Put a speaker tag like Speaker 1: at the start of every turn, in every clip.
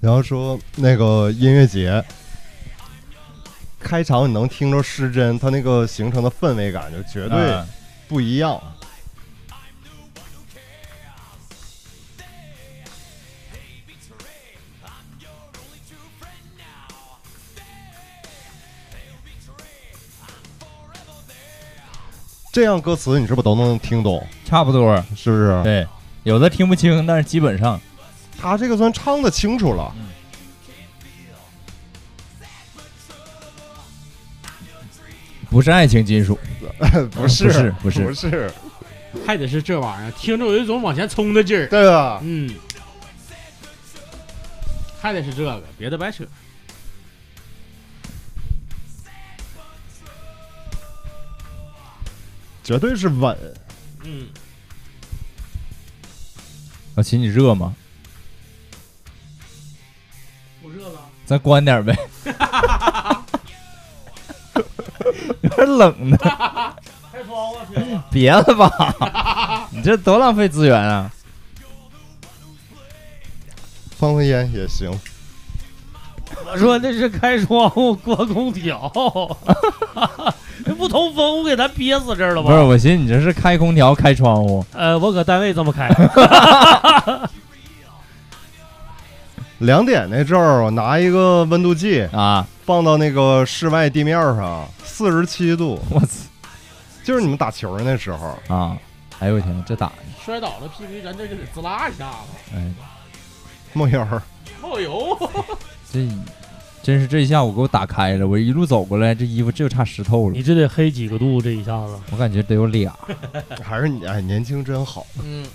Speaker 1: 然后说那个音乐节开场，你能听着失真，它那个形成的氛围感就绝对
Speaker 2: 嗯
Speaker 1: 不一样。这样歌词你是不是都能听懂？
Speaker 2: 差不多。
Speaker 1: 是不是？
Speaker 2: 对，有的听不清，但是基本上
Speaker 1: 他这个算唱的清楚了。
Speaker 2: 不是爱情金属。
Speaker 1: 不是，
Speaker 2: 不是不是
Speaker 1: 不是，
Speaker 3: 还得是这玩意儿，听着有一种往前冲的劲儿。
Speaker 1: 对吧？
Speaker 3: 嗯，还得是这个，别的白扯。
Speaker 1: 绝对是稳。
Speaker 3: 嗯，
Speaker 2: 老秦，你热吗？
Speaker 3: 不热了。
Speaker 2: 咱关点呗， 有点冷呢。
Speaker 3: 开窗户去了。
Speaker 2: 别了吧，你这多浪费资源啊！
Speaker 1: 放放烟也行，
Speaker 4: 我说那是开窗户关空调， 那不通风，我给他憋死这儿了
Speaker 2: 不是，
Speaker 4: 吧？
Speaker 2: 我寻思你这是开空调、开窗户，
Speaker 4: 呃，我搁单位这么开，
Speaker 1: 两点那阵儿，我拿一个温度计
Speaker 2: 啊，
Speaker 1: 放到那个室外地面上，四十七度，
Speaker 2: 我操
Speaker 1: 就是你们打球那时候。
Speaker 2: 啊！哎呦我天，这打，
Speaker 3: 摔倒了，屁股咱这就得滋啦一下子，
Speaker 2: 哎，
Speaker 1: 梦瑶儿，
Speaker 3: 冒油。啊
Speaker 2: 这真是这一下午给我打开了，我一路走过来，这衣服就差湿透了
Speaker 4: 你，这得黑几个度这一下子。
Speaker 2: 我感觉得有俩。
Speaker 1: 还是你哎，年轻真好。
Speaker 3: 嗯，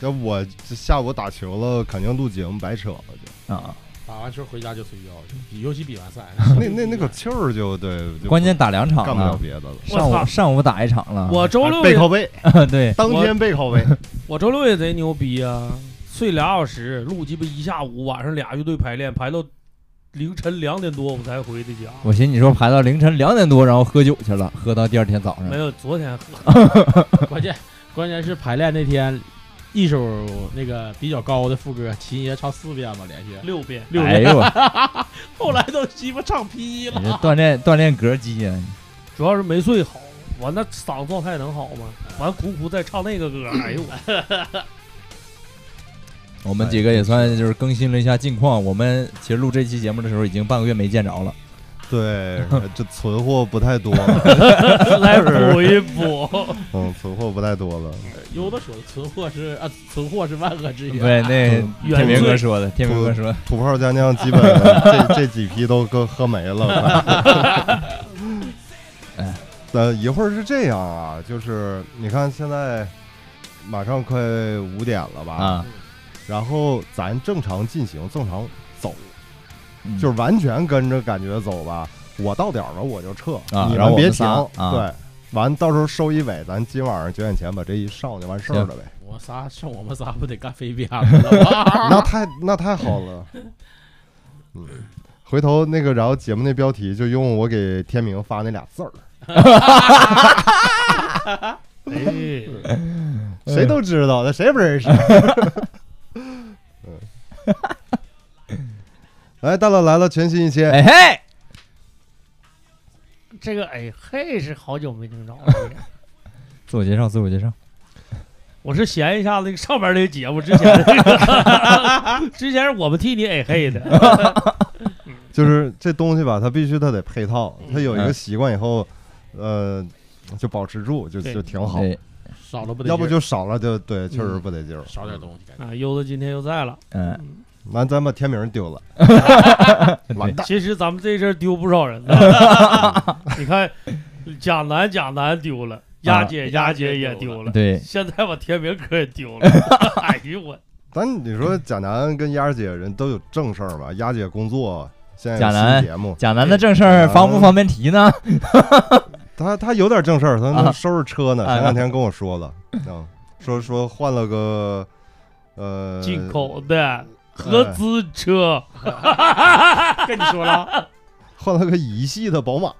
Speaker 1: 这我这下午打球了，肯定录节目白扯了就，
Speaker 2: 啊，
Speaker 3: 打完球回家就睡觉，比尤其比 完赛，
Speaker 1: 那那那口气儿就对，就
Speaker 2: 关键打啊两场
Speaker 1: 干不了
Speaker 2: 了，
Speaker 1: 别的了。哎
Speaker 4: 我
Speaker 2: 上
Speaker 4: 操
Speaker 2: 午上午打一场了，
Speaker 4: 我周六
Speaker 1: 背
Speaker 4: 也
Speaker 1: 靠背，
Speaker 2: 对，
Speaker 1: 当天背靠背，
Speaker 4: 我周六也贼牛逼啊，睡俩小时，录鸡巴一下午，晚上俩乐队排练，排到凌晨两点多我才回的家。
Speaker 2: 我寻思你说排到凌晨两点多，然后喝酒去了，喝到第二天早上
Speaker 4: 没。有，昨天喝
Speaker 3: 关 键关键是排练那天，一首那个比较高的副歌，秦爷唱四遍吧，连续
Speaker 4: 六遍，
Speaker 3: 六
Speaker 2: 哎
Speaker 3: 遍，
Speaker 2: 呦，
Speaker 3: 后来都鸡巴唱劈了。
Speaker 2: 你这锻炼锻炼膈肌呀！
Speaker 4: 主要是没睡好。完那嗓子状态能好吗？完苦苦再唱那个 歌，哎呦，
Speaker 2: 我们几个也算就是更新了一下近况。我们其实录这期节目的时候，已经半个月没见着了。
Speaker 1: 对， 这存货不太多了，
Speaker 4: 来补一 补。
Speaker 1: 嗯，存货不太多了。
Speaker 3: 有的说存货是啊，存货是万恶之 源。
Speaker 2: 对，那
Speaker 4: 哎原
Speaker 2: 天明哥
Speaker 4: 罪
Speaker 2: 说的，天明哥说的，
Speaker 1: 土炮酱酱基本 这这几批都喝喝没了。
Speaker 2: 哎，
Speaker 1: 呃，一会儿是这样啊，就是你看现在马上快五点了吧？
Speaker 2: 啊，
Speaker 1: 然后咱正常进行，正常走，
Speaker 2: 嗯
Speaker 1: 就是完全跟着感觉走吧。我到点儿了我就撤，
Speaker 2: 啊
Speaker 1: 你
Speaker 2: 然后我
Speaker 1: 别停。
Speaker 2: 们仨啊
Speaker 1: 对，完到时候收一尾，咱今晚上九点前把这一上就完事儿了呗。
Speaker 3: 我仨剩我们仨不得干飞 边了
Speaker 1: 那太那太好 了。嗯，回头那个，然后节目那标题就用我给天明发那俩字儿，
Speaker 3: 哎，
Speaker 1: 谁都知道，那谁不认识？ 嗯， 来，大佬来了，全新一期，
Speaker 2: 哎嘿，
Speaker 4: 这个哎嘿是好久没听着了。
Speaker 2: 自我介绍，自我介绍，
Speaker 4: 我是闲一下那个上边那个节目之前那 个，之前是我们替你哎嘿的，
Speaker 1: 就是这东西吧，它必须它得配套，它有一
Speaker 3: 哎
Speaker 1: 个
Speaker 2: 嗯
Speaker 1: 习惯以后，呃，就保持住，就
Speaker 4: 对
Speaker 1: 就挺哦好，
Speaker 2: 对，
Speaker 3: 少了不得劲儿，
Speaker 1: 要不就少了，就对，确实
Speaker 3: 嗯
Speaker 1: 不得劲儿。
Speaker 3: 少点东西，感觉
Speaker 4: 啊，柚子今天又在了。
Speaker 2: 嗯，
Speaker 1: 完，咱把天明丢了，完 蛋，
Speaker 4: 其实咱们这阵儿丢不少人呢。你看，贾楠贾楠丢了，丫姐丫姐也丢了，
Speaker 2: 对，
Speaker 4: 现在我天明哥也丢了。哎呦我，
Speaker 1: 咱你说贾楠跟丫姐人都有正事儿吧？丫姐工作现在有
Speaker 2: 贾
Speaker 1: 新
Speaker 2: 楠
Speaker 1: 节目，
Speaker 2: 贾楠的正事儿
Speaker 1: 嗯
Speaker 2: 方不方便提呢？
Speaker 1: 哎 她她有点正事儿，她
Speaker 2: 啊嗯
Speaker 1: 能收拾车呢，
Speaker 2: 啊
Speaker 1: 前两天跟我说了，啊，说说换了个呃
Speaker 4: 进口的合资车，
Speaker 3: 跟你说了，
Speaker 1: 换了个一系的宝马，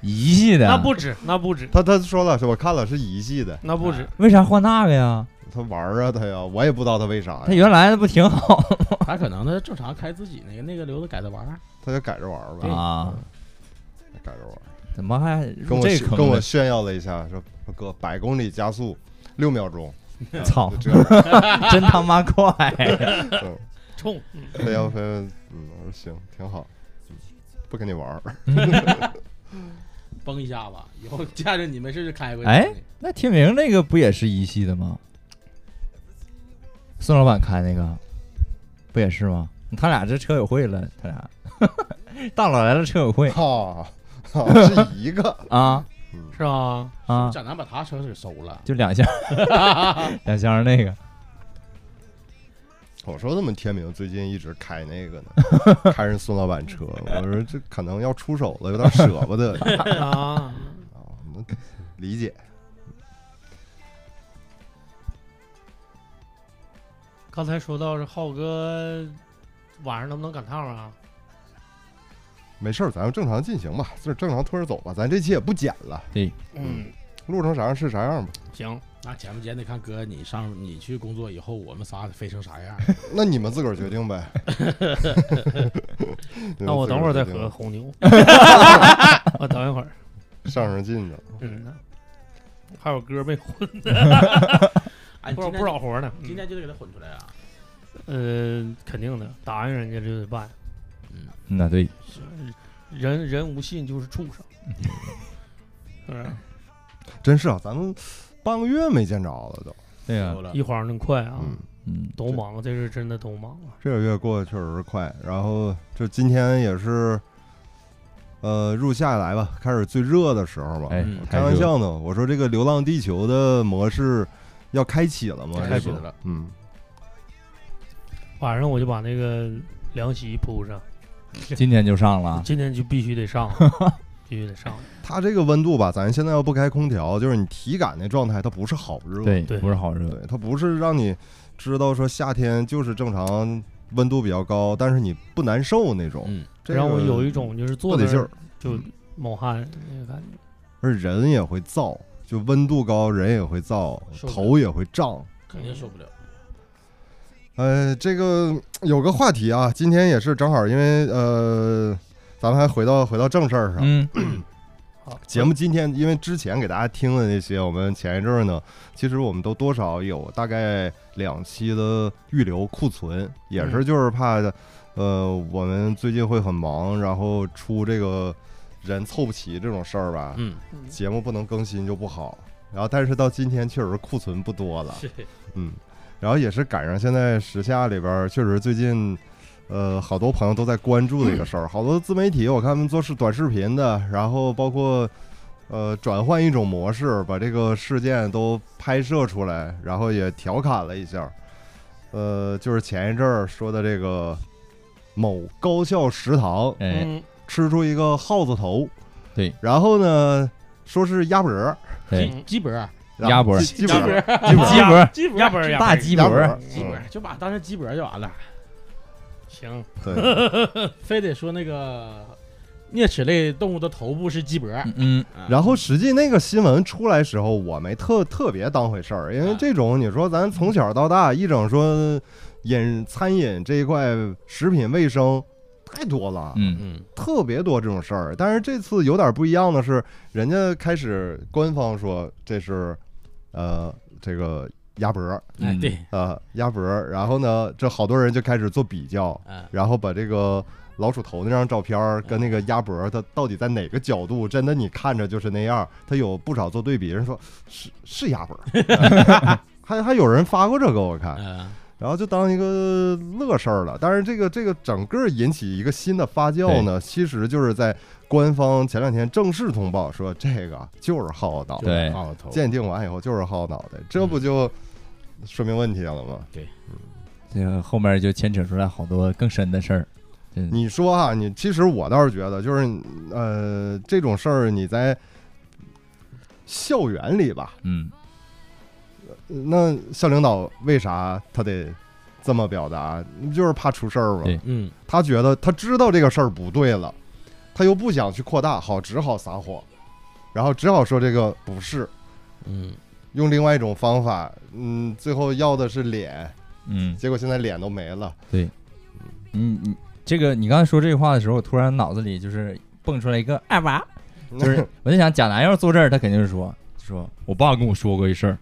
Speaker 2: 一系的，
Speaker 4: 那不止，那不止，
Speaker 1: 她她说了，是我看了是一系的，
Speaker 2: 啊
Speaker 4: 那不止。
Speaker 2: 为啥换那个呀？
Speaker 1: 他玩儿啊，他呀，我也不知道他为啥
Speaker 2: 他
Speaker 1: 哎呀，
Speaker 2: 原来的不挺好
Speaker 3: 他可能他正常开自己那个那个留着改着玩儿，
Speaker 1: 他就改着玩儿呗，
Speaker 2: 啊？
Speaker 1: 改着玩儿。
Speaker 2: 怎么还
Speaker 1: 跟
Speaker 2: 入
Speaker 1: 我
Speaker 2: 这
Speaker 1: 炫
Speaker 2: 坑
Speaker 1: 跟我
Speaker 2: 了
Speaker 1: 炫耀了一下，说说哥百公里加速六秒 钟，
Speaker 2: 操
Speaker 1: 就，这样。
Speaker 2: 真他妈快！
Speaker 1: 嗯
Speaker 4: 冲，
Speaker 1: 他要非嗯，我说行，挺好，嗯不跟你玩儿。
Speaker 3: 崩一下子，以后见着你没事就开回去。
Speaker 2: 哎那天明那个不也是一系的吗？宋老板开那个，不也是吗？他俩这车友会了，他俩 大佬来了车友 会
Speaker 1: 哈，哈是一个，
Speaker 2: 啊
Speaker 1: 嗯，
Speaker 4: 是吧？
Speaker 2: 啊，
Speaker 3: 蒋楠把他车给收了，
Speaker 2: 就两箱 两箱那个
Speaker 1: 我说怎么天明最近一直开那 个呢？开人孙老板车，我说这可能要出手了，有点舍不得
Speaker 4: 啊，
Speaker 1: 啊，能理解。
Speaker 4: 刚才说到是浩哥晚上能不能赶趟啊？
Speaker 1: 没事儿，咱们正常进行吧，就是正常拖着走吧。咱这期也不剪了，
Speaker 4: 嗯，
Speaker 1: 录成啥样是啥样吧。
Speaker 4: 行，
Speaker 3: 那前不前得看哥你上你去工作以后，我们仨飞成啥样？
Speaker 1: 那你们自个儿决定呗。
Speaker 4: 那我等会儿再喝
Speaker 1: 和
Speaker 4: 红牛， 我等一会儿。
Speaker 1: 上上劲呢。
Speaker 4: 嗯，还有歌没混，
Speaker 3: 哎，
Speaker 4: 不少不
Speaker 3: 少，
Speaker 4: 少活呢。
Speaker 3: 今天就得给他混出来啊！
Speaker 4: 嗯，呃，肯定的，答应人家就得办。
Speaker 2: 嗯那对，
Speaker 4: 人人无信就是畜 生，是不是？
Speaker 3: 嗯
Speaker 1: 真是啊，咱们半个月没见着了都。
Speaker 2: 对呀
Speaker 3: 收，了
Speaker 4: 一晃真快啊，
Speaker 1: 嗯，
Speaker 2: 嗯，
Speaker 4: 都忙，这是真的都忙了。
Speaker 1: 这个月过得确实是快。然后就今天也是，呃，入夏以来吧，开始最热的时候嘛。
Speaker 2: 哎
Speaker 3: 嗯，
Speaker 2: 开
Speaker 1: 开玩
Speaker 2: 车，
Speaker 1: 笑呢，我说这个《流浪地球》的模式要开启了吗？
Speaker 3: 开启
Speaker 1: 这不
Speaker 3: 了。
Speaker 1: 嗯，
Speaker 4: 晚上我就把那个凉席铺上，
Speaker 2: 今天就上了啊，
Speaker 4: 今天就必须 得上，必须得上。
Speaker 1: 它这个温度吧，咱现在要不开空调，就是你体感那状态，它不是好热。
Speaker 2: 对，
Speaker 4: 对
Speaker 2: 不是好热，
Speaker 1: 对，它不是让你知道说夏天就是正常温度比较高，但是你不难受那种。
Speaker 3: 嗯，
Speaker 1: 这
Speaker 4: 让我
Speaker 1: 个
Speaker 4: 有一种就是坐
Speaker 1: 不得
Speaker 4: 那
Speaker 1: 劲
Speaker 4: 儿
Speaker 1: 儿，
Speaker 4: 就冒汗那个感觉。
Speaker 1: 而人也会燥，就温度高，人也会燥，
Speaker 3: 受不了
Speaker 1: 头也会胀。
Speaker 3: 肯定受不了。
Speaker 1: 呃，这个有个话题啊，今天也是正好，因为呃，咱们还回到回到正事儿上。
Speaker 2: 嗯，
Speaker 4: 好，
Speaker 1: 节目今天，因为之前给大家听的那些，我们前一阵儿呢，其实我们都多少有大概两期的预留库存，也是就是怕，呃，我们最近会很忙，然后出这个人凑不齐这种事儿吧，
Speaker 3: 嗯，
Speaker 4: 嗯
Speaker 1: 节目不能更新就不好。然后，但是到今天确实库存不多了，嗯，然后也是赶上现在时下里边儿，确实最近，呃，好多朋友都在关注的一个事儿，好多自媒体我看他们做视短视频的，然后包括呃转换一种模式，把这个事件都拍摄出来，然后也调侃了一下儿，呃，就是前一阵儿说的这个某高校食堂
Speaker 2: 哎，
Speaker 4: 嗯，
Speaker 1: 吃出一个耗子头，
Speaker 2: 对，
Speaker 1: 然后呢说是鸭脖儿，
Speaker 2: 对，
Speaker 4: 嗯
Speaker 3: 鸡脖儿，啊
Speaker 1: 然
Speaker 2: 鸭
Speaker 1: 后
Speaker 2: 脖儿
Speaker 1: 鸡鸡脖儿，
Speaker 2: 鸡脖鸡脖
Speaker 3: 鸡脖
Speaker 4: 压本儿压本
Speaker 2: 大
Speaker 4: 儿
Speaker 2: 鸡脖
Speaker 1: 鸭脖
Speaker 2: 儿，
Speaker 1: 儿，
Speaker 3: 鸡脖儿就把它当成鸡脖儿就完了，
Speaker 4: 行，
Speaker 1: 嗯对，
Speaker 3: 非得说那个啮齿类动物的头部是鸡脖儿。
Speaker 2: 嗯嗯，
Speaker 1: 然后实际那个新闻出来时候，我没特特别当回事儿，因为
Speaker 2: 啊
Speaker 1: 这种你说咱从小到大一整说饮餐饮这一块食品卫生太多了，
Speaker 2: 嗯，
Speaker 3: 嗯，
Speaker 1: 特别多这种事儿。但是这次有点不一样的是，人家开始官方说这是呃这个鸭脖儿
Speaker 3: 哎
Speaker 2: 嗯
Speaker 3: 对，
Speaker 1: 呃鸭脖儿，然后呢这好多人就开始做比较，
Speaker 3: 嗯，
Speaker 1: 然后把这个老鼠头那张照片儿跟那个鸭脖儿，它到底在哪个角度，真的你看着就是那样儿。它有不少做对比，人说是是鸭脖儿， 还还有人发过这个我看，
Speaker 3: 嗯，
Speaker 1: 然后就当一个乐事儿了。但是这个这个整个引起一个新的发酵呢，其实就是在官方前两天正式通报说这个就是耗脑袋，
Speaker 2: 对
Speaker 3: 耗头，
Speaker 1: 鉴定完以后就是耗脑袋，这不就说明问题了吗？
Speaker 2: 这个后面就牵扯出来好多更深的事儿，嗯
Speaker 1: 你说哈、你其实我倒是觉得，就是呃，这种事儿你在校园里吧，
Speaker 2: 嗯，
Speaker 1: 那校领导为啥他得这么表达？就是怕出事儿嘛
Speaker 2: 对。
Speaker 3: 嗯，
Speaker 1: 他觉得他知道这个事儿不对了，他又不想去扩大，好，只好撒谎，然后只好说这个不是。
Speaker 3: 嗯，
Speaker 1: 用另外一种方法，嗯，最后要的是脸，
Speaker 2: 嗯，
Speaker 1: 结果现在脸都没了。
Speaker 2: 你你这个你刚才说这话的时候，我突然脑子里就是蹦出来一个二娃，就是我就想贾南要是坐这儿，他肯定是说说我爸跟我说过一事儿，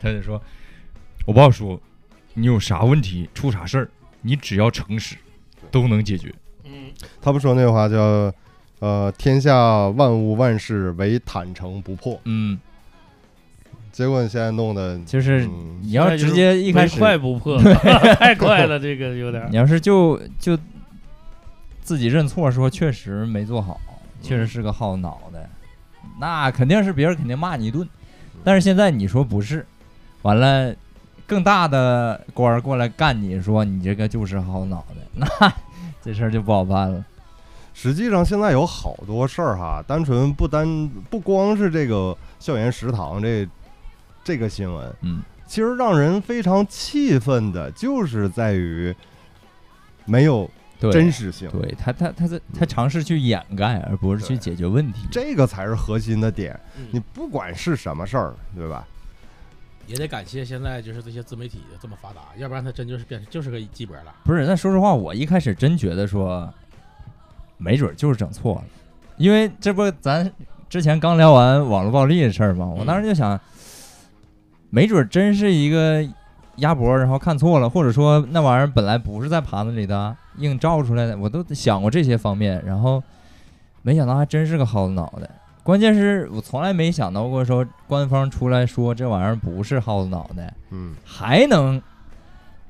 Speaker 2: 他就说我爸说你有啥问题出啥事儿，你只要诚实都能解决。
Speaker 4: 嗯，
Speaker 1: 他们说那话叫，呃，天下万物万事唯坦诚不破。
Speaker 2: 嗯，
Speaker 1: 结果你现在弄的，
Speaker 2: 就是
Speaker 1: 嗯，
Speaker 2: 你要直接一开始
Speaker 4: 唯，快不 破，太快了，这个有点儿
Speaker 2: 你。要是就就自己认错，说确实没做好，确实是个耗脑袋，那肯定是别人肯定骂你一顿。但是现在你说不是，完了，更大的官儿过来干你说你这个就是耗脑袋， 那这事儿就不好办了。
Speaker 1: 实际上现在有好多事儿哈，单纯不单不光是这个校园食堂这这个新闻，
Speaker 2: 嗯，
Speaker 1: 其实让人非常气愤的就是在于没有
Speaker 2: 对
Speaker 1: 真实性，
Speaker 2: 对他他他在他尝试去掩盖，而不是去
Speaker 1: 对
Speaker 2: 解决问题。
Speaker 1: 这个才是核心的点。
Speaker 4: 嗯
Speaker 1: 你不管是什么事儿，对吧？
Speaker 3: 也得感谢现在就是这些自媒体这么发达，要不然他真就是变成就是个鸡脖了。
Speaker 2: 不是，那说实话，我一开始真觉得说，没准儿就是整错了，因为这不咱之前刚聊完网络暴力的事儿嘛，我当时就想，没准儿真是一个鸭脖儿，然后看错了，或者说那玩意儿本来不是在盘子里的，硬照出来的，我都想过这些方面，然后没想到还真是个耗子脑袋。关键是我从来没想到过说官方出来说这玩意儿不是耗子脑袋，
Speaker 1: 嗯
Speaker 2: 还能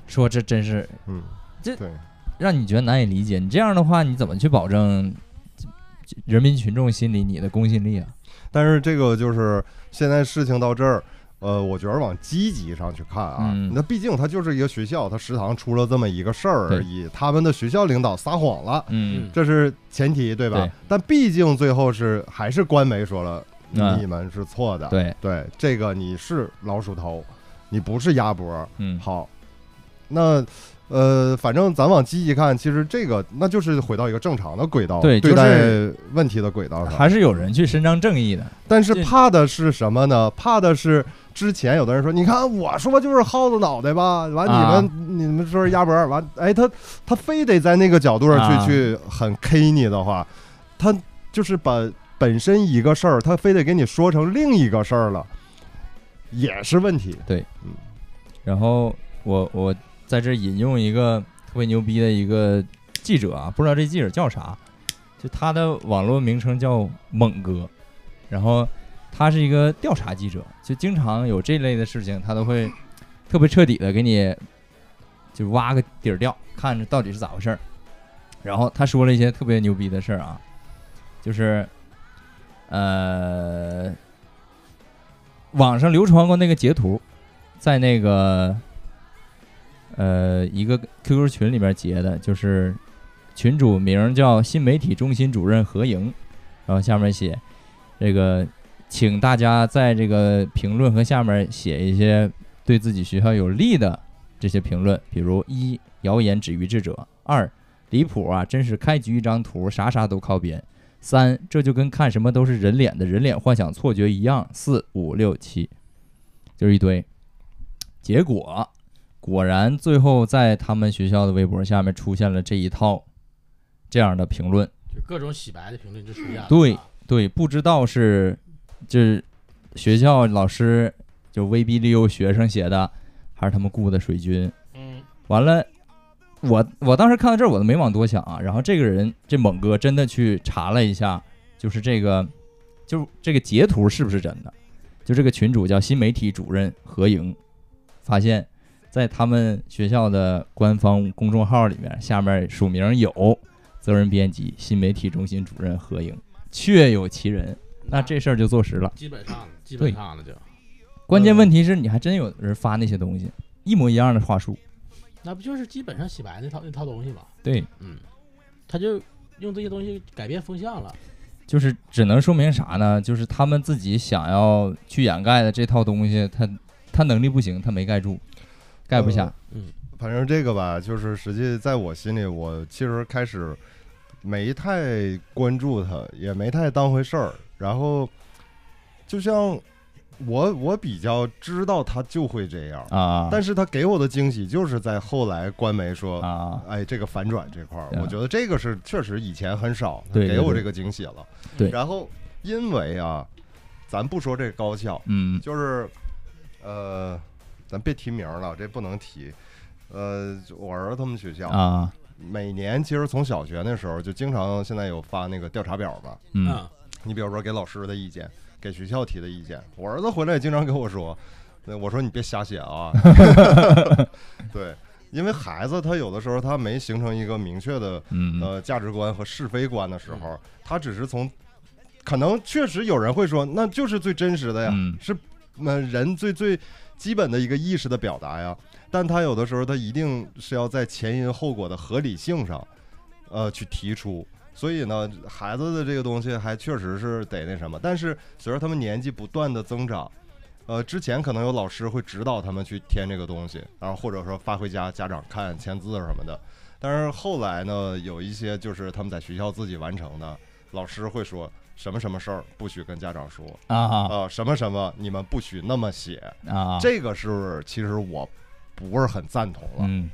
Speaker 2: 说这真是
Speaker 1: 嗯，
Speaker 2: 这
Speaker 1: 对。
Speaker 2: 让你觉得难以理解。你这样的话，你怎么去保证人民群众心里你的公信力啊？
Speaker 1: 但是这个就是现在事情到这儿，呃，我觉得往积极上去看啊，
Speaker 2: 嗯
Speaker 1: 那毕竟它就是一个学校，它食堂出了这么一个事儿而
Speaker 2: 对
Speaker 1: 已，他们的学校领导撒谎了，
Speaker 2: 嗯，
Speaker 1: 这是前提对吧？
Speaker 2: 对
Speaker 1: 但毕竟最后是还是官媒说了，
Speaker 2: 嗯
Speaker 1: 你们是错的，
Speaker 2: 对，
Speaker 1: 对这个你是老鼠头，你不是鸭脖，
Speaker 2: 嗯，
Speaker 1: 好，那。呃，反正咱往积极看，其实这个那就是回到一个正常的轨道，
Speaker 2: 对就是
Speaker 1: 对待问题的轨道上。
Speaker 2: 还是有人去伸张正义的。
Speaker 1: 但是
Speaker 2: 这
Speaker 1: 怕的是什么呢？怕的是之前有的人说，你看我说就是耗子脑袋吧，完你
Speaker 2: 啊
Speaker 1: 们、你们说是鸭脖，完哎他他非得在那个角度上去、
Speaker 2: 啊
Speaker 1: 去很 K 你的话，他就是把本身一个事儿，他非得给你说成另一个事儿了，也是问题。
Speaker 2: 然后我我在这引用一个特别牛逼的一个记者啊，不知道这记者叫啥，就他的网络名称叫猛哥，然后他是一个调查记者，就经常有这类的事情，他都会 特别彻底的给你就挖个底儿掉，看着到底是咋回事儿。然后他说了一些特别牛逼的事儿啊，就是呃，网上流传过那个截图，在那个呃一个 QQ 群里面截的，就是群主名叫新媒体中心主任何莹，然后下面写这个，请大家在这个评论和下面写一些对自己学校有利的这些评论，比如一谣言止于智者，二离谱啊，真是开局一张图，啥啥都靠编。三，这就跟看什么都是人脸的人脸幻想错觉一样。四五六七，就是一堆。结果果然最后在他们学校的微博下面出现了这一套这样的评论。
Speaker 3: 就各种洗白的评论就出现了。
Speaker 2: 对对，不知道是就是学校老师就威逼利诱学生写的，还是他们雇的水军。
Speaker 4: 嗯，
Speaker 2: 完了，我我当时看到这儿我都没往多想啊。然后这个人这猛哥真的去查了一下，就是这个就是这个截图是不是真的？就这个群主叫新媒体主任何莹，发现，在他们学校的官方公众号里面，下面署名有责任编辑新媒体中心主任何莹，确有其人。那这事儿就坐实了。
Speaker 3: 基本上了基本上了就，
Speaker 2: 关键问题是你还真有人发那些东西，一模一样的话术。
Speaker 3: 那不就是基本上洗白那套那套东西吗？
Speaker 2: 对，
Speaker 3: 嗯，他就用这些东西改变风向了。
Speaker 2: 就是只能说明啥呢？就是他们自己想要去掩盖的这套东西，他他能力不行，他没盖住，盖不下
Speaker 1: 呃。
Speaker 3: 嗯，
Speaker 1: 反正这个吧，就是实际在我心里，我其实开始没太关注它，也没太当回事儿。然后就像我我比较知道他就会这样，
Speaker 2: 啊，
Speaker 1: 呃但是他给我的惊喜就是在后来官媒说，
Speaker 2: 啊，
Speaker 1: 哎，这个反转这块儿，
Speaker 2: 对啊
Speaker 1: 我觉得这个是确实以前很少他
Speaker 2: 对对
Speaker 1: 给我
Speaker 2: 对
Speaker 1: 这个惊喜了。
Speaker 2: 对
Speaker 1: 然后因为啊，咱不说这个高校，
Speaker 2: 嗯
Speaker 1: 就是呃，咱别提名了，这不能提。呃，就我儿子他们学校、
Speaker 2: 啊，
Speaker 1: 每年其实从小学那时候就经常现在有发那个调查表嘛，
Speaker 2: 嗯
Speaker 3: 嗯，
Speaker 1: 你比如说给老师的意见，给学校提的意见，我儿子回来也经常跟我说，呃我说你别瞎写啊， 对，因为孩子他有的时候他没形成一个明确的
Speaker 2: 嗯，
Speaker 1: 呃价值观和是非观的时候，他只是从，可能确实有人会说那就是最真实的呀，
Speaker 2: 嗯
Speaker 1: 是那、人最最基本的一个意识的表达呀，但他有的时候他一定是要在前因后果的合理性上，呃，去提出。所以呢，孩子的这个东西还确实是得那什么，但是随着他们年纪不断的增长，呃，之前可能有老师会指导他们去填这个东西，然后或者说发回家家长看签字啊什么的。但是后来呢，有一些就是他们在学校自己完成的，老师会说什么什么事儿不许跟家长说啊、
Speaker 2: 啊
Speaker 1: 什么什么你们不许那么写，
Speaker 2: 啊，
Speaker 1: 这个是其实我不是很赞同了。
Speaker 2: 嗯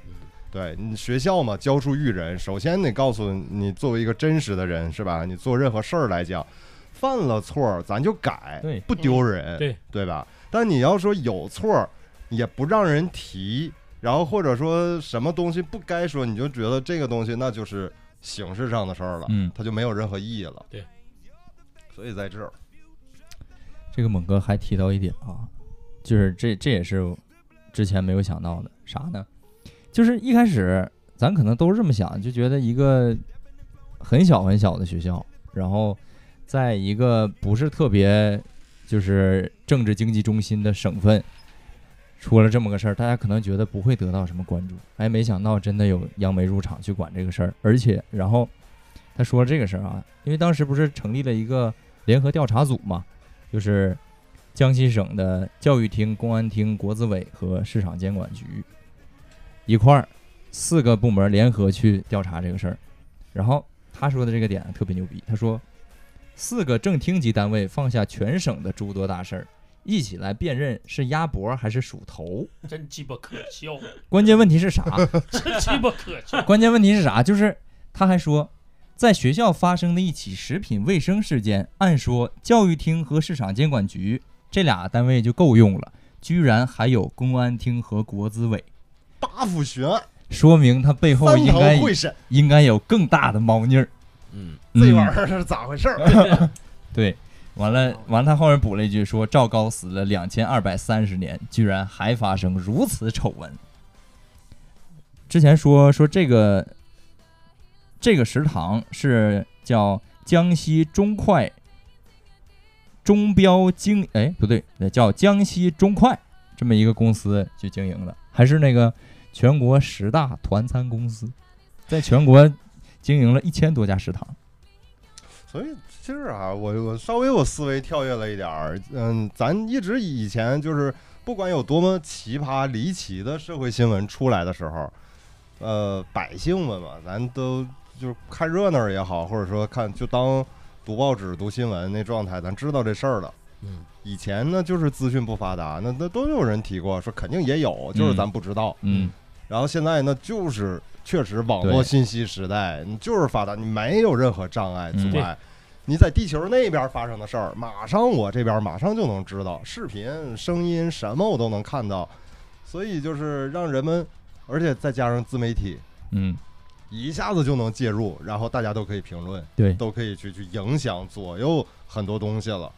Speaker 1: 对你学校嘛，教书育人，首先得告诉你作为一个真实的人是吧？你做任何事儿来讲，犯了错儿咱就改，
Speaker 2: 对
Speaker 1: 不丢人，
Speaker 4: 对
Speaker 1: 吧？但你要说有错儿，也不让人提，然后或者说什么东西不该说，你就觉得这个东西那就是形式上的事儿了，
Speaker 2: 嗯，
Speaker 1: 它就没有任何意义了。
Speaker 4: 对，
Speaker 1: 所以在这儿，
Speaker 2: 这个猛哥还提到一点啊，就是这这也是之前没有想到的，啥呢？就是一开始咱可能都是这么想，就觉得一个很小很小的学校，然后在一个不是特别就是政治经济中心的省份。出了这么个事儿，大家可能觉得不会得到什么关注，哎，没想到真的有央媒入场去管这个事儿，而且，然后他说这个事儿啊，因为当时不是成立了一个联合调查组嘛，就是江西省的教育厅、公安厅、国资委和市场监管局一块儿，四个部门联合去调查这个事儿。然后他说的这个点特别牛逼，他说四个正厅级单位放下全省的诸多大事儿，一起来辨认是鸭脖还是鼠头。
Speaker 4: 真鸡巴可笑，
Speaker 2: 关键问题是啥？
Speaker 4: 真鸡巴可 笑。
Speaker 2: 关键问题是啥？就是他还说，在学校发生的一起食品卫生事件，按说教育厅和市场监管局这俩单位就够用了，居然还有公安厅和国资委，
Speaker 1: 八府悬案，
Speaker 2: 说明他背后
Speaker 1: 三
Speaker 2: 应
Speaker 1: 堂
Speaker 2: 该
Speaker 1: 会审，
Speaker 2: 应该有更大的猫腻儿。
Speaker 3: 嗯，
Speaker 1: 这玩
Speaker 2: 嗯
Speaker 1: 意儿是咋回事儿？
Speaker 2: 对，完了完了，他后面补了一句说，赵高死了两千二百三十年，居然还发生如此丑闻。之前说说这个这个食堂是叫江西中快中标经，哎不对，那叫江西中快这么一个公司去经营的，还是那个全国十大团餐公司，在全国经营了一千多家食堂。
Speaker 1: 所以其实啊，我我稍微我思维跳跃了一点儿，嗯，咱一直以前就是不管有多么奇葩离奇的社会新闻出来的时候，呃，百姓们嘛，咱都就是看热闹也好，或者说看就当读报纸、读新闻那状态，咱知道这事儿了。
Speaker 3: 嗯，
Speaker 1: 以前呢就是资讯不发达，那那都有人提过，说肯定也有，就是咱不知道。
Speaker 2: 嗯
Speaker 1: 然后现在呢，就是确实网
Speaker 2: 对
Speaker 1: 络信息时代，你就是发达，你没有任何障碍
Speaker 2: 嗯
Speaker 1: 阻碍。你在地球那边发生的事儿，马上我这边马上就能知道，视频、声音什么我都能看到，所以就是让人们，而且再加上自媒体，
Speaker 2: 嗯，
Speaker 1: 一下子就能介入，然后大家都可以评论，
Speaker 2: 对
Speaker 1: 都可以去去影响左右很多东西了。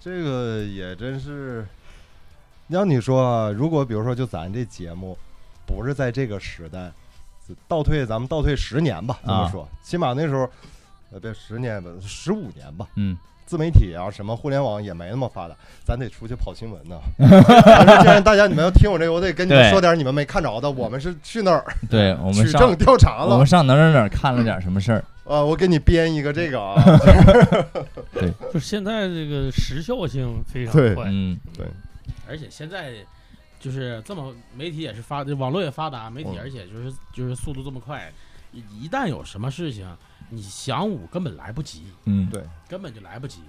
Speaker 1: 这个也真是，要你说啊，如果比如说就咱这节目，不是在这个时代，倒退咱们倒退十年吧，这么
Speaker 2: 啊
Speaker 1: 说，起码那时候，呃，别十年吧，十五年吧，
Speaker 2: 嗯，
Speaker 1: 自媒体啊，什么互联网也没那么发达，咱得出去跑新闻呢。但是既然大家你们要听我这个，我得跟你们
Speaker 2: 对
Speaker 1: 说点你们没看着的。我们是去那儿
Speaker 2: 对，我们
Speaker 1: 取
Speaker 2: 上
Speaker 1: 证调查了
Speaker 2: 我，们上哪儿哪儿哪儿看了点什么事儿？
Speaker 1: 啊，我给你编一个这个啊，
Speaker 4: 就现在这个时效性非常
Speaker 1: 对
Speaker 4: 快，
Speaker 2: 嗯
Speaker 3: 而且现在就是这么媒体也是发，网络也发达，媒体
Speaker 1: 嗯
Speaker 3: 而且就是就是速度这么快，一一旦有什么事情，你想捂根本来不及，
Speaker 2: 嗯，
Speaker 1: 对，
Speaker 3: 根本就来不及。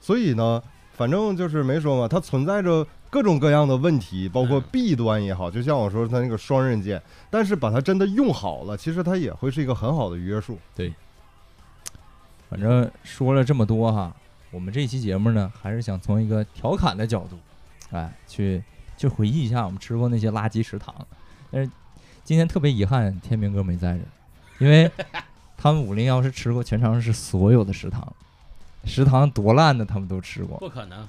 Speaker 1: 所以呢，反正就是没说嘛，它存在着各种各样的问题，包括
Speaker 3: 嗯
Speaker 1: 弊端也好，就像我说它那个双刃剑，但是把它真的用好了，其实它也会是一个很好的约束。
Speaker 2: 反正说了这么多哈，我们这期节目呢，还是想从一个调侃的角度，哎，去去回忆一下我们吃过那些垃圾食堂。但是今天特别遗憾，天明哥没在这儿，因为他们五零幺是吃过全长市所有的食堂，食堂多烂的他们都吃过。
Speaker 3: 不可能，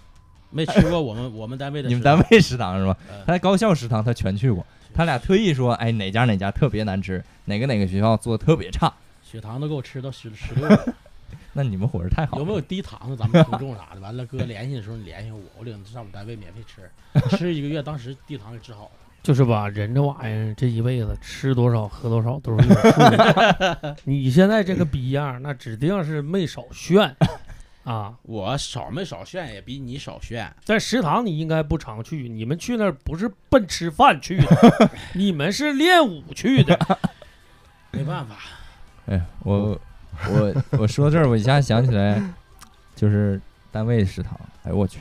Speaker 3: 没吃过我们我们单位的
Speaker 2: 你们
Speaker 3: 食
Speaker 2: 单
Speaker 3: 堂，
Speaker 2: 位食堂是吧？
Speaker 3: 嗯
Speaker 2: 他在高校食堂他全去过，他俩特意说，哎，哪家哪家特别难吃，哪个哪个学校做的特别差。
Speaker 3: 血糖都给我吃到十十六了，
Speaker 2: 那你们伙食太好了，
Speaker 3: 有没有低糖的？咱们听众啥的，完了哥联系的时候你联系我，我领上我们单位免费吃，吃一个月，当时低糖给治好了。
Speaker 4: 就是吧，人这玩意儿这一辈子吃多少喝多少都是有数 的。你现在这个逼样儿，那指定是没少 炫啊。
Speaker 3: 我少没少炫，也比你少炫。
Speaker 4: 在食堂你应该不常去，你们去那儿不是奔吃饭去的， 你们是练武去 的。
Speaker 3: 没办法，
Speaker 2: 哎，我我我说这儿，我一下想起来，就是单位食堂。哎，我去，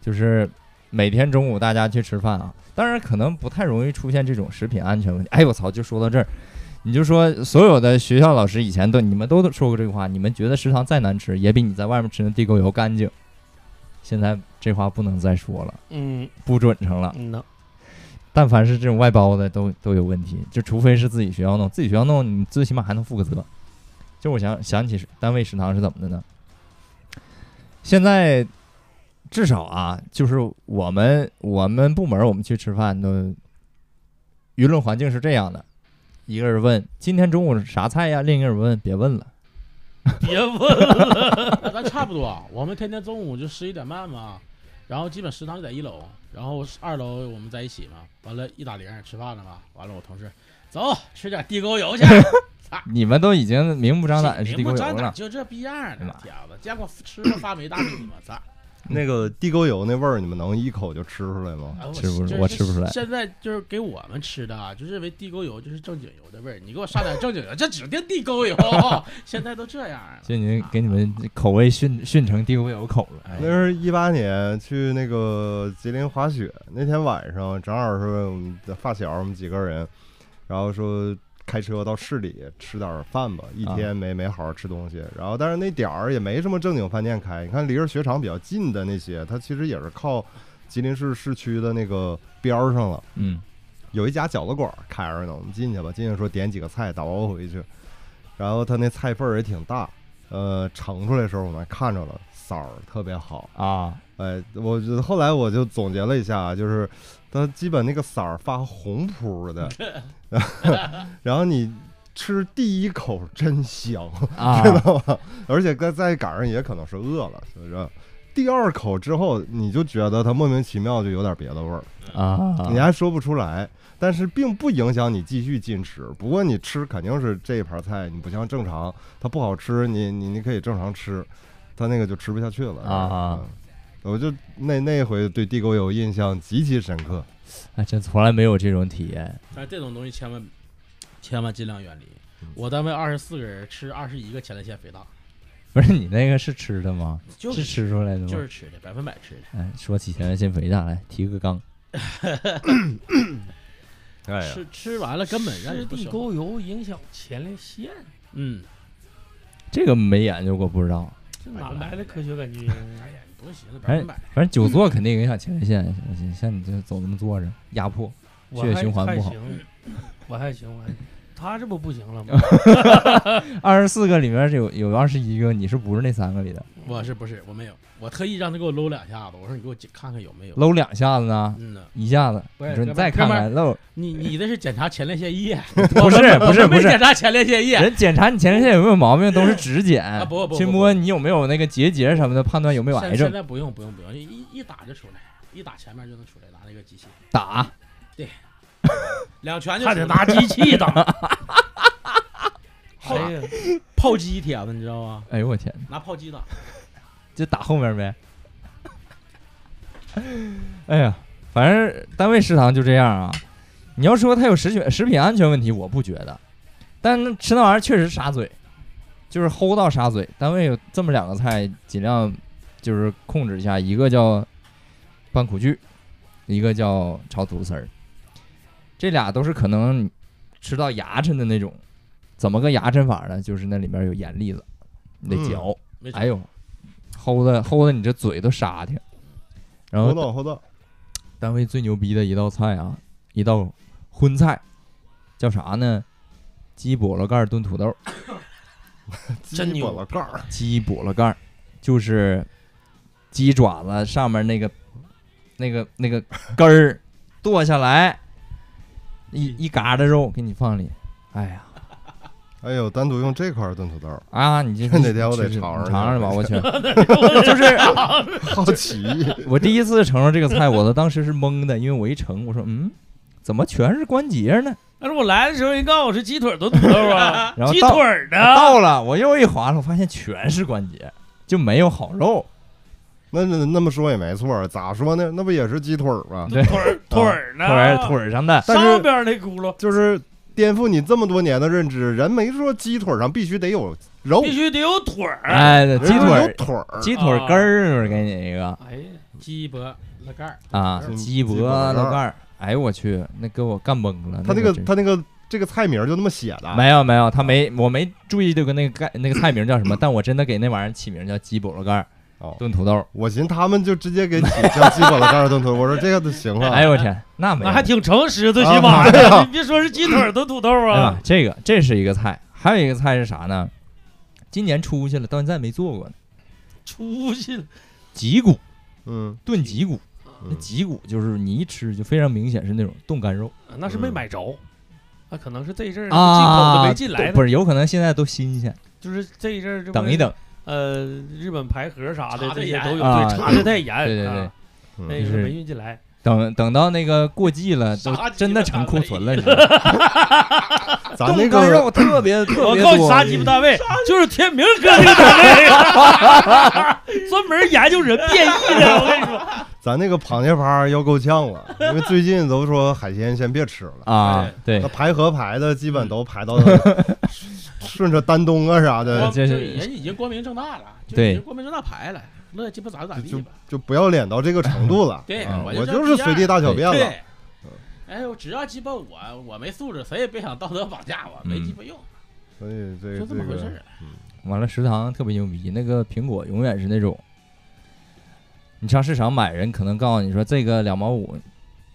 Speaker 2: 就是每天中午大家去吃饭啊，当然可能不太容易出现这种食品安全问题。哎，我操，就说到这儿，你就说所有的学校老师以前都你们都说过这句话，你们觉得食堂再难吃，也比你在外面吃的地沟油干净。现在这话不能再说了，
Speaker 4: 嗯
Speaker 2: 不准成了。
Speaker 4: 嗯呐，
Speaker 2: 但凡是这种外包的都都有问题，就除非是自己学校弄，自己学校弄你最起码还能负个责。就我想想起是单位食堂是怎么的呢？现在至少啊，就是我们我们部门我们去吃饭都，舆论环境是这样的：一个人问今天中午是啥菜呀，另一个人问别问了，
Speaker 4: 别问 了，
Speaker 3: 啊那咱差不多。我们天天中午就十一点半嘛，然后基本食堂就在一楼，然后二楼我们在一起嘛。完了，一打铃吃饭了嘛。完了，我同事走吃点地沟 油去，
Speaker 2: 你们都已经明目张胆的是地
Speaker 3: 明
Speaker 2: 沟
Speaker 3: 目
Speaker 2: 油
Speaker 3: 张胆
Speaker 2: 了，
Speaker 3: 就这逼样儿
Speaker 2: 哎呀
Speaker 3: 呢
Speaker 2: 妈，
Speaker 3: 天子见过吃过发霉大米吗？咋？
Speaker 1: 那个地沟油那味儿，你们能一口就吃出来吗？
Speaker 3: 哎我
Speaker 2: 吃不出
Speaker 3: 就
Speaker 2: 我
Speaker 3: 是
Speaker 2: 吃不出来
Speaker 3: 现在就是给我们吃的啊，就认为地沟油就是正经油的味儿。你给我上点正经油，这指定地沟油。 现在都这样了，
Speaker 2: 就已经给你们口味训训成地沟油口了。
Speaker 3: 哎
Speaker 1: 那是一八年去那个吉林滑雪，那天晚上正好是我们的发小，我们几个人，然后说开车到市里吃点饭吧，一天没没好好吃东西。然后但是那点儿也没什么正经饭店开，你看离着雪场比较近的那些，它其实也是靠吉林市市区的那个边儿上了。
Speaker 2: 嗯，
Speaker 1: 有一家饺子馆儿开着呢，我们进去吧。进去说点几个菜，打包回去。然后他那菜份儿也挺大，呃，盛出来的时候我们还看着了，色儿特别好。
Speaker 2: 啊，
Speaker 1: 哎，我觉得后来我就总结了一下，啊就是它基本那个色儿发红扑的，然后你吃第一口真香，
Speaker 2: 啊，
Speaker 1: 知道吗？而且再再赶上也可能是饿了，是不是？第二口之后，你就觉得它莫名其妙就有点别的味儿，
Speaker 2: 啊，
Speaker 1: 你还说不出来，但是并不影响你继续进吃。不过你吃肯定是这一盘菜，你不像正常，它不好吃，你你你可以正常吃，它那个就吃不下去了
Speaker 2: 啊
Speaker 1: 嗯我就那那一回对地沟油印象极其深刻，
Speaker 2: 还真从来没有这种体验。
Speaker 3: 但是哎这种东西千万千万尽量远离。
Speaker 2: 嗯
Speaker 3: 我单位二十四个人吃二十一个前列腺肥大，
Speaker 2: 不是你那个是吃的吗？
Speaker 3: 就是
Speaker 2: 吃出来的吗？
Speaker 3: 就是吃的，百分百吃的。
Speaker 2: 哎，说起前列腺肥大来，提个缸。
Speaker 1: 哎呀，
Speaker 3: 吃吃完了根本让
Speaker 4: 吃
Speaker 3: 你不
Speaker 4: 地
Speaker 3: 消化。
Speaker 4: 沟油影响前列腺，
Speaker 3: 嗯，
Speaker 2: 这个没研究过，不知道。
Speaker 4: 这哪来的科学感觉？
Speaker 3: 哎呀，你不用寻思，百
Speaker 2: 哎
Speaker 3: 分百。
Speaker 2: 反正久坐肯定影响前列腺，像你这走那么坐着，压迫。
Speaker 4: 我
Speaker 2: 血
Speaker 4: 还
Speaker 2: 液循环
Speaker 4: 还
Speaker 2: 不好
Speaker 4: 行，我还行，我还行他这不不行 了吗？
Speaker 2: 二十四个里面有有二十一个，你是不是那三个里的？
Speaker 3: 我是不是我没有？我特意让他给我搂两下子，我说你给我检看看有没有。
Speaker 2: 搂两下子呢，
Speaker 3: 嗯呢，
Speaker 2: 一下子。
Speaker 3: 不是
Speaker 2: 你说你
Speaker 3: 哥们
Speaker 2: 再
Speaker 3: 儿
Speaker 2: 看看搂，
Speaker 3: 你你这是检查前列腺液，
Speaker 2: 不是不是
Speaker 3: 我们
Speaker 2: 不
Speaker 3: 没
Speaker 2: 是，
Speaker 3: 检查前列腺液。
Speaker 2: 人检查你前列腺有没有毛病都是指检，
Speaker 3: 不不
Speaker 2: 去
Speaker 3: 不
Speaker 2: 摸
Speaker 3: 不
Speaker 2: 你有没有那个结节什么的，判断有没有癌
Speaker 3: 现现
Speaker 2: 症。
Speaker 3: 在不用不用不用，一一打就出来，一打前面就能出来，拿那个机器
Speaker 2: 打
Speaker 3: 两拳就
Speaker 4: 还
Speaker 3: 出
Speaker 4: 得
Speaker 3: 来
Speaker 4: 拿机器 打。
Speaker 3: 好
Speaker 4: 哎呀，
Speaker 3: 炮击帖子，你知道吗？
Speaker 2: 哎呦我天，
Speaker 3: 拿炮击打。
Speaker 2: 就打后面呗。 哎呀，反正单位食堂就这样啊。你要说它有食品食品安全问题，我不觉得，但那吃那玩意儿确实杀嘴，就是齁到杀嘴。单位有这么两个菜，尽量就是控制一下，一个叫拌苦苣，一个叫炒土丝儿，这俩都是可能吃到牙碜的那种。怎么个牙碜法呢？就是那里面有盐粒子，你得嚼。
Speaker 3: 没
Speaker 2: 哎呦，齁的齁的，你这嘴都沙挺。然
Speaker 1: 活
Speaker 2: 后
Speaker 1: 动活动，
Speaker 2: 单位最牛逼的一道菜啊，一道荤菜，叫啥呢？鸡菠萝盖儿炖土豆。
Speaker 3: 真
Speaker 1: 鸡
Speaker 3: 牛
Speaker 1: 脖了盖儿，
Speaker 2: 鸡补了盖儿，就是鸡爪子上面那个那个那个根儿剁下来，一一嘎的肉给你放里。哎呀
Speaker 1: 哎呦，单独用这块儿炖土豆儿，
Speaker 2: 啊，你这
Speaker 1: 哪天我得
Speaker 2: 你
Speaker 1: 尝
Speaker 2: 尝
Speaker 1: 尝
Speaker 2: 尝吧，我去，
Speaker 3: 就是
Speaker 1: 好奇，
Speaker 2: 我第一次尝尝这个菜，我当时是懵的，因为我一盛，我说嗯，怎么全是关节呢？
Speaker 4: 但是我来的时候，人告诉我是鸡腿炖土豆啊
Speaker 2: 然，后
Speaker 4: 鸡
Speaker 2: 到
Speaker 4: 腿儿呢？
Speaker 2: 到了，我又一划拉，我发现全是关节，就没有好肉。
Speaker 1: 那那那么说也没错儿，咋说呢？那不也是鸡腿儿吗？
Speaker 2: 对，啊
Speaker 4: 腿儿腿儿呢？
Speaker 2: 腿儿腿儿哦上的，
Speaker 1: 但是
Speaker 4: 上边那轱辘
Speaker 1: 就是颠覆你这么多年的认知，人没说鸡腿上必须得有肉，
Speaker 4: 必须得有腿儿。
Speaker 2: 哎，对
Speaker 1: 人
Speaker 2: 鸡
Speaker 1: 说
Speaker 2: 腿
Speaker 1: 有
Speaker 2: 儿
Speaker 1: 腿儿，
Speaker 2: 鸡腿儿根儿给你一个。
Speaker 4: 哎呀，
Speaker 3: 鸡脖了盖儿
Speaker 2: 啊，
Speaker 1: 嗯
Speaker 2: 鸡脖
Speaker 1: 鸡脖子
Speaker 2: 子
Speaker 1: 盖
Speaker 2: 盖儿，哎呦我去，那给我干懵了。
Speaker 1: 他那
Speaker 2: 啊那
Speaker 1: 个
Speaker 2: 真
Speaker 1: 他那个这个菜名儿就那么写的，
Speaker 2: 没有没有，他没我没注意这个那个盖那个菜名叫什么，但我真的给那玩意儿起名叫鸡脖子盖儿
Speaker 1: 哦
Speaker 2: 炖土豆儿。
Speaker 1: 我寻思他们就直接给起叫鸡脖了盖儿炖土豆，我说这个都行啊。
Speaker 2: 哎呦我天，那没有
Speaker 4: 那还挺诚实，最
Speaker 1: 啊
Speaker 4: 起码
Speaker 1: 对啊
Speaker 4: 你别说是鸡腿儿炖土豆
Speaker 2: 哎
Speaker 4: 啊
Speaker 2: 呀，，这个这是一个菜，还有一个菜是啥呢？今年出去了，到现在没做过呢。
Speaker 4: 出息了。
Speaker 2: 脊骨
Speaker 1: 嗯，
Speaker 2: 炖脊骨，那
Speaker 1: 嗯
Speaker 2: 脊骨就是你一吃就非常明显是那种冻干肉
Speaker 4: 那是没买着，那可能是这一阵儿进口的
Speaker 2: 嗯啊，
Speaker 4: 没进来
Speaker 2: 对
Speaker 4: 的，
Speaker 2: 不是，有可能现在都新鲜，
Speaker 4: 就是这一阵儿这不
Speaker 2: 等一等，
Speaker 4: 呃，日本排核啥
Speaker 3: 查
Speaker 4: 的
Speaker 3: 得
Speaker 4: 这些
Speaker 3: 严
Speaker 4: 都有，
Speaker 2: 啊
Speaker 4: 对，查的太严，
Speaker 2: 对对对
Speaker 4: 啊，那
Speaker 1: 嗯
Speaker 4: 个
Speaker 2: 就是是
Speaker 4: 没运进来。
Speaker 2: 等等到那个过季了，都
Speaker 3: 杀鸡
Speaker 2: 真的
Speaker 3: 了
Speaker 2: 成库存了，你知道吗
Speaker 1: 咱那
Speaker 2: 冻干
Speaker 1: 个
Speaker 2: 肉特别特
Speaker 4: 我
Speaker 2: 别
Speaker 4: 告诉你，
Speaker 2: 多，嗯
Speaker 4: 啥鸡巴单位，就是天明哥这个单位，专门研究人变异的。我跟你说，
Speaker 1: 咱那个螃蟹趴要够呛了，因为最近都说海鲜先别吃了，
Speaker 2: 啊，
Speaker 4: 哎
Speaker 2: 对嗯
Speaker 1: 那，排河排的基本都排到顺着丹东啊啥
Speaker 2: 呃
Speaker 1: 的，
Speaker 2: 这是
Speaker 3: 人已经光明正大了，就
Speaker 2: 对
Speaker 3: 已经光明正大排了，乐鸡巴咋咋地
Speaker 1: 就
Speaker 3: 吧。
Speaker 1: 就不要脸到这个程度了。
Speaker 3: 对，
Speaker 2: 啊
Speaker 1: 我
Speaker 3: 就
Speaker 1: 就是
Speaker 3: 这
Speaker 1: 随地
Speaker 3: 样
Speaker 1: 大小便了，
Speaker 3: 对，哎呦，只要鸡巴我我没素质，谁也别想道德绑架我，
Speaker 2: 嗯
Speaker 3: 没鸡巴用，
Speaker 1: 所以这
Speaker 3: 就这么回事
Speaker 1: 个
Speaker 3: 儿。
Speaker 2: 完了食堂特别牛逼，那个苹果永远是那种，你上市场买，人可能告诉你说这个两毛五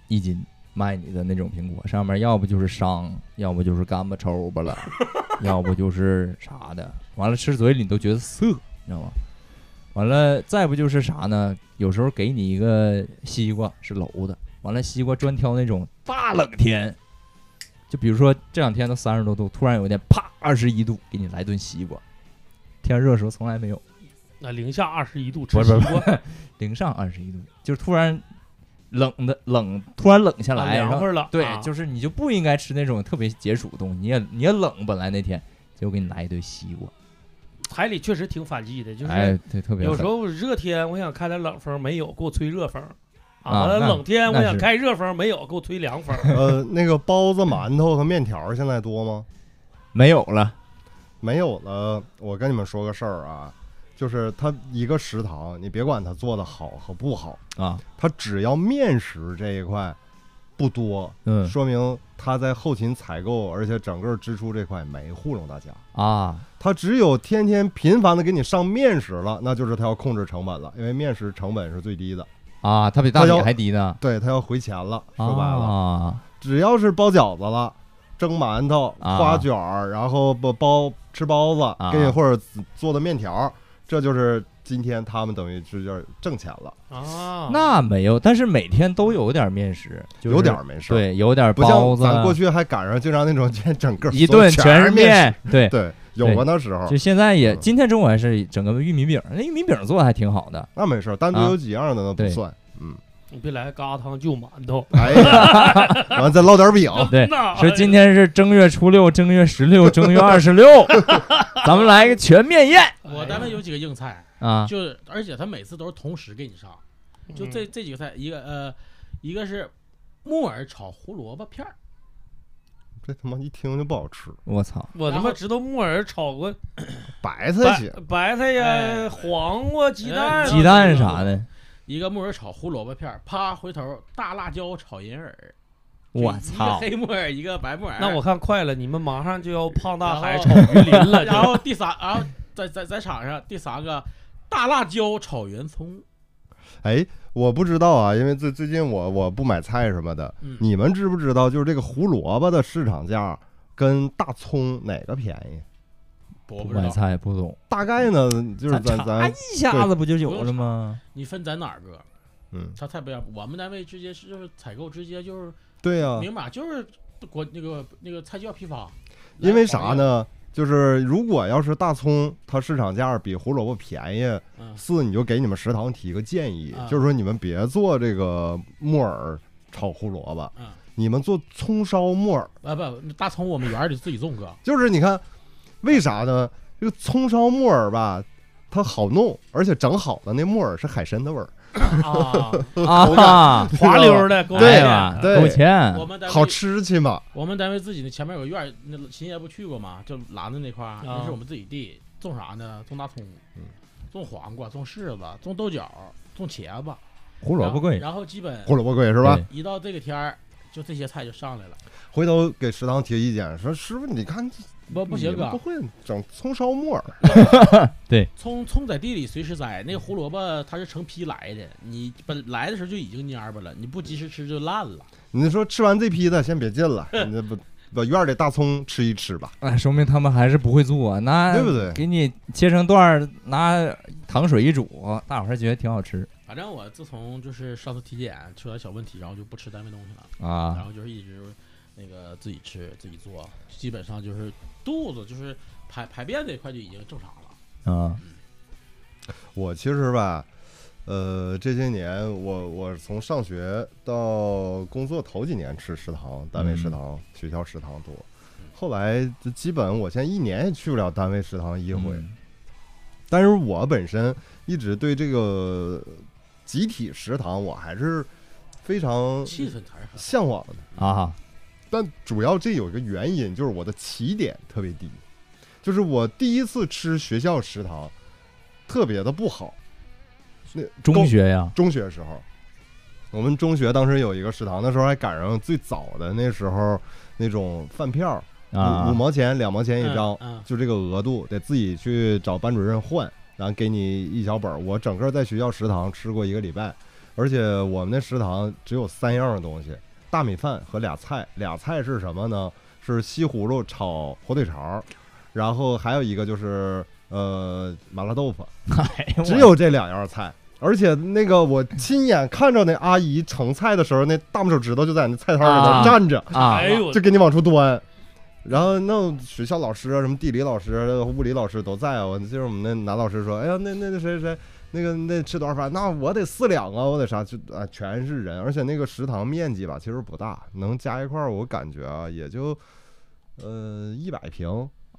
Speaker 2: 一斤卖你的那种苹果，上面要不就是伤，要不就是干巴抽巴了，要不就是啥的，完了吃嘴里你都觉得涩，你知道吗？完了，再不就是啥呢？有时候给你一个西瓜是楼的，完了西瓜专挑那种大冷天，就比如说这两天都三十多度，突然有一天啪二十一度，给你来顿西瓜。天热的时候从来没有，
Speaker 4: 那零下二十一度
Speaker 2: 不
Speaker 4: 吃
Speaker 2: 是
Speaker 4: 西
Speaker 2: 不是
Speaker 4: 瓜，
Speaker 2: 零上二十一度，就是突然冷的冷，突然冷下
Speaker 4: 啊
Speaker 2: 来，然
Speaker 4: 凉
Speaker 2: 后
Speaker 4: 快了。
Speaker 2: 对，
Speaker 4: 啊
Speaker 2: 就是你就不应该吃那种特别解暑的东西，你也你也冷，本来那天就给你来一堆西瓜，
Speaker 4: 台里确实挺反季的，就是
Speaker 2: 哎，对，特别
Speaker 4: 有时
Speaker 2: 狠
Speaker 4: 候热天我想开点冷风，没有，给我吹热风。
Speaker 2: 啊
Speaker 4: 完了
Speaker 2: 那
Speaker 4: 冷天
Speaker 2: 那
Speaker 4: 我想
Speaker 2: 是
Speaker 4: 开热风，没有，给我吹凉风。
Speaker 1: 呃，那个包子、馒头和面条儿现在多吗？
Speaker 2: 没有了，
Speaker 1: 没有了，我跟你们说个事儿啊，就是他一个食堂，你别管他做的好和不好，
Speaker 2: 啊，
Speaker 1: 他只要面食这一块不多，
Speaker 2: 嗯
Speaker 1: 说明他在后勤采购，而且整个支出这块没糊弄大家。
Speaker 2: 啊，
Speaker 1: 他只有天天频繁的给你上面食了，那就是他要控制成本了，因为面食成本是最低的，
Speaker 2: 啊，它比大
Speaker 1: 它
Speaker 2: 米
Speaker 1: 要
Speaker 2: 还低呢。
Speaker 1: 对他要回钱了。说白了，
Speaker 2: 啊，
Speaker 1: 只要是包饺子了。蒸馒头、
Speaker 2: 啊
Speaker 1: 花卷儿，然后包包吃包子，
Speaker 2: 啊
Speaker 1: 给你或者做的面条儿，这就是今天他们等于直接挣钱了，
Speaker 4: 啊，
Speaker 2: 那没有，但是每天都有点面食，就是
Speaker 1: 有点儿没事儿。
Speaker 2: 对，有点
Speaker 1: 不
Speaker 2: 包
Speaker 1: 像
Speaker 2: 子，啊
Speaker 1: 咱过去还赶上经常那种，见整个
Speaker 2: 一顿
Speaker 1: 全
Speaker 2: 是
Speaker 1: 面
Speaker 2: 面，对
Speaker 1: 食，，对，有过那时候
Speaker 2: 就，现在也，
Speaker 1: 嗯
Speaker 2: 今天中午还是整个玉米饼，那玉米饼做的还挺好的，
Speaker 1: 那没事儿，单独
Speaker 2: 啊
Speaker 1: 有几样的那不算。嗯，
Speaker 4: 你别来疙瘩汤就馒头。
Speaker 1: 哎呀， 完了再烙点饼，
Speaker 2: 对。
Speaker 4: 那
Speaker 2: 哎 说今天是正月初六、正月十六、正月二十六，咱们来一个全面宴
Speaker 4: 哎
Speaker 3: 啊我单位有几个硬菜，
Speaker 2: 啊！
Speaker 3: 就是而且他每次都是同时给你上，
Speaker 4: 嗯
Speaker 3: 就这这几个菜，一个呃，一个是木耳炒胡萝卜片儿，
Speaker 1: 这他妈一听就不好吃，
Speaker 2: 我操，
Speaker 4: 我他
Speaker 3: 然
Speaker 4: 妈
Speaker 3: 后
Speaker 4: 知道木耳炒过
Speaker 1: 白菜
Speaker 4: 白
Speaker 1: 行，
Speaker 4: 白菜呀、
Speaker 3: 哎
Speaker 4: 黄瓜、鸡蛋
Speaker 3: 哎
Speaker 4: 啊、
Speaker 2: 鸡蛋啥的，
Speaker 3: 一个木耳炒胡萝卜片儿，啪回头大辣椒炒银耳，就
Speaker 2: 我
Speaker 3: 一个
Speaker 2: 操，
Speaker 3: 黑木耳一个白木耳。
Speaker 4: 那 我看快了，你们马上就要胖大海
Speaker 3: 然后
Speaker 4: 炒 鱼鳞了，
Speaker 3: 然
Speaker 4: 就
Speaker 3: 后第三，然后在在在场上第三个大辣椒炒圆葱，
Speaker 1: 哎，我不知道啊，因为最最近我我不买菜什么的，
Speaker 3: 嗯，
Speaker 1: 你们知不知道就是这个胡萝卜的市场价跟大葱哪个便宜？
Speaker 2: 不
Speaker 3: 我不知
Speaker 2: 买
Speaker 3: 道，
Speaker 2: 菜不 懂，
Speaker 1: 大概呢，就是咱
Speaker 2: 咱
Speaker 1: 咱
Speaker 3: 哎
Speaker 2: 一下子不就有了吗？
Speaker 3: 你分咱哪儿哥？
Speaker 1: 嗯，
Speaker 3: 他菜不一样，我们单位直接是就是采购，直接就是
Speaker 1: 对啊呀、
Speaker 3: 明码就是国那个那个菜窖批发。
Speaker 1: 因为啥？呢？就是如果要是大葱，它市场价比胡萝卜便宜，
Speaker 3: 嗯
Speaker 1: 四你就给你们食堂提个建议，
Speaker 3: 啊
Speaker 1: 就是说你们别做这个木耳炒胡萝卜，
Speaker 3: 嗯，
Speaker 1: 你们做葱烧木耳。
Speaker 3: 啊不，大葱我们园里自己 种哥，
Speaker 1: 就是你看，为啥呢？这个葱烧木耳吧，它好弄，而且整好的那木耳是海参的味儿，
Speaker 4: 啊，
Speaker 2: 啊，
Speaker 4: 滑溜的，啊够
Speaker 1: 对
Speaker 2: 哎
Speaker 4: 呛
Speaker 2: 呀，
Speaker 1: 对
Speaker 2: 够
Speaker 3: 我
Speaker 2: 呛，
Speaker 3: 们单位
Speaker 1: 好吃去嘛。
Speaker 3: 我们单位自己的前面有个院儿，那秦爷不去过吗？就兰子那块儿，那是我们自己地，种啥呢？种大葱，
Speaker 1: 嗯
Speaker 3: 种黄瓜，种柿子，种豆角，种茄子，
Speaker 2: 胡萝卜贵，
Speaker 3: 然后基本
Speaker 1: 胡萝卜贵是吧
Speaker 2: 对？
Speaker 3: 一到这个天儿，就这些菜就上来了。
Speaker 1: 回头给食堂提意见，说师傅，你看
Speaker 3: 不不行
Speaker 1: 你们嗯
Speaker 3: 哥
Speaker 1: 不，会整葱烧木耳，
Speaker 3: 葱葱在地里随时摘，那胡萝卜它是成批来的，你本来的时候就已经蔫巴了，你不及时吃就烂了。
Speaker 1: 你说吃完这批的先别进 了，你这不把院里大葱吃一吃吧，
Speaker 2: 哎，说明他们还是不会做，那
Speaker 1: 对不对
Speaker 2: 给你切成段儿，拿糖水一煮，大伙儿还觉得挺好吃
Speaker 3: 反正我自从就是上次体检出点小问题，然后就不吃单位东西了，然
Speaker 2: 啊。
Speaker 3: 后就是一直那个自己吃自己做，基本上就是肚子就是排排便这一块就已经正常了。
Speaker 2: 啊，
Speaker 1: 我其实吧，呃，这些年我我从上学到工作头几年吃食堂，单位食堂、学校食堂多，后来就基本我现在一年也去不了单位食堂一回。
Speaker 2: 嗯
Speaker 1: 但是我本身一直对这个集体食堂我还是非常
Speaker 3: 气氛才是很好。
Speaker 1: 向往的，
Speaker 2: 啊，
Speaker 1: 但主要这有一个原因，就是我的起点特别低，就是我第一次吃学校食堂特别的不好。那
Speaker 2: 中学呀，
Speaker 1: 中学时候，我们中学当时有一个食堂，那时候还赶上最早的那时候那种饭票，
Speaker 2: 啊
Speaker 1: 五五，毛钱、两毛钱一张，
Speaker 3: 嗯，
Speaker 1: 就这个额度得自己去找班主任换，然后给你一小本儿。我整个在学校食堂吃过一个礼拜，而且我们那食堂只有三样东西：大米饭和俩菜。俩菜是什么呢？是西葫芦炒火腿肠儿，然后还有一个就是呃麻辣豆腐。
Speaker 2: 哎 呦我
Speaker 1: 只有这两样菜。而且那个我亲眼看着那阿姨盛菜的时候，那大拇手指头就在那菜摊儿里头
Speaker 2: 啊
Speaker 1: 站着，
Speaker 2: 啊
Speaker 4: 哎，呦，
Speaker 1: 就给你往出端。然后那学校老师啊，什么地理老师、物理老师都在啊。我就是我们那男老师说：“哎呀，那那那谁谁，那个那吃多少饭？那我得四两啊，我得啥？就啊，全是人。而且那个食堂面积吧，其实不大，能加一块儿，我感觉啊，也就呃一百平，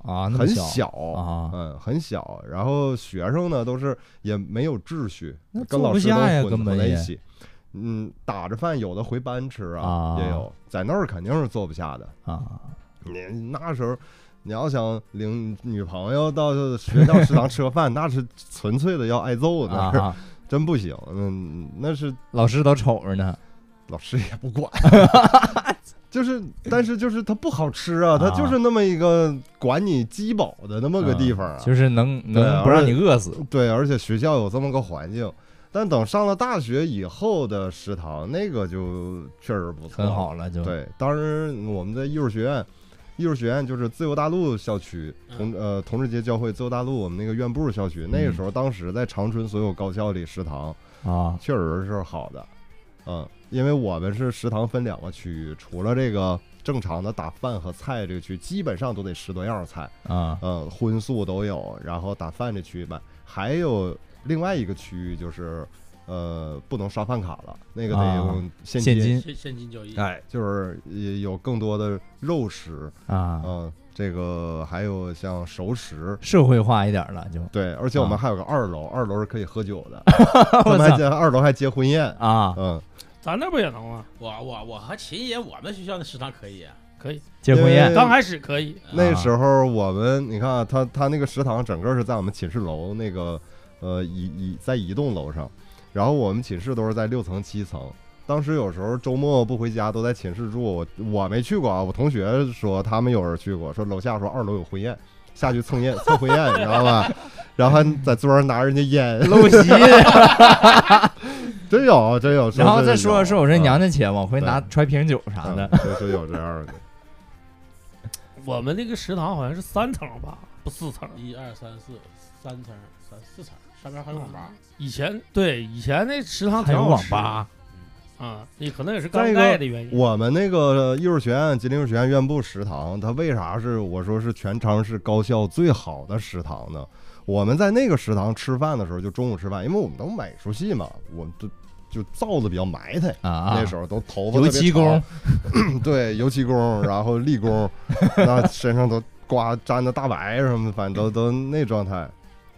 Speaker 2: 啊，那么
Speaker 1: 很
Speaker 2: 小啊
Speaker 1: 嗯，很小。然后学生呢，都是也没有秩序
Speaker 2: 那，
Speaker 1: 跟
Speaker 2: 坐
Speaker 1: 老
Speaker 2: 不
Speaker 1: 师都
Speaker 2: 下呀
Speaker 1: 混
Speaker 2: 根
Speaker 1: 混
Speaker 2: 本
Speaker 1: 在一
Speaker 2: 也
Speaker 1: 起。嗯，打着饭有的回班吃啊，
Speaker 2: 啊
Speaker 1: 也有在那儿肯定是坐不下的。
Speaker 2: 啊，
Speaker 1: 你那时候你要想领女朋友到学校食堂吃个饭，那是纯粹的要挨揍的，
Speaker 2: 啊啊，
Speaker 1: 真不行。嗯，那是
Speaker 2: 老师都瞅着呢，
Speaker 1: 老师也不 管，就是，但是就是它不好吃啊，它
Speaker 2: 啊嗯
Speaker 1: 就是那么一个管你饥饱的那么个地方啊。
Speaker 2: 就是能
Speaker 1: 对
Speaker 2: 能不
Speaker 1: 而
Speaker 2: 让
Speaker 1: 且
Speaker 2: 你饿死
Speaker 1: 对，而且学校有这么个环境。但等上了大学以后的食堂，那个就确实不错，
Speaker 2: 很。好了就，
Speaker 1: 对，当时我们在艺术学院，艺术学院就是自由大陆校区同呃同志街教会自由大陆我们那个院部校区，那
Speaker 2: 嗯
Speaker 1: 个时候当时在长春所有高校里食堂
Speaker 2: 啊
Speaker 1: 确实是好的，嗯，因为我们是食堂分两个区域，除了这个正常的打饭和菜这个区，基本上都得十多样菜，
Speaker 2: 啊
Speaker 1: 呃，荤素都有，然后打饭这区域吧，还有另外一个区域就是，呃，不能刷饭卡了，那个得
Speaker 2: 啊
Speaker 1: 用现
Speaker 2: 现
Speaker 1: 金。
Speaker 2: 金
Speaker 3: 现现金交易，
Speaker 2: 啊
Speaker 1: 哎，就是也有更多的肉食，嗯、
Speaker 2: 啊，
Speaker 1: 这个还有像熟食，
Speaker 2: 社会化一点儿了就
Speaker 1: 对，而且我们
Speaker 2: 啊
Speaker 1: 还有个二楼，二楼是可以喝酒 的，他们还接二楼还接婚宴，
Speaker 2: 啊
Speaker 1: 嗯，
Speaker 4: 咱那不也能吗？
Speaker 3: 我我我和秦爷我们学校的食堂可以啊，
Speaker 4: 可以，
Speaker 2: 结婚宴
Speaker 1: 对
Speaker 4: 刚开始可
Speaker 2: 啊
Speaker 4: 以，
Speaker 1: 那时候我们，你看啊他他那个食堂整个是在我们寝室楼那个呃一一在一栋楼上，然后我们寝室都是在六层七层。当时有时候周末不回家都在寝室住，我我没去过啊，我同学说他们有人去过，说楼下说二楼有婚宴，下去蹭宴蹭婚宴，你知道吧？然后还在桌上拿人家烟，
Speaker 2: 陋习，
Speaker 1: 真有真有。
Speaker 2: 然后再
Speaker 1: 说
Speaker 2: 说说我这娘家钱，往回拿
Speaker 1: 啊对嗯
Speaker 2: 揣瓶酒啥的，
Speaker 1: 的，就是有这样的。
Speaker 4: 我们那个食堂好像是三层吧，不四层。
Speaker 3: 一二三四三层，三四层，上面还有网吧。
Speaker 4: 以前对以前那食堂
Speaker 2: 还
Speaker 4: 挺
Speaker 2: 有
Speaker 4: 好
Speaker 2: 网
Speaker 4: 吃
Speaker 2: 吧，
Speaker 4: 啊，那可能也是
Speaker 1: 再
Speaker 4: 刚
Speaker 1: 一个
Speaker 4: 盖的原因。
Speaker 1: 我们那个艺术学院吉林艺术学院院部食堂，它为啥是我说是全长市高校最好的食堂呢？我们在那个食堂吃饭的时候，就中午吃饭，因为我们都美术系嘛，我们就就造的比较埋汰，
Speaker 2: 啊啊
Speaker 1: 那时候都头发
Speaker 2: 油
Speaker 1: 特别
Speaker 2: 漆工
Speaker 1: 长， 对油漆工，然后力工，那身上都刮粘的大白什么的，反正都都那状态。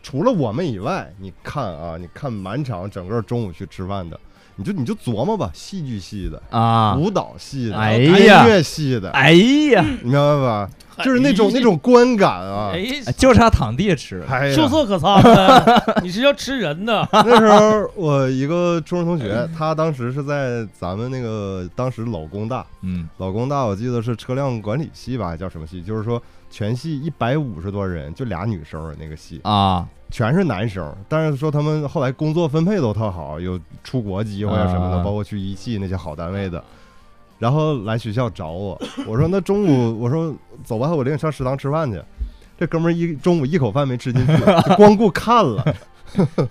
Speaker 1: 除了我们以外，你看啊，你看满场整个中午去吃饭的，你就你就琢磨吧，戏剧系的。
Speaker 2: 啊，
Speaker 1: 舞蹈系的，
Speaker 2: 哎
Speaker 1: 音
Speaker 2: 呀
Speaker 1: 乐系的，
Speaker 2: 哎呀，
Speaker 1: 你明白吧？
Speaker 4: 哎
Speaker 1: 就是那种那，种观感啊。
Speaker 4: 哎，
Speaker 2: 就差躺地吃了
Speaker 1: 哎呀，
Speaker 4: 秀色可餐呗， 你是要吃人的
Speaker 1: 那时候我一个初中同
Speaker 2: 哎
Speaker 1: 学，他当时是在咱们那个当时老工大，
Speaker 2: 嗯
Speaker 1: 老工大我记得是车辆管理系吧，还叫什么系？就是说全系一百五十多人，就俩女生那个系，
Speaker 2: 啊，
Speaker 1: 全是男生。但是说他们后来工作分配都特好，有出国机会啊什么的，
Speaker 2: 啊
Speaker 1: 包括去一汽那些好单位的。然后来学校找我， 我说那中午我说走吧，我领你上食堂吃饭去。这哥们儿一中午一口饭没吃进 去，就光顾看了。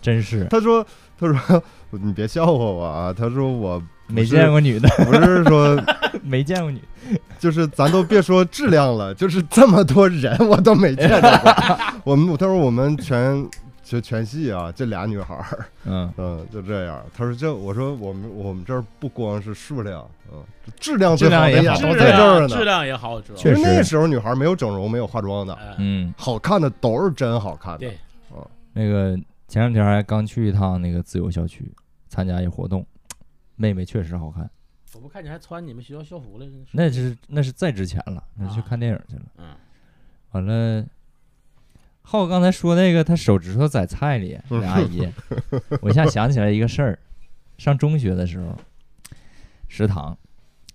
Speaker 2: 真是
Speaker 1: 他说他说你别笑话我啊，他说我
Speaker 2: 没见过女的，
Speaker 1: 不是说
Speaker 2: 没见过女，
Speaker 1: 就是咱都别说质量了，就是这么多人我都没见着过。我们他说我们全全全系啊，这俩女孩儿，
Speaker 2: 嗯，
Speaker 1: 嗯，就这样。他说这，我说我们我们这儿不光是数量，嗯，质量
Speaker 2: 质
Speaker 1: 最
Speaker 2: 量
Speaker 1: 好的
Speaker 2: 也
Speaker 1: 呀，
Speaker 2: 好
Speaker 1: 啊
Speaker 2: 啊
Speaker 1: 都
Speaker 3: 质
Speaker 1: 在这儿
Speaker 3: 量
Speaker 1: 呢
Speaker 3: 质。量也好，主要
Speaker 2: 确
Speaker 1: 因为那
Speaker 2: 实
Speaker 1: 时候女孩没有整容，没有化妆的，
Speaker 3: 哎
Speaker 2: 嗯，
Speaker 1: 好看的都是真好看的
Speaker 3: 对。
Speaker 2: 那个前两天还刚去一趟那个自由校区参加一活动，妹妹确实好看，
Speaker 3: 我不看你还穿你们学校校服了，真是。
Speaker 2: 那是那是再之前了，那是去看电影去了。
Speaker 3: 嗯，
Speaker 2: 完了，浩刚才说那个他手指头在菜里，那阿姨，我一下想起来一个事儿，上中学的时候，食堂，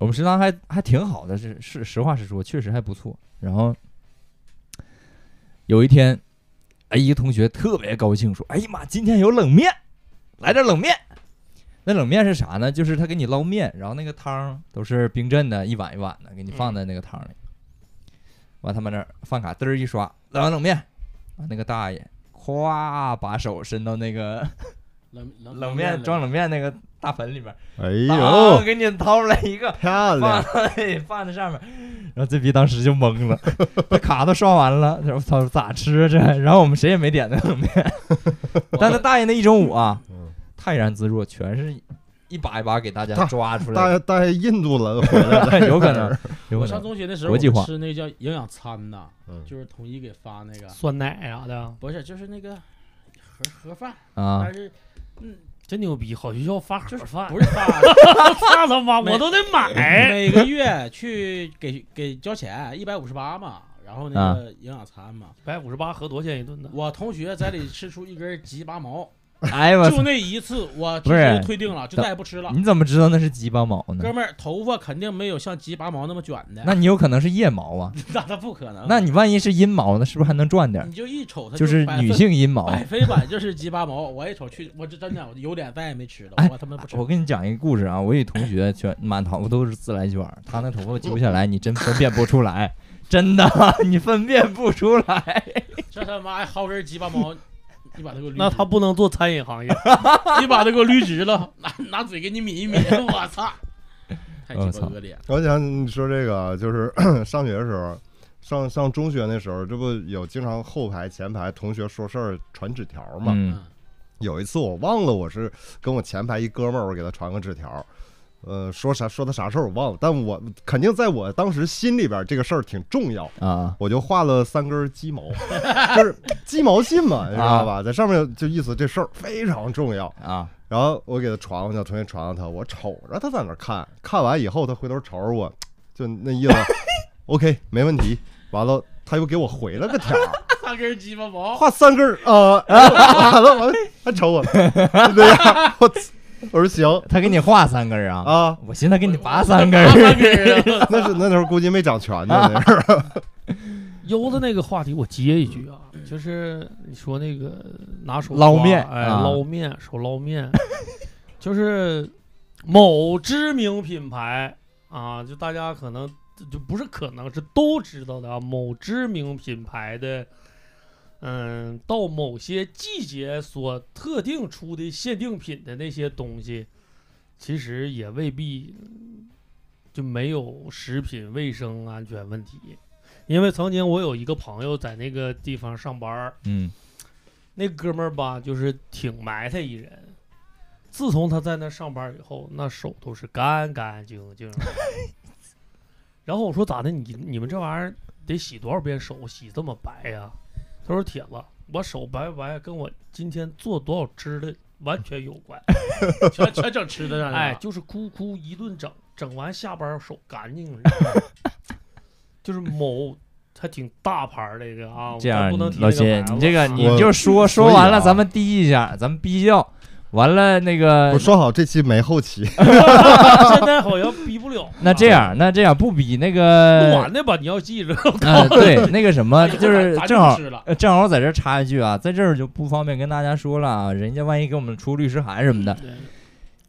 Speaker 2: 我们食堂还还挺好的，是是实话实说，确实还不错。然后有一天，哎，一个同学特别高兴说：“哎呀妈，今天有冷面，来点冷面。”那冷面是啥呢？就是他给你捞面，然后那个汤都是冰镇的，一碗一碗的，给你放在那个汤里。完他们那儿饭卡嘚儿一刷，来碗冷面，完那个大爷咵把手伸到那个
Speaker 3: 冷冷
Speaker 2: 冷面装冷面那个大盆里边儿，
Speaker 1: 哎
Speaker 2: 啊，
Speaker 1: 呦，
Speaker 2: 给你掏出来 一个，
Speaker 1: 漂
Speaker 2: 放
Speaker 1: 亮！
Speaker 2: 在放在上面，然后这逼当时就懵了， 他卡都刷完了，他说他说咋吃啊这？然后我们谁也没点那冷面，但那大爷那一中午啊
Speaker 1: 嗯，
Speaker 2: 泰然自若，全是一把一把给大家
Speaker 1: 大
Speaker 2: 抓出来
Speaker 1: 带带印度人回 来的，
Speaker 2: 的，有 可能，有
Speaker 3: 我
Speaker 2: 可
Speaker 3: 上
Speaker 2: 能，
Speaker 3: 中学的时候，
Speaker 2: 国际
Speaker 3: 我
Speaker 2: 化
Speaker 3: 吃那个叫营养餐呐，
Speaker 1: 嗯
Speaker 3: 就是统一给发那个，
Speaker 4: 酸奶啥的，
Speaker 3: 不是，就是那个盒盒饭，
Speaker 2: 啊
Speaker 3: 但，是嗯，
Speaker 4: 真牛逼！好学校发盒饭，
Speaker 3: 不是 发，
Speaker 4: 那他妈我都得买。
Speaker 3: 每个月去给给交钱一百五十八嘛，然后
Speaker 2: 啊
Speaker 3: 那个营养餐嘛，
Speaker 4: 一百五十八合多少钱一顿呢？
Speaker 3: 我同学在里吃出一根鸡拔毛，
Speaker 2: 哎 呦我
Speaker 3: 就
Speaker 2: 操，
Speaker 3: 那一次，我
Speaker 2: 不
Speaker 3: 直
Speaker 2: 是
Speaker 3: 接就退订了，就再也不吃了。
Speaker 2: 你怎么知道那是鸡巴毛呢
Speaker 3: 哥？们儿，头发肯定没有像鸡拔毛那么卷的，
Speaker 2: 那你有可能是腋毛啊。
Speaker 3: 那他不可能。
Speaker 2: 那你万一是阴毛呢，是不是还能赚点儿
Speaker 3: 你？就一瞅他
Speaker 2: 哎就是
Speaker 3: 百分
Speaker 2: 女性阴毛。
Speaker 3: 百分百就是鸡巴毛，我一瞅去，我这真的我有脸再也没吃了
Speaker 2: 哎，
Speaker 3: 我他妈不吃。
Speaker 2: 我跟你讲一个故事啊，我有一同学全满头发都是自来卷儿，他那头发揪下来，你真分辨不出来，真的， 你分辨不出来。
Speaker 3: 这他妈还薅根鸡巴 毛，你把它给我捋直。
Speaker 4: 那他不能做餐饮 行业，
Speaker 3: 你把它给我捋直了， 拿拿嘴给你抿一抿， 我操！太
Speaker 2: 我
Speaker 3: 鸡巴
Speaker 2: 操
Speaker 3: 恶劣了。
Speaker 1: 我想你说这个啊，就是 上学的时候，上上中学那时候，这不有经常后排、前排同学说事儿传纸条嘛？
Speaker 2: 嗯
Speaker 3: 嗯，
Speaker 1: 有一次我忘了，我是跟我前排一哥们儿，我给他传个纸条，呃，说啥说他啥事儿我忘了，但我肯定在我当时心里边儿这个事儿挺重要，
Speaker 2: 啊，
Speaker 1: 我就画了三根鸡毛，就是鸡毛信嘛，你知道吧？在上面就意思这事儿非常重要。
Speaker 2: 啊
Speaker 1: 然后我给他传过去，重新传到他，我瞅着他在那儿看，看完以后他回头瞅着我，就那意思， OK，没问题。完了，他又给我回了个条儿，
Speaker 3: 三根鸡巴 毛，
Speaker 1: 画三根儿啊，完了完了，还瞅 我，就那样，我我说行
Speaker 2: 他给你画三根儿啊？
Speaker 1: 啊，
Speaker 2: 我寻思他给你拔三根
Speaker 3: 拔三
Speaker 2: 儿，
Speaker 3: 根啊
Speaker 1: 那是那时候估计没长全呢，那是
Speaker 4: 悠的那个话题，我接一句啊，就是你说那个拿手
Speaker 2: 捞
Speaker 4: 抓
Speaker 2: 面
Speaker 4: 哎，
Speaker 2: 啊
Speaker 4: 捞面，手捞面， 就是某知名品牌啊，就大家可能就不是可能是都知道的啊，某知名品牌的，嗯，到某些季节所特定出的限定品的那些东西，其实也未必嗯就没有食品卫生安全问题。因为曾经我有一个朋友在那个地方上班儿，
Speaker 2: 嗯，
Speaker 4: 那哥们儿吧就是挺埋汰一人。自从他在那上班以后，那手都是干干净净的。 然后我说咋的？你你们这玩意儿得洗多少遍手，洗这么白呀、他说铁子，我手白不白跟我今天做多少吃的完全有关。
Speaker 3: 全全整吃的上了。
Speaker 4: 哎，，就是哭哭一顿整，整完下班手干净了， 就是某还挺大牌儿的一个啊，
Speaker 2: 这
Speaker 4: 咱
Speaker 2: 样
Speaker 4: 不能提
Speaker 2: 老
Speaker 4: 这
Speaker 2: 谢，
Speaker 4: 牌
Speaker 2: 你
Speaker 4: 子
Speaker 2: 这个
Speaker 4: 啊
Speaker 2: 你
Speaker 1: 我
Speaker 2: 就说
Speaker 1: 所以
Speaker 2: 说完了，
Speaker 1: 啊
Speaker 2: 咱们低一下，咱们逼叫，完了那个。
Speaker 1: 我，说好这期没后期，
Speaker 4: 现在好像逼不了
Speaker 2: 那这样呃那这样不比那个
Speaker 4: 短的吧，你要记 着。
Speaker 2: 啊，对，那个什么，就是
Speaker 3: 咱
Speaker 2: 正好
Speaker 3: 吃了，
Speaker 2: 呃，正好在这儿插一句啊，在这儿就不方便跟大家说了啊，人家万一给我们出律师函什么的，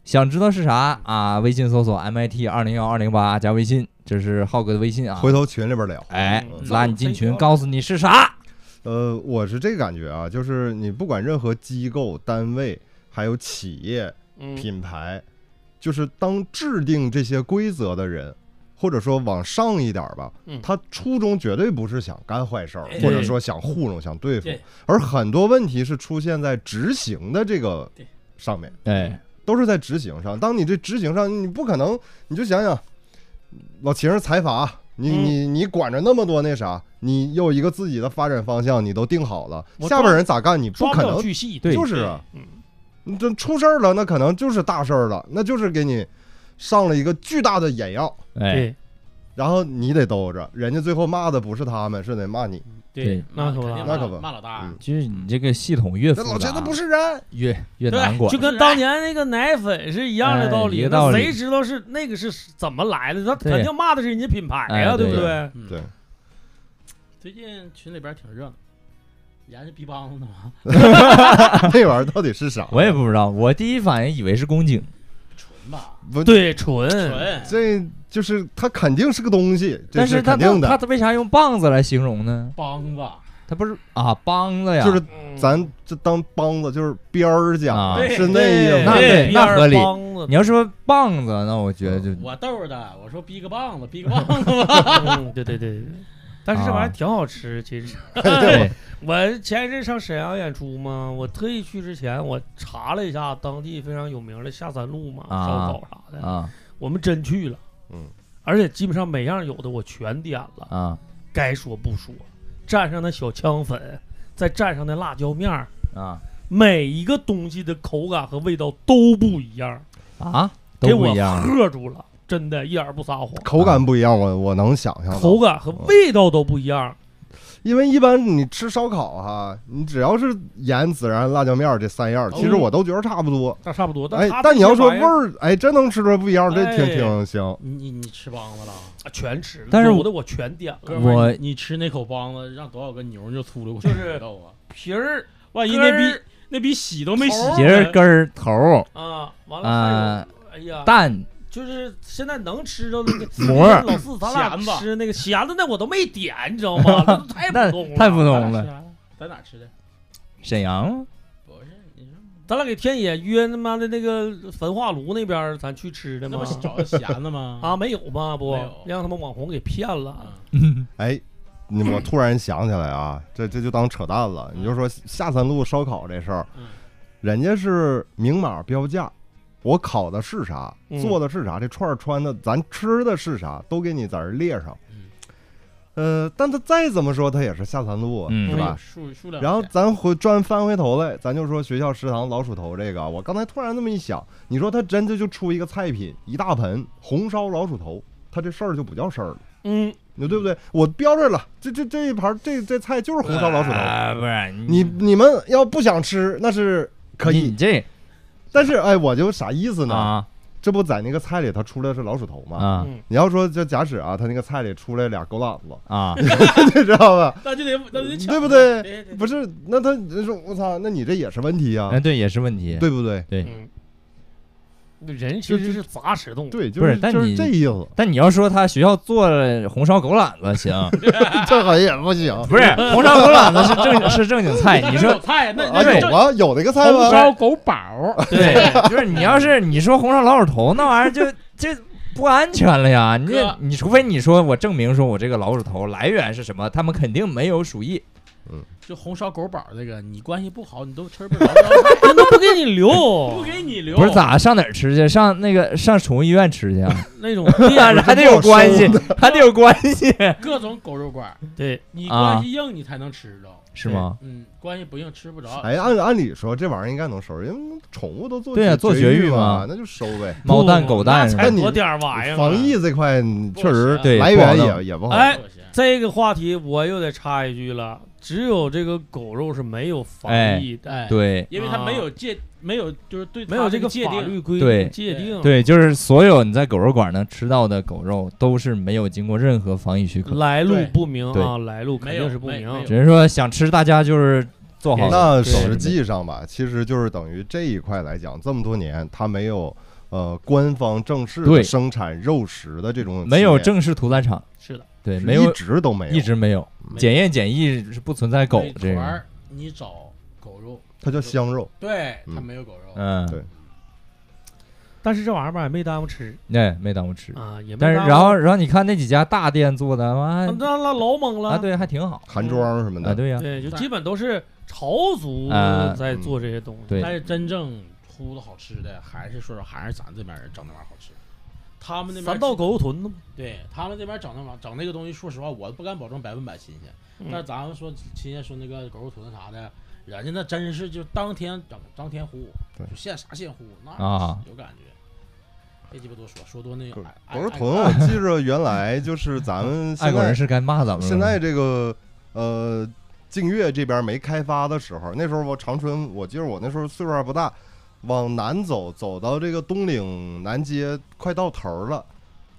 Speaker 2: 想知道是啥啊？微信搜索 MIT 二零幺二零八加微信，这是浩哥的微信啊。
Speaker 1: 回头群里边聊。
Speaker 2: 哎
Speaker 1: 嗯，
Speaker 2: 拉你进群，告诉你是啥。
Speaker 1: 呃，我是这个感觉啊，就是你不管任何机构、单位，还有企业、
Speaker 4: 嗯，
Speaker 1: 品牌，就是当制定这些规则的人，或者说往上一点儿吧
Speaker 4: 嗯，哎
Speaker 1: 他初衷绝对不是想干坏事儿，
Speaker 3: 对
Speaker 1: 或者说想糊弄、想对付
Speaker 3: 对，
Speaker 1: 而很多问题是出现在执行的这个
Speaker 3: 对
Speaker 1: 上面，
Speaker 2: 哎，
Speaker 1: 都是在执行上。当你这执行上，你不可能，你就想想，老秦是财阀，你
Speaker 4: 嗯
Speaker 1: 你你管着那么多那啥，你有一个自己的发展方向，你都定好了，
Speaker 4: 我
Speaker 1: 下边人咋干，你不
Speaker 4: 抓不
Speaker 1: 可
Speaker 4: 了
Speaker 1: 能
Speaker 4: 巨细，
Speaker 2: 对
Speaker 1: 就是啊，
Speaker 4: 嗯
Speaker 1: 你这出事儿了，那可能就是大事儿了，那就是给你上了一个巨大的眼药，
Speaker 2: 哎，
Speaker 4: 对
Speaker 1: 然后你得兜着，人家最后骂的不是他们，是得骂你。
Speaker 2: 对
Speaker 4: 那可不
Speaker 3: 肯定啊
Speaker 1: 那
Speaker 3: 骂
Speaker 1: 可不
Speaker 3: 骂老大
Speaker 1: 嗯，
Speaker 2: 就是你这个系统越复
Speaker 1: 那
Speaker 2: 杂，啊
Speaker 1: 老钱他不是人，
Speaker 2: 越越
Speaker 4: 对
Speaker 2: 难管
Speaker 4: 就。跟当年那个奶粉是一样的道
Speaker 2: 哎一
Speaker 4: 理。
Speaker 2: 个
Speaker 4: 那
Speaker 2: 道理
Speaker 4: 谁知道是那个是怎么来的？他
Speaker 2: 对
Speaker 4: 肯定骂的是人家品牌呀，
Speaker 2: 哎
Speaker 4: 对不
Speaker 2: 对
Speaker 4: 对？
Speaker 3: 嗯
Speaker 1: 对。
Speaker 3: 最近群里边挺热闹，你还是逼帮子呢吗？
Speaker 4: 嗯
Speaker 1: 那玩意儿到底是啥？
Speaker 2: 我也不知道，我第一反应以为是宫颈，
Speaker 3: 纯吧，
Speaker 1: 不，
Speaker 4: 对，纯
Speaker 3: 纯。
Speaker 1: 这就是他肯定是个东西，这
Speaker 2: 但是他
Speaker 1: 肯定的。
Speaker 2: 他他为啥用棒子来形容呢？
Speaker 3: 帮吧，
Speaker 2: 他不是啊，梆子呀，
Speaker 1: 就是
Speaker 4: 嗯
Speaker 1: 咱这当帮子就是边儿讲
Speaker 2: 啊
Speaker 1: 的，是那意
Speaker 2: 那
Speaker 1: 思。
Speaker 2: 对那合理 你
Speaker 4: 理。
Speaker 2: 要说棒子，那我觉得就
Speaker 3: 我逗的，我说逼个棒子，逼个棒子吧。
Speaker 4: 嗯对对对对，对但是这玩意儿挺好吃，其实。
Speaker 2: 啊 对，
Speaker 4: 我前一阵上沈阳演出嘛，我特意去之前我查了一下当地非常有名的下三路嘛，
Speaker 2: 啊
Speaker 4: 烧烤啥的，
Speaker 2: 啊
Speaker 4: 我们真去了，
Speaker 1: 嗯，
Speaker 4: 而且基本上每样有的我全点了，
Speaker 2: 啊
Speaker 4: 该说不说，蘸上那小枪粉，再蘸上那辣椒面儿，
Speaker 2: 啊
Speaker 4: 每一个东西的口感和味道都不一样，
Speaker 2: 啊，
Speaker 4: 给
Speaker 2: 都不
Speaker 4: 我
Speaker 2: 一样。
Speaker 4: 喝住了，真的，一点儿不撒谎，
Speaker 1: 口感不一样，我我能想象到。
Speaker 4: 口感和
Speaker 2: 嗯
Speaker 4: 味道都不一样，
Speaker 1: 因为一般你吃烧烤哈，你只要是盐、孜然、辣椒面儿这三样儿，其
Speaker 2: 嗯
Speaker 1: 实我都觉得差不多。
Speaker 4: 那差不多。
Speaker 1: 哎
Speaker 4: 但，
Speaker 1: 但你要说味
Speaker 4: 儿
Speaker 1: 儿，哎，真能吃出来不一样，这挺
Speaker 4: 哎
Speaker 1: 挺行。
Speaker 3: 你你你吃帮子了，
Speaker 4: 啊全吃了，
Speaker 2: 但是
Speaker 4: 有
Speaker 2: 我
Speaker 4: 的我全点了。
Speaker 3: 哥们 儿
Speaker 2: 我
Speaker 3: 你你吃那口帮子，让多少个牛就秃噜过去
Speaker 4: 就是
Speaker 3: 知道啊！
Speaker 4: 皮儿
Speaker 3: 万一
Speaker 4: 根
Speaker 3: 那
Speaker 4: 儿
Speaker 3: 逼那逼洗都没洗
Speaker 4: 头，
Speaker 2: 节儿根儿头儿
Speaker 4: 啊，完啊了还
Speaker 2: 啊
Speaker 4: 有，哎呀，
Speaker 2: 蛋
Speaker 4: 就是现在能吃着那个
Speaker 2: 膜儿
Speaker 4: 老四，咱
Speaker 3: 咸
Speaker 4: 俩
Speaker 3: 吧
Speaker 4: 吃那个咸的，那我都没点，你知道吗？那都太
Speaker 2: 那
Speaker 4: 普哎通了，啊
Speaker 2: 太不
Speaker 3: 咱
Speaker 2: 懂
Speaker 3: 俩
Speaker 2: 了。
Speaker 3: 吃啥在哪吃的？
Speaker 2: 沈阳
Speaker 3: 不是，你说
Speaker 4: 咱俩给天野约他妈的那个焚化炉那边儿，咱去吃的
Speaker 3: 那
Speaker 4: 吗
Speaker 3: 不？是找的闲的吗？
Speaker 4: 啊，没有吗？不
Speaker 3: 没有
Speaker 4: 让他们网红给骗了。
Speaker 3: 啊，
Speaker 1: 哎，你我突然想起来啊，这这就当扯淡了。你就
Speaker 4: 嗯
Speaker 1: 说下三路烧烤这事儿
Speaker 3: 嗯，
Speaker 1: 人家是明码标价，我烤的是啥，
Speaker 4: 嗯
Speaker 1: 做的是啥，这串儿穿的，咱吃的是啥，都给你在这儿列上。
Speaker 3: 嗯
Speaker 1: 呃，但他再怎么说，他也是下三路啊，
Speaker 2: 嗯
Speaker 1: 是吧？
Speaker 3: 数 数量有限，
Speaker 1: 然后咱回转翻回头来，咱就说学校食堂老鼠头这个啊，我刚才突然那么一想，你说他真的就出一个菜品，一大盆红烧老鼠头，他这事儿就不叫事儿了。
Speaker 4: 嗯，
Speaker 1: 你对不对？我标着了，这这这一盘这这菜就是红烧老鼠头，
Speaker 2: 啊，不是
Speaker 1: 你你们要不想吃那是可以
Speaker 2: 你，这
Speaker 1: 但是哎，我就啥意思呢？
Speaker 2: 嗯啊
Speaker 1: 这不在那个菜里头出来是老鼠头吗？
Speaker 2: 啊
Speaker 4: 嗯，
Speaker 1: 你要说就假使啊，他那个菜里出来俩狗懒子，
Speaker 2: 啊，
Speaker 1: 你知道吧？
Speaker 3: 那就得那就得抢，
Speaker 1: 嗯对不对
Speaker 3: 对对
Speaker 1: 不是，那他人说我操，那你这也是问题呀、
Speaker 2: 哎，对，也是问题。
Speaker 1: 对不对？
Speaker 4: 嗯，人其实是杂食动物，
Speaker 1: 对，就
Speaker 2: 不是但
Speaker 1: 就是
Speaker 2: 你
Speaker 1: 这意 思，
Speaker 2: 但你要说他学校做了红烧狗懒子行，
Speaker 1: 这好像也不行。
Speaker 2: 不是红烧狗懒子是正是正经菜，你
Speaker 3: 那有
Speaker 2: 说
Speaker 3: 菜那
Speaker 1: 啊，
Speaker 3: 那
Speaker 2: 对
Speaker 1: 有啊，有那个菜
Speaker 3: 红
Speaker 1: 吗？
Speaker 3: 烧 狗宝儿，
Speaker 2: 对，就是你要是你说红烧老鼠头那玩意儿就就不安全了呀，你
Speaker 3: 哥
Speaker 2: 你除非你说我证明说我这个老鼠头来源是什么，他们肯定没有鼠疫，
Speaker 3: 就红烧狗宝儿这个，你关系不好，你都吃不着， 不
Speaker 4: 人都不给你 留，
Speaker 3: 给你留，
Speaker 2: 不是咋上哪儿吃去？上那个上宠物医院吃去啊？
Speaker 4: 那 种
Speaker 2: 那还得有关系，还得有关系，
Speaker 3: 各种狗肉馆儿，
Speaker 4: 对，
Speaker 3: 你
Speaker 2: 啊
Speaker 3: 关系硬你才能吃着，
Speaker 2: 是吗？
Speaker 3: 嗯，关系不硬吃不着。
Speaker 1: 哎，按按理说这玩意儿应该能收拾，因为宠物都做
Speaker 2: 对啊做绝
Speaker 1: 育
Speaker 2: 育嘛
Speaker 1: 那就收 呗。
Speaker 2: 猫蛋
Speaker 4: 不
Speaker 2: 狗蛋
Speaker 4: 那
Speaker 2: 什
Speaker 4: 才
Speaker 2: 么
Speaker 1: 你
Speaker 4: 多点儿
Speaker 3: 哎
Speaker 4: 玩意儿呢。
Speaker 1: 防疫这块嗯
Speaker 3: 不
Speaker 1: 确实
Speaker 3: 行
Speaker 2: 对
Speaker 1: 来
Speaker 2: 不
Speaker 1: 源
Speaker 2: 好弄
Speaker 1: 也也不好。
Speaker 4: 哎
Speaker 3: 不行
Speaker 4: 这个话题我又得插一句了，只有这个狗肉是没有防疫的，
Speaker 3: 哎，
Speaker 2: 对
Speaker 3: 因为它没有界，没有就是对它
Speaker 4: 没有
Speaker 3: 这
Speaker 4: 这个
Speaker 3: 界
Speaker 4: 法
Speaker 3: 定，
Speaker 4: 律规
Speaker 2: 对
Speaker 4: 定界定。
Speaker 2: 对，就是所有你在狗肉馆能吃到的狗肉都是没有经过任何防疫许可，
Speaker 4: 来路
Speaker 3: 对
Speaker 4: 不明啊，
Speaker 2: 对
Speaker 4: 来路肯定是不
Speaker 3: 没有没
Speaker 4: 明
Speaker 3: 没。
Speaker 2: 只是说想吃大家就是做好了
Speaker 1: 那
Speaker 4: 对
Speaker 1: 实际上吧，其实就是等于这一块来讲，这么多年它没有呃官方正式
Speaker 2: 对
Speaker 1: 的生产肉食的这种
Speaker 2: 没有
Speaker 1: 企业
Speaker 2: 正式屠宰场，
Speaker 4: 是的，
Speaker 2: 对，
Speaker 1: 是
Speaker 2: 没有
Speaker 1: 一直都没有，
Speaker 2: 一直没有
Speaker 3: 没有
Speaker 2: 检验检疫是不存在狗
Speaker 3: 美
Speaker 2: 这
Speaker 3: 团
Speaker 2: 个，
Speaker 3: 儿你找狗肉，
Speaker 1: 它叫香肉，
Speaker 3: 对，它
Speaker 1: 嗯
Speaker 3: 没有狗肉，
Speaker 2: 嗯，
Speaker 1: 对
Speaker 4: 但是这玩意儿吧也没耽误吃
Speaker 2: 那哎没耽误吃。
Speaker 4: 啊，也没
Speaker 2: 但
Speaker 4: 耽
Speaker 2: 是
Speaker 4: 误。
Speaker 2: 然后然后你看那几家大店做的，妈
Speaker 4: 啊那那老猛了，
Speaker 2: 啊对还挺好
Speaker 1: 韩庄什么
Speaker 2: 啊
Speaker 1: 的。
Speaker 2: 对呀，
Speaker 4: 对就基本都是朝族
Speaker 2: 啊
Speaker 4: 在做这些东西。
Speaker 2: 对
Speaker 3: 但是真正出的好吃的，还是说还是咱这边人整那玩意儿好吃。他们那边
Speaker 4: 咱到狗肉屯子嘛，
Speaker 3: 对他们这边整那玩整那个东西，说实话，我不敢保证百分百新鲜。
Speaker 4: 嗯
Speaker 3: 但是咱们说亲戚说那个狗肉屯啥的，人家那真是就当天整当天呼，
Speaker 1: 对
Speaker 3: 就现啥现呼，那
Speaker 2: 啊
Speaker 3: 有感觉。别鸡巴多说，说多那
Speaker 1: 狗
Speaker 3: 个
Speaker 1: 狗肉
Speaker 3: 哎
Speaker 1: 屯，我记着原来就是咱们
Speaker 2: 爱
Speaker 1: 现
Speaker 2: 国
Speaker 1: 在
Speaker 2: 人士该骂咱们了。
Speaker 1: 现在这个呃，净月这边没开发的时候，那时候我长春，我记得我那时候岁数还不大，往南走，走到这个东岭南街，快到头儿了，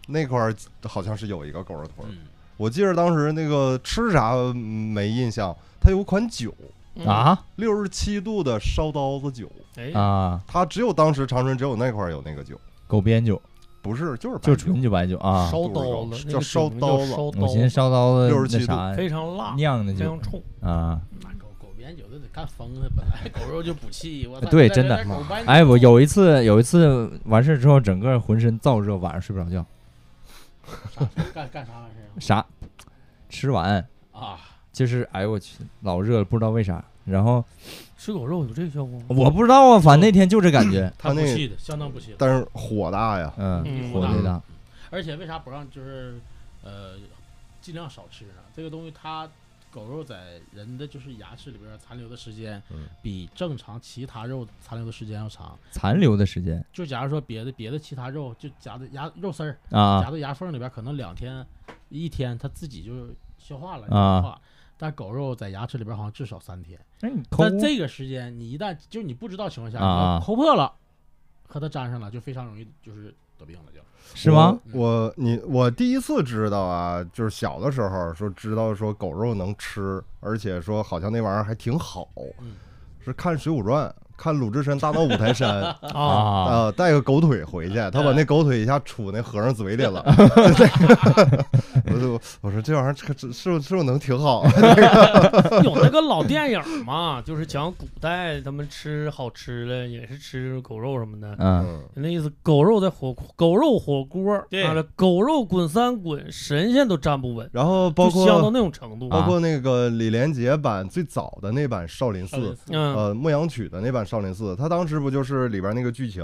Speaker 1: 那块儿好像是有一个狗肉屯儿。
Speaker 3: 嗯，
Speaker 1: 我记得当时那个吃啥嗯没印象，它有款酒，
Speaker 4: 嗯，
Speaker 2: 啊
Speaker 1: 六十七度的烧刀子酒，
Speaker 4: 哎，
Speaker 2: 啊
Speaker 1: 它只有当时长春只有那块儿有那个酒，
Speaker 2: 狗鞭酒
Speaker 1: 不是就是白
Speaker 2: 就
Speaker 1: 酒
Speaker 2: 纯酒白酒啊，
Speaker 4: 烧
Speaker 1: 肚子
Speaker 4: 刀
Speaker 1: 肉
Speaker 4: 子，那
Speaker 1: 叫
Speaker 4: 个
Speaker 1: 烧
Speaker 4: 酒名
Speaker 1: 刀
Speaker 4: 叫
Speaker 1: 子
Speaker 4: 烧刀
Speaker 2: 我寻思烧刀子
Speaker 1: 67
Speaker 2: 那啥
Speaker 4: 非常辣，
Speaker 2: 酿的
Speaker 4: 非
Speaker 2: 酒
Speaker 4: 常冲。
Speaker 2: 啊。
Speaker 3: 那狗狗鞭酒的得干疯它，本来狗肉就补气，我操
Speaker 2: 啊对
Speaker 3: 再
Speaker 2: 真的
Speaker 3: 来点狗鞭酒
Speaker 2: 哎，我有一次有一次完事之后，整个浑身燥热，晚上睡不着觉，
Speaker 3: 啥干干啥玩意儿
Speaker 2: 啥吃完
Speaker 3: 啊？
Speaker 2: 就是哎呦我去老热了，不知道为啥。然后
Speaker 4: 吃狗肉有这个效果吗？
Speaker 2: 我不知道啊，反正那天就这感觉，
Speaker 1: 它
Speaker 3: 它补
Speaker 1: 那
Speaker 3: 气的，相当补气的。
Speaker 1: 但是火大呀，
Speaker 2: 嗯，
Speaker 4: 嗯
Speaker 2: 火最大，
Speaker 3: 而且为啥不让就是呃尽量少吃呢？这个东西它狗肉在人的就是牙齿里边残留的时间
Speaker 1: 嗯，
Speaker 3: 比正常其他肉残留的时间要长。
Speaker 2: 残留的时间
Speaker 3: 就假如说别的别的其他肉，就夹在牙肉丝儿
Speaker 2: 啊
Speaker 3: 夹到牙缝里边，可能两天一天它自己就消化了，
Speaker 2: 啊
Speaker 3: 消化。但狗肉在牙齿里边好像至少三天，
Speaker 2: 哎，你抠
Speaker 3: 但这个时间你一旦就你不知道情况下，
Speaker 2: 啊
Speaker 3: 你抠破了和它粘上了，就非常容易就是得病了，就是
Speaker 2: 吗？
Speaker 1: 我？我你我第一次知道啊，就是小的时候说知道说狗肉能吃，而且说好像那玩意儿还挺好，
Speaker 3: 嗯
Speaker 1: 是看《水浒传》。看鲁智深大闹五台山啊、
Speaker 4: 啊，
Speaker 2: 啊，
Speaker 1: 带个狗腿回去，他把那狗腿一下杵那和尚嘴里了。我就我说这玩意儿这这是不是不是能挺好？
Speaker 4: 有那个老电影嘛，就是讲古代他们吃好吃的，也是吃狗肉什么的。
Speaker 2: 嗯，
Speaker 1: 嗯，
Speaker 4: 那意思，狗肉在火锅，狗肉火锅，
Speaker 3: 对
Speaker 4: 啊，这狗肉滚三滚，神仙都站不稳，
Speaker 1: 然后包
Speaker 4: 就香到
Speaker 1: 括
Speaker 4: 那种程度。
Speaker 2: 啊
Speaker 1: 包括那个李连杰版最早的那版少林寺，
Speaker 4: 嗯，
Speaker 1: 呃，牧羊曲的那版《少林寺》，他当时不就是里边那个剧情，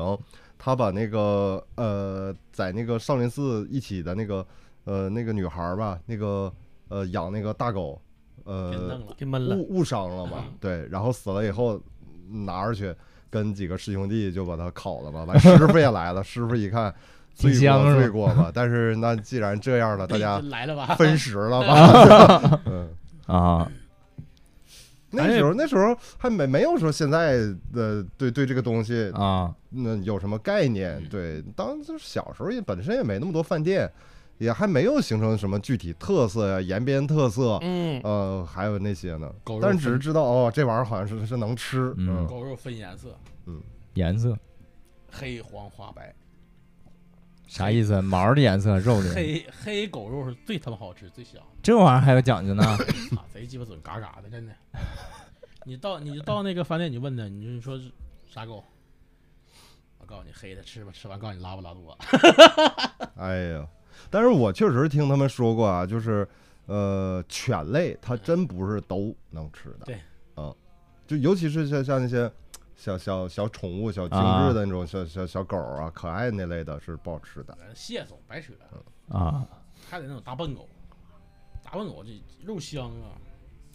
Speaker 1: 他把那个呃，在那个少林寺一起的那个呃那个女孩儿吧，那个呃养那个大狗，
Speaker 3: 别弄
Speaker 1: 呃
Speaker 3: 了。
Speaker 4: 给闷了。
Speaker 1: 误误伤了嘛，对，然后死了以后拿着去跟几个师兄弟就把他烤了嘛，完师傅也来了，师傅一看。罪
Speaker 2: 挺香
Speaker 1: 过
Speaker 2: 是吧
Speaker 1: 罪过吧。但是那既然这样了，大 家
Speaker 3: 来了吧，
Speaker 1: 分食了吧。嗯，
Speaker 2: 啊，
Speaker 1: 那
Speaker 3: 哎
Speaker 1: 时候那时候还没没有说现在的对对这个东西
Speaker 2: 啊，
Speaker 1: 那有什么概
Speaker 3: 嗯
Speaker 1: 念？对，当时小时候也本身也没那么多饭店，也还没有形成什么具体特色呀、延边特色，
Speaker 4: 嗯，
Speaker 1: 呃，还有那些呢
Speaker 3: 狗。肉
Speaker 1: 但是只是知道哦，这玩意儿好像是是能吃，
Speaker 2: 嗯
Speaker 1: 嗯，
Speaker 3: 狗肉分颜色，
Speaker 2: 颜色
Speaker 3: 黑、黄、花、白。
Speaker 2: 啥意思？毛儿的颜色，肉的颜色，
Speaker 3: 黑黑狗肉是最他妈好吃、最香
Speaker 2: 这玩意儿还有讲 究呢。
Speaker 3: 的，操，贼鸡巴准，嘎嘎的，真的。你到你就到那个饭店，你问他，你就说是啥狗？我告诉你，黑的吃吧，吃完告诉你拉不拉肚子。
Speaker 1: 哎呀，但是我确实听他们说过啊，就是呃，犬类它真不是都能吃的，
Speaker 3: 对，
Speaker 1: 啊，就尤其是像像那些小小小宠物、小精
Speaker 2: 啊
Speaker 1: 致的那种小小小狗啊，可爱那类的是不好吃的。
Speaker 3: 蟹总白扯，
Speaker 1: 嗯
Speaker 2: 啊，
Speaker 3: 还得那种大笨狗，大笨狗这肉香啊，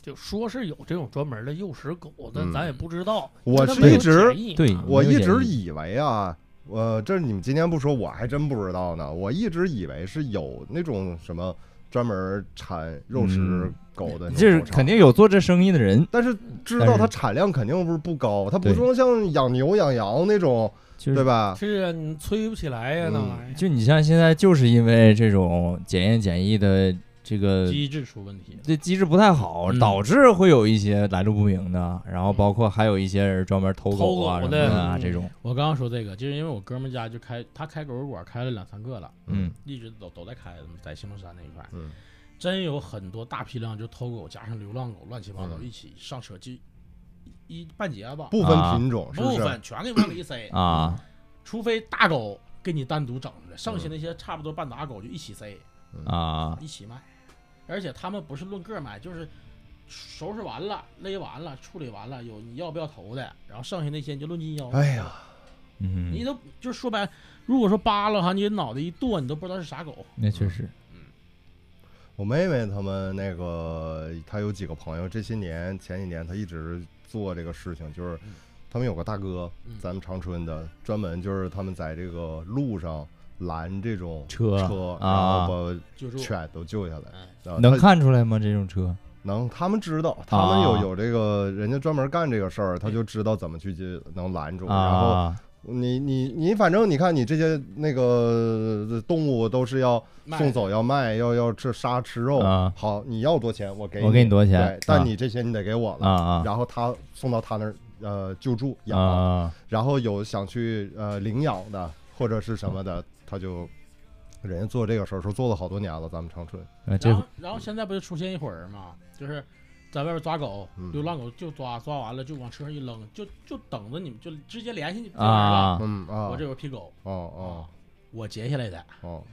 Speaker 4: 就说是有这种专门的诱食狗，但
Speaker 1: 嗯
Speaker 4: 咱也不知道。
Speaker 1: 我
Speaker 4: 这
Speaker 1: 是
Speaker 4: 没有
Speaker 1: 一直
Speaker 4: 检疫
Speaker 2: 对
Speaker 4: 啊
Speaker 1: 我
Speaker 2: 没有
Speaker 1: 一
Speaker 2: 建
Speaker 1: 直
Speaker 2: 议
Speaker 1: 以为啊，呃，这你们今天不说，我还真不知道呢。我一直以为是有那种什么专门产肉食
Speaker 2: 嗯
Speaker 1: 狗的，
Speaker 2: 这是肯。定有做这生意的人，
Speaker 1: 但是知
Speaker 2: 但
Speaker 1: 道
Speaker 2: 是
Speaker 1: 它产量肯定不是不高，它不
Speaker 2: 对
Speaker 1: 说像养牛养羊那种，
Speaker 2: 就
Speaker 1: 对
Speaker 2: 是
Speaker 1: 吧？
Speaker 4: 是啊，你催不起来呀，那
Speaker 1: 嗯
Speaker 4: 玩意儿。
Speaker 2: 就你像现在就是因为这种检验检疫的这个
Speaker 3: 机制出问题。
Speaker 2: 这机制不太好，
Speaker 3: 嗯
Speaker 2: 导致会有一些来路不明的，然后包括还有一些人专门偷狗啊什
Speaker 4: 偷狗
Speaker 2: 么
Speaker 4: 的
Speaker 2: 的啊
Speaker 4: 嗯
Speaker 2: 这种，
Speaker 3: 我刚刚说这个，就是因为我哥们儿家就开，他开狗肉馆开了两三个了，
Speaker 2: 嗯
Speaker 3: 一直都都在开，在兴隆山那一块儿，
Speaker 1: 嗯，
Speaker 3: 真有很多大批量就偷狗加上流浪狗乱七八糟
Speaker 1: 嗯
Speaker 3: 一起上车就一一半截子，
Speaker 1: 不分品种，是不
Speaker 3: 啊部
Speaker 1: 是？
Speaker 3: 分全给往里一塞，
Speaker 2: 啊，
Speaker 3: 除非大狗给你单独整出来，剩
Speaker 1: 嗯
Speaker 3: 下那些差不多半打狗就一起塞，
Speaker 2: 啊，
Speaker 3: 一起卖，而且他们不是论个儿卖，就是收拾完了、勒完了、处理完了，有你要不要头的，然后剩下那些你就论斤要。
Speaker 1: 哎呀，
Speaker 3: 你
Speaker 2: 嗯，
Speaker 3: 都就是说白了，如果说扒拉哈，你脑袋一剁，你都不知道是啥狗。
Speaker 2: 那确实，
Speaker 1: 我妹妹他们那个，她有几个朋友，这些年前几年她一直做这个事情，就是
Speaker 3: 嗯
Speaker 1: 他们有个大哥
Speaker 3: 嗯，
Speaker 1: 咱们长春的，专门就是他们在这个路上拦这种
Speaker 2: 车
Speaker 1: 车，然
Speaker 2: 啊
Speaker 1: 后
Speaker 3: 就
Speaker 1: 把
Speaker 3: 是，
Speaker 1: 犬都救下来。
Speaker 3: 嗯，
Speaker 1: 啊
Speaker 2: 能
Speaker 1: 他
Speaker 2: 看出来吗？这种车
Speaker 1: 能，他们知道，他们
Speaker 2: 啊
Speaker 1: 有有这个人家专门干这个事儿，他就知道怎么去接能拦住，然后
Speaker 2: 啊，
Speaker 1: 你你你，反正你看，你这些那个呃动物都是要
Speaker 3: 卖
Speaker 1: 送走、要卖、要要吃杀吃肉。
Speaker 2: 啊
Speaker 1: 好，你要多钱，我给
Speaker 2: 我给你多少钱
Speaker 1: 对，但
Speaker 2: 啊
Speaker 1: 你这些你得给我
Speaker 2: 啊
Speaker 1: 了。
Speaker 2: 啊
Speaker 1: 然后他送到他那儿呃救助
Speaker 2: 啊
Speaker 1: 养，
Speaker 2: 啊，
Speaker 1: 然后有想去呃领养的或者是什么的，他就人家做这个事儿说做了好多年了，咱们长春
Speaker 2: 啊这
Speaker 3: 然后然后现在不就出现一伙人嘛，就是在外边抓狗，
Speaker 1: 嗯
Speaker 3: 流浪狗就抓，抓完了就往车上一扔，就就等着你们，就直接联系你们就完了。
Speaker 2: 啊
Speaker 1: 嗯啊，
Speaker 3: 我这有匹狗啊
Speaker 1: 哦哦，
Speaker 3: 我截下来的。
Speaker 1: 哦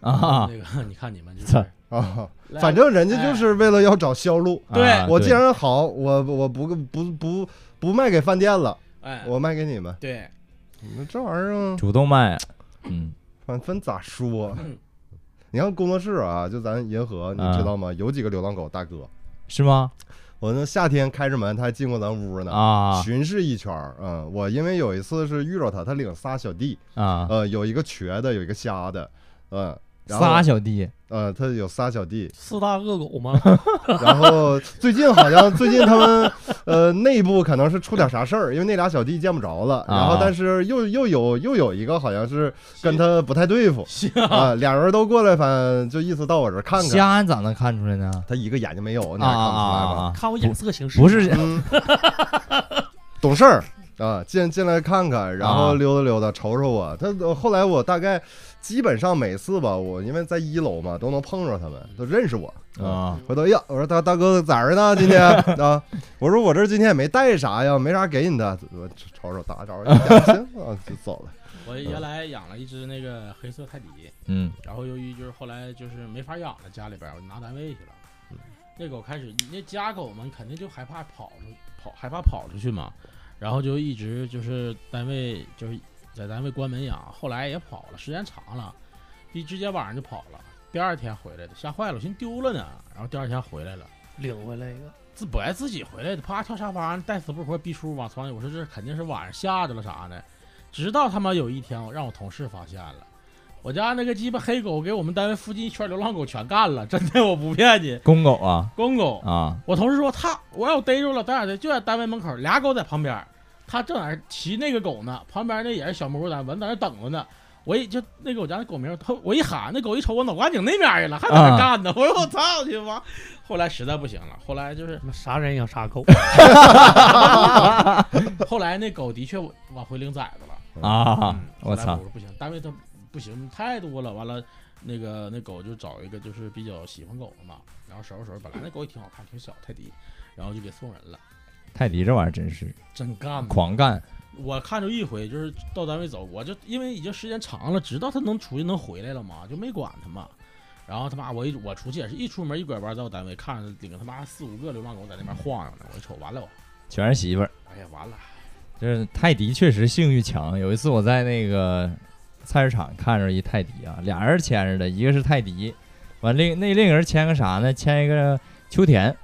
Speaker 2: 啊
Speaker 3: 那个 你看你们就
Speaker 2: 操
Speaker 3: 是，
Speaker 1: 啊，
Speaker 3: 来哎
Speaker 1: 反正人家就是为了要找销路。
Speaker 3: 对
Speaker 2: 啊
Speaker 1: 我既然好，我我不不不不卖给饭店了，
Speaker 3: 哎，
Speaker 1: 我卖给你们。
Speaker 3: 对
Speaker 1: 那这玩意儿啊
Speaker 2: 主动卖，嗯
Speaker 1: 反分咋说
Speaker 3: 嗯？
Speaker 1: 你看工作室啊，就咱银河，你知道吗？有几个流浪狗大哥，
Speaker 2: 是吗？
Speaker 1: 我那夏天开着门，他还进过咱屋呢。
Speaker 2: 啊
Speaker 1: 巡视一圈儿，嗯，我因为有一次是遇着他，他领仨小弟，
Speaker 2: 啊，
Speaker 1: 呃，有一个瘸的，有一个瞎的，嗯，然后
Speaker 2: 仨小弟
Speaker 1: 呃，他有仨小弟，
Speaker 4: 四大恶狗 吗？
Speaker 1: 然后最近好像最近他们呃内部可能是出点啥事儿，因为那俩小弟见不着了，然后但是又又有又有一个好像是跟他不太对付啊，俩人都过来，反正就意思到我这儿看看。
Speaker 2: 瞎咋能看出来呢？
Speaker 1: 他一个眼睛没有，你
Speaker 2: 啊
Speaker 1: 还看不
Speaker 2: 啊
Speaker 1: 出来
Speaker 2: 啊
Speaker 1: 吧？
Speaker 2: 啊，
Speaker 4: 看我眼色行事。
Speaker 2: 不是
Speaker 1: 嗯， 懂事儿啊，进进来看看，然
Speaker 2: 啊
Speaker 1: 后溜达溜达，瞅瞅我。他呃后来我大概基本上每次吧，我因为在一楼嘛，都能碰着他们，都认识我啊。
Speaker 2: 啊
Speaker 1: 回头呀，我说大大哥咋儿呢？ 今天啊，我说我这今天也没带啥呀，没啥给你的，我瞅瞅打招呼，行啊就走了。
Speaker 3: 我原来养了一只那个黑色泰迪，
Speaker 2: 嗯
Speaker 3: 然后由于就是后来就是没法养了，家里边儿我拿单位去了。那狗开始，那家狗们肯定就害怕跑出跑，害怕跑出去嘛，然后就一直就是单位就是在单位关门养，后来也跑了，时间长了，一直接晚上就跑了，第二天回来的，吓坏了，我寻思丢了呢，然后第二天回来了。
Speaker 4: 领回来一个，
Speaker 3: 自本来自己回来的，啪跳沙发，带死不活逼出往床里。我说这肯定是晚上吓着了啥的。直到他妈有一天，我让我同事发现了，我家那个鸡巴黑狗给我们单位附近一圈流浪狗全干了，真的，我不骗你。
Speaker 2: 公狗啊
Speaker 3: 公狗，
Speaker 2: 啊，
Speaker 3: 我同事说他我要逮住了，咱俩在就在单位门口，俩狗在旁边，他正在那儿骑那个狗呢，旁边那也是小蘑菇在蚊子在那儿等着呢。我一就那个我家那狗名，他我一喊，那狗一瞅我脑瓜顶那边去了，还在那
Speaker 2: 啊
Speaker 3: 儿干呢。 我说我操你妈！后来实在不行了，后来就是
Speaker 4: 他妈啥人 养啥狗，
Speaker 3: 后来那狗的确往回领崽子了。
Speaker 2: 啊
Speaker 3: 嗯！
Speaker 2: 我
Speaker 3: 后来
Speaker 2: 操
Speaker 3: 我说不行，单位它不行，太多了。完了，那个那狗就找一个就是比较喜欢狗的嘛，然后收拾收拾，本来那狗也挺好看，挺小泰迪，然后就给送人了。
Speaker 2: 泰迪这玩意儿真是
Speaker 3: 真
Speaker 1: 嗯
Speaker 3: 干呐！
Speaker 2: 狂干
Speaker 3: 我看着一回，就是到单位走，我就因为已经时间长了，知道它能出去能回来了嘛，就没管它嘛。然后他妈我一我出去也是一出门一拐弯，在我单位看着领着他妈四五个流浪狗在那边晃悠呢，我一瞅完了我，
Speaker 2: 全是媳妇儿。
Speaker 3: 哎呀完了，
Speaker 2: 就是泰迪确实性欲强。有一次我在那个菜市场看着一泰迪啊，俩人牵着的，一个是泰迪，完另那另一个人牵个啥呢？牵一个秋田。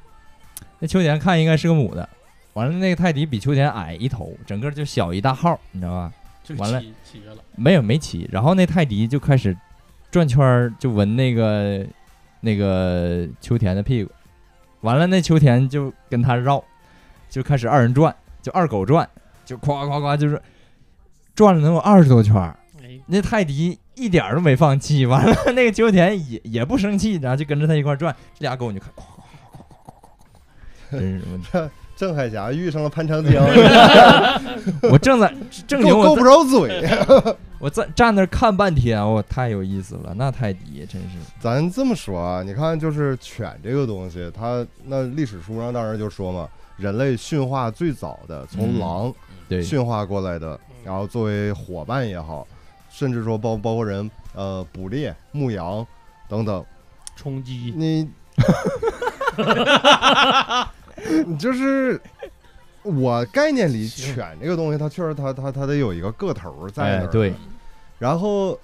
Speaker 2: 那秋田看应该是个母的，完了那个泰迪比秋田矮一头，整个就小一大号，你知道吧？
Speaker 3: 就给
Speaker 2: 完了
Speaker 3: 骑骑着了，
Speaker 2: 没有没骑，然后那泰迪就开始转圈儿，就闻那个那个秋田的屁股，完了那秋田就跟他绕，就开始二人转，就二狗转，就夸夸夸，就是转了能有二十多圈儿。
Speaker 4: 哎，
Speaker 2: 那泰迪一点儿都没放弃，完了那个秋田也也不生气，然后就跟着他一块儿转，这俩狗你就看，夸夸夸夸夸夸夸夸，真是
Speaker 1: 郑海霞遇上了潘长江，
Speaker 2: 我我正在正经
Speaker 1: 够
Speaker 2: 哎我
Speaker 1: 够
Speaker 2: 在
Speaker 1: 不着嘴。
Speaker 2: 我站站那儿看半天，我太有意思了，那泰迪真是
Speaker 1: 咱这么说啊，你看，就是犬这个东西，它那历史书上当然就说嘛，人类驯化最早的从
Speaker 2: 嗯
Speaker 1: 狼
Speaker 2: 对
Speaker 1: 驯化过来的，然后作为伙伴也好，甚至说包包括人呃捕猎、牧羊等等，
Speaker 4: 充饥，
Speaker 1: 你，你就是我概念里
Speaker 4: 行
Speaker 1: 犬这个东西，它确实它它它得有一个个头儿在那
Speaker 2: 哎
Speaker 1: 儿、
Speaker 2: 对，
Speaker 1: 然后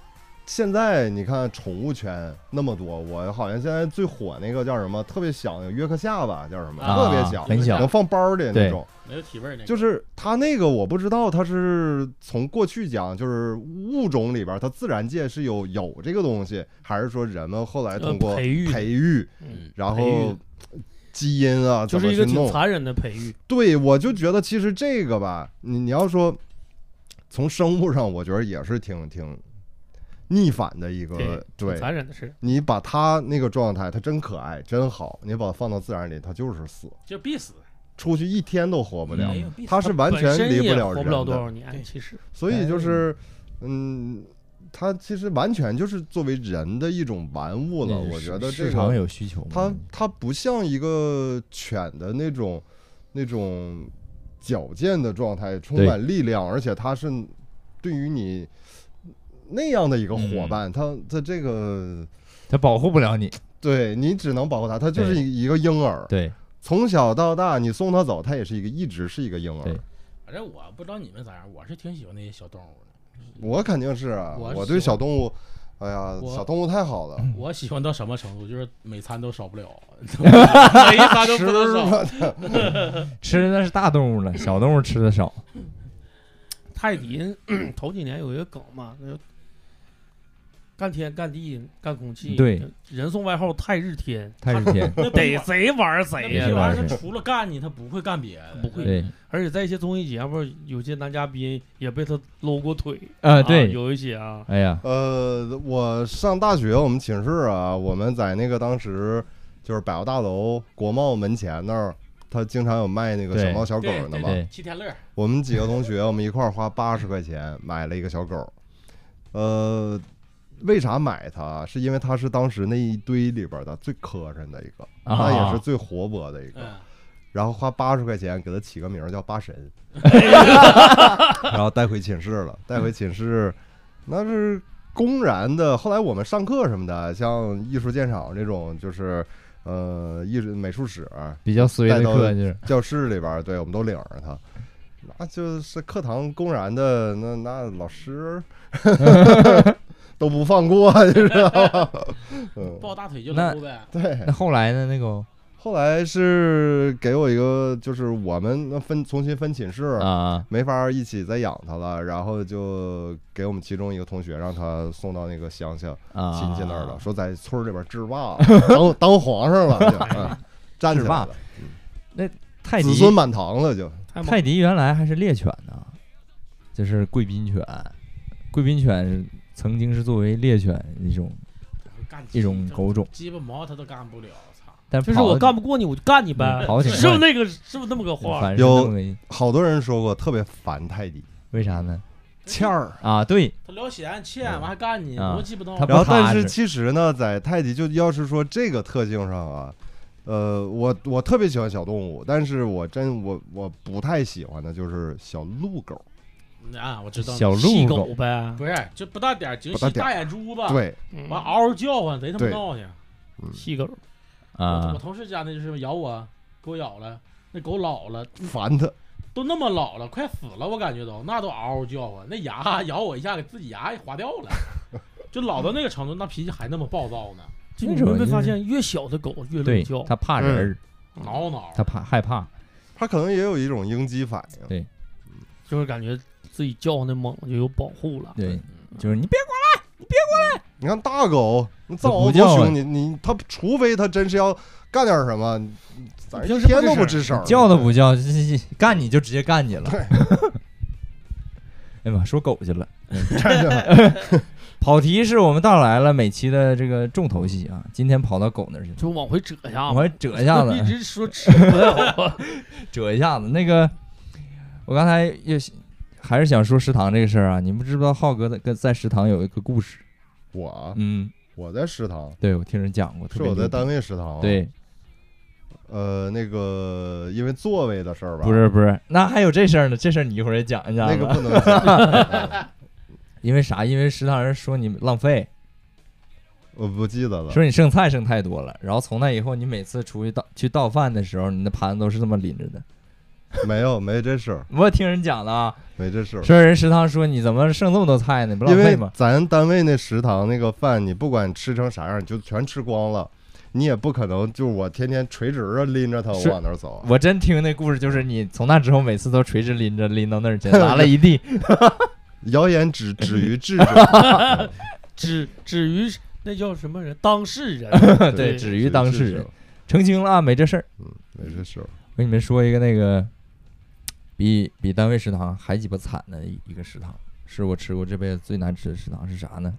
Speaker 1: 现在你看宠物圈那么多，我好像现在最火那个叫什么，特别小那个约克夏吧，叫什么，
Speaker 3: 啊
Speaker 1: 特别小，
Speaker 2: 很
Speaker 1: 能
Speaker 2: 小，
Speaker 1: 放包里那
Speaker 2: 对
Speaker 1: 种。
Speaker 3: 没有体味儿那个，
Speaker 1: 就是它那个我不知道，它是从过去讲，就是物种里边儿它自然界是有有这个东西，还是说人们后来
Speaker 4: 呃
Speaker 1: 通过
Speaker 4: 培育
Speaker 1: 培育
Speaker 3: 嗯，
Speaker 1: 然
Speaker 4: 培育
Speaker 1: 后基因啊，
Speaker 4: 就
Speaker 1: 怎么
Speaker 4: 是一个
Speaker 1: 去
Speaker 4: 挺
Speaker 1: 弄。
Speaker 4: 残忍的培育，
Speaker 1: 对，我就觉得其实这个吧，你你要说从生物上，我觉得也是挺挺逆反的一个。
Speaker 4: 挺
Speaker 1: 呃对，
Speaker 4: 残忍的事。
Speaker 1: 你把它那个状态，它真可爱，真好，你把它放到自然里，它就是死，
Speaker 3: 就必死，
Speaker 1: 出去一天都活不了，
Speaker 3: 没有必死，
Speaker 1: 它是完
Speaker 4: 本
Speaker 1: 全
Speaker 4: 身
Speaker 1: 离
Speaker 4: 也
Speaker 1: 了
Speaker 4: 活
Speaker 1: 人
Speaker 4: 不了多
Speaker 1: 的。
Speaker 4: 少哎年，
Speaker 3: 对
Speaker 4: 其实
Speaker 1: 所以就是，嗯。它其实完全就是作为人的一种玩物了，
Speaker 4: 嗯
Speaker 1: 我觉得这个
Speaker 2: 市场有需求嘛，
Speaker 1: 它它不像一个犬的那种那种矫健的状态，充满力量，而且它是对于你那样的一个伙
Speaker 4: 嗯
Speaker 1: 伴，它它这个
Speaker 2: 它保护不 了你。
Speaker 1: 对你只能保护它，它就是
Speaker 2: 对
Speaker 1: 一一个婴儿，
Speaker 2: 对，
Speaker 1: 从小到大你送它走，它也是一个一直是一个婴儿
Speaker 2: 对。
Speaker 3: 反正我不知道你们咋样，我是挺喜欢那些小动物的。
Speaker 1: 我肯定是啊，
Speaker 3: 我
Speaker 1: 我对
Speaker 3: 是喜欢
Speaker 1: 小动物，哎呀，
Speaker 3: 我
Speaker 1: 小动物太好了，
Speaker 3: 我喜欢到什么程度？就是每餐都少不了，每一餐都
Speaker 1: 吃
Speaker 3: 不能少。
Speaker 1: 吧，
Speaker 2: 吃的那是大动物了，小动物吃的少。
Speaker 4: 泰迪 头几年有一个梗嘛，那就干天干地干空气，
Speaker 2: 对，
Speaker 4: 人送外号太日天，
Speaker 2: 泰日 天，
Speaker 3: 那
Speaker 4: 逮谁玩谁
Speaker 3: 那
Speaker 4: 呀
Speaker 3: 批
Speaker 2: 没
Speaker 4: 那
Speaker 3: 玩意
Speaker 4: 是
Speaker 3: 儿，它除了干你，它不会干别的。
Speaker 4: 不会
Speaker 2: 对，
Speaker 4: 而且在一些综艺节目，有些男嘉宾也被他搂过腿
Speaker 2: 啊对，
Speaker 4: 有一些啊，
Speaker 2: 哎呀，
Speaker 1: 呃，我上大学，我们寝室啊，我们在那个当时就是百货大楼国贸门前那儿，他经常有卖那个小
Speaker 2: 对
Speaker 1: 猫小狗的
Speaker 3: 对
Speaker 1: 嘛。
Speaker 2: 对
Speaker 3: 七天乐，
Speaker 1: 我们几个同学，我们一块儿花八十块钱买了一个小狗。呃，为啥买它？是因为它是当时那一堆里边的最磕碜的一个，
Speaker 2: 啊
Speaker 1: 它也是最活泼的一个。
Speaker 3: 嗯，
Speaker 1: 然后花八十块钱给它起个名儿叫八神， 然后带回寝室了。带回寝室，那是公然的。后来我们上课什么的，像艺术鉴赏这种，就是呃艺术美术史
Speaker 2: 比较衰的课就是
Speaker 1: 教室里边儿，对我们都领着它。那就是课堂公然的，那那老师都不放过，你知道吗？嗯，
Speaker 3: 抱大腿就撸呗。
Speaker 1: 对
Speaker 2: 那后来呢？那个
Speaker 1: 后来是给我一个，就是我们分重新分寝室，
Speaker 2: 啊，
Speaker 1: 没法一起再养它了，然后就给我们其中一个同学让他送到那个乡下
Speaker 2: 啊
Speaker 1: 亲戚那儿了，说在村儿里边制霸，当当皇上了，就嗯站起
Speaker 2: 制
Speaker 1: 来
Speaker 2: 霸哎
Speaker 1: 了，
Speaker 2: 泰
Speaker 1: 子
Speaker 2: 迪
Speaker 1: 孙满堂了，就
Speaker 4: 太猛
Speaker 2: 泰迪原来还是猎犬呢，就是贵宾犬，贵宾犬曾经是作为猎犬一种
Speaker 3: 干鸡
Speaker 2: 一种狗种，
Speaker 3: 鸡巴毛他都干不了，操！
Speaker 2: 但嗯
Speaker 4: 就是我干不过你，我就干你呗，
Speaker 2: 跑挺快
Speaker 4: 是不是那个？是不是那么个话？
Speaker 2: 反正
Speaker 1: 有
Speaker 2: 是那么个
Speaker 1: 好多人说过特别烦泰迪
Speaker 2: 为啥呢？
Speaker 1: 欠儿。
Speaker 2: 啊，对，
Speaker 3: 他聊闲欠，完还干你，
Speaker 2: 啊
Speaker 3: 多鸡巴闹
Speaker 2: 他。不
Speaker 1: 然后，但
Speaker 2: 踏
Speaker 1: 是
Speaker 2: 实
Speaker 1: 其实呢，在泰迪就要是说这个特性上啊，呃，我我特别喜欢小动物，但是我真我我不太喜欢的就是小鹿狗，
Speaker 3: 啊，我知道了，
Speaker 2: 小
Speaker 4: 细
Speaker 2: 鹿
Speaker 4: 狗呗，
Speaker 3: 不是就不大点儿，就
Speaker 1: 不大
Speaker 3: 是
Speaker 1: 点儿
Speaker 3: 大眼珠子，，
Speaker 1: 对，
Speaker 4: 嗯
Speaker 3: 完嗷嗷叫唤，贼他妈
Speaker 1: 对
Speaker 3: 闹去。
Speaker 4: 细狗，
Speaker 3: 我我
Speaker 2: 啊，
Speaker 3: 同事家那就是咬我，给我咬了，那狗老了，
Speaker 1: 烦它。
Speaker 3: 都那么老了，快死了，我感觉都那都嗷嗷叫啊唤，那牙咬我一下，给自己牙给划掉了， 就老到那个程度，那脾气还那么暴躁呢，
Speaker 4: 就
Speaker 2: 那
Speaker 4: 你
Speaker 2: 种
Speaker 4: 们没
Speaker 2: 就是
Speaker 4: 发现越小的狗越
Speaker 2: 对
Speaker 4: 冷叫，
Speaker 2: 他怕人
Speaker 1: 嗯
Speaker 2: 儿，
Speaker 3: 挠挠。
Speaker 2: 他怕害
Speaker 4: 啊
Speaker 2: 怕，
Speaker 1: 它可能也有一种应激反应，
Speaker 4: 就是感觉自己叫唤的猛就有保护了。
Speaker 2: 对，就是你别
Speaker 1: 你看大狗，你藏獒
Speaker 2: 不
Speaker 1: 多
Speaker 2: 叫啊
Speaker 1: 凶，你你它除非它真是要干点什么，你咱一
Speaker 4: 平时不
Speaker 1: 天都
Speaker 4: 吱
Speaker 1: 不
Speaker 4: 声
Speaker 1: 吱声儿，
Speaker 2: 叫 都不叫， 干你就直接干你了。 哎呀妈，说狗去了。
Speaker 1: 站着。
Speaker 2: 跑题是我们到来了每期的这个重头戏啊，今天跑到狗那儿去了，
Speaker 4: 就往回折一下
Speaker 2: 往
Speaker 4: 嘛，
Speaker 2: 回折一下
Speaker 4: 啊 一
Speaker 2: 子，
Speaker 4: 直说吃不啊 了，
Speaker 2: 折一下子。那个，我刚才又还是想说食堂这个事儿啊，你们知不知道浩哥在跟在食堂有一个故事？
Speaker 1: 我啊
Speaker 2: 嗯，
Speaker 1: 我在食堂，
Speaker 2: 对，我听人讲过，特
Speaker 1: 是
Speaker 2: 别
Speaker 1: 我在
Speaker 2: 牛逼
Speaker 1: 单位食堂，，
Speaker 2: 对，
Speaker 1: 呃，那个因为座位的事儿吧，
Speaker 2: 不是不是，那还有这事儿呢，这事儿你一会儿也讲一下吧。
Speaker 1: 那个不能 讲，嗯
Speaker 2: 因为啥？因为食堂人说你浪费，
Speaker 1: 我不记得了。
Speaker 2: 说你剩菜剩太多了，然后从那以后，你每次出去倒去倒饭的时候，你的盘子都是这么拎着的。
Speaker 1: 没有，没这事儿，
Speaker 2: 我听人讲的啊，
Speaker 1: 没这事儿。
Speaker 2: 说人食堂说你怎么剩这么多菜呢？你不浪
Speaker 1: 因
Speaker 2: 费
Speaker 1: 为
Speaker 2: 吗？
Speaker 1: 咱单位那食堂那个饭，你不管吃成啥样，你就全吃光了，你也不可能就我天天垂直着拎着它我
Speaker 2: 是
Speaker 1: 往那儿走啊。
Speaker 2: 我真听那故事，就是你从那之后每次都垂直拎着拎到那儿去，拿了 一地。
Speaker 1: 谣言止止于智者，嗯
Speaker 4: 止止于那叫什么人？当事 人。
Speaker 2: 啊对，
Speaker 4: 对
Speaker 2: 止于当事人，，澄清了啊，没这事儿。
Speaker 1: 嗯，没这事儿。
Speaker 2: 我给你们说一个那个比比单位食堂还鸡巴惨的一一个食堂，是我吃过这辈子最难吃的食堂是啥呢？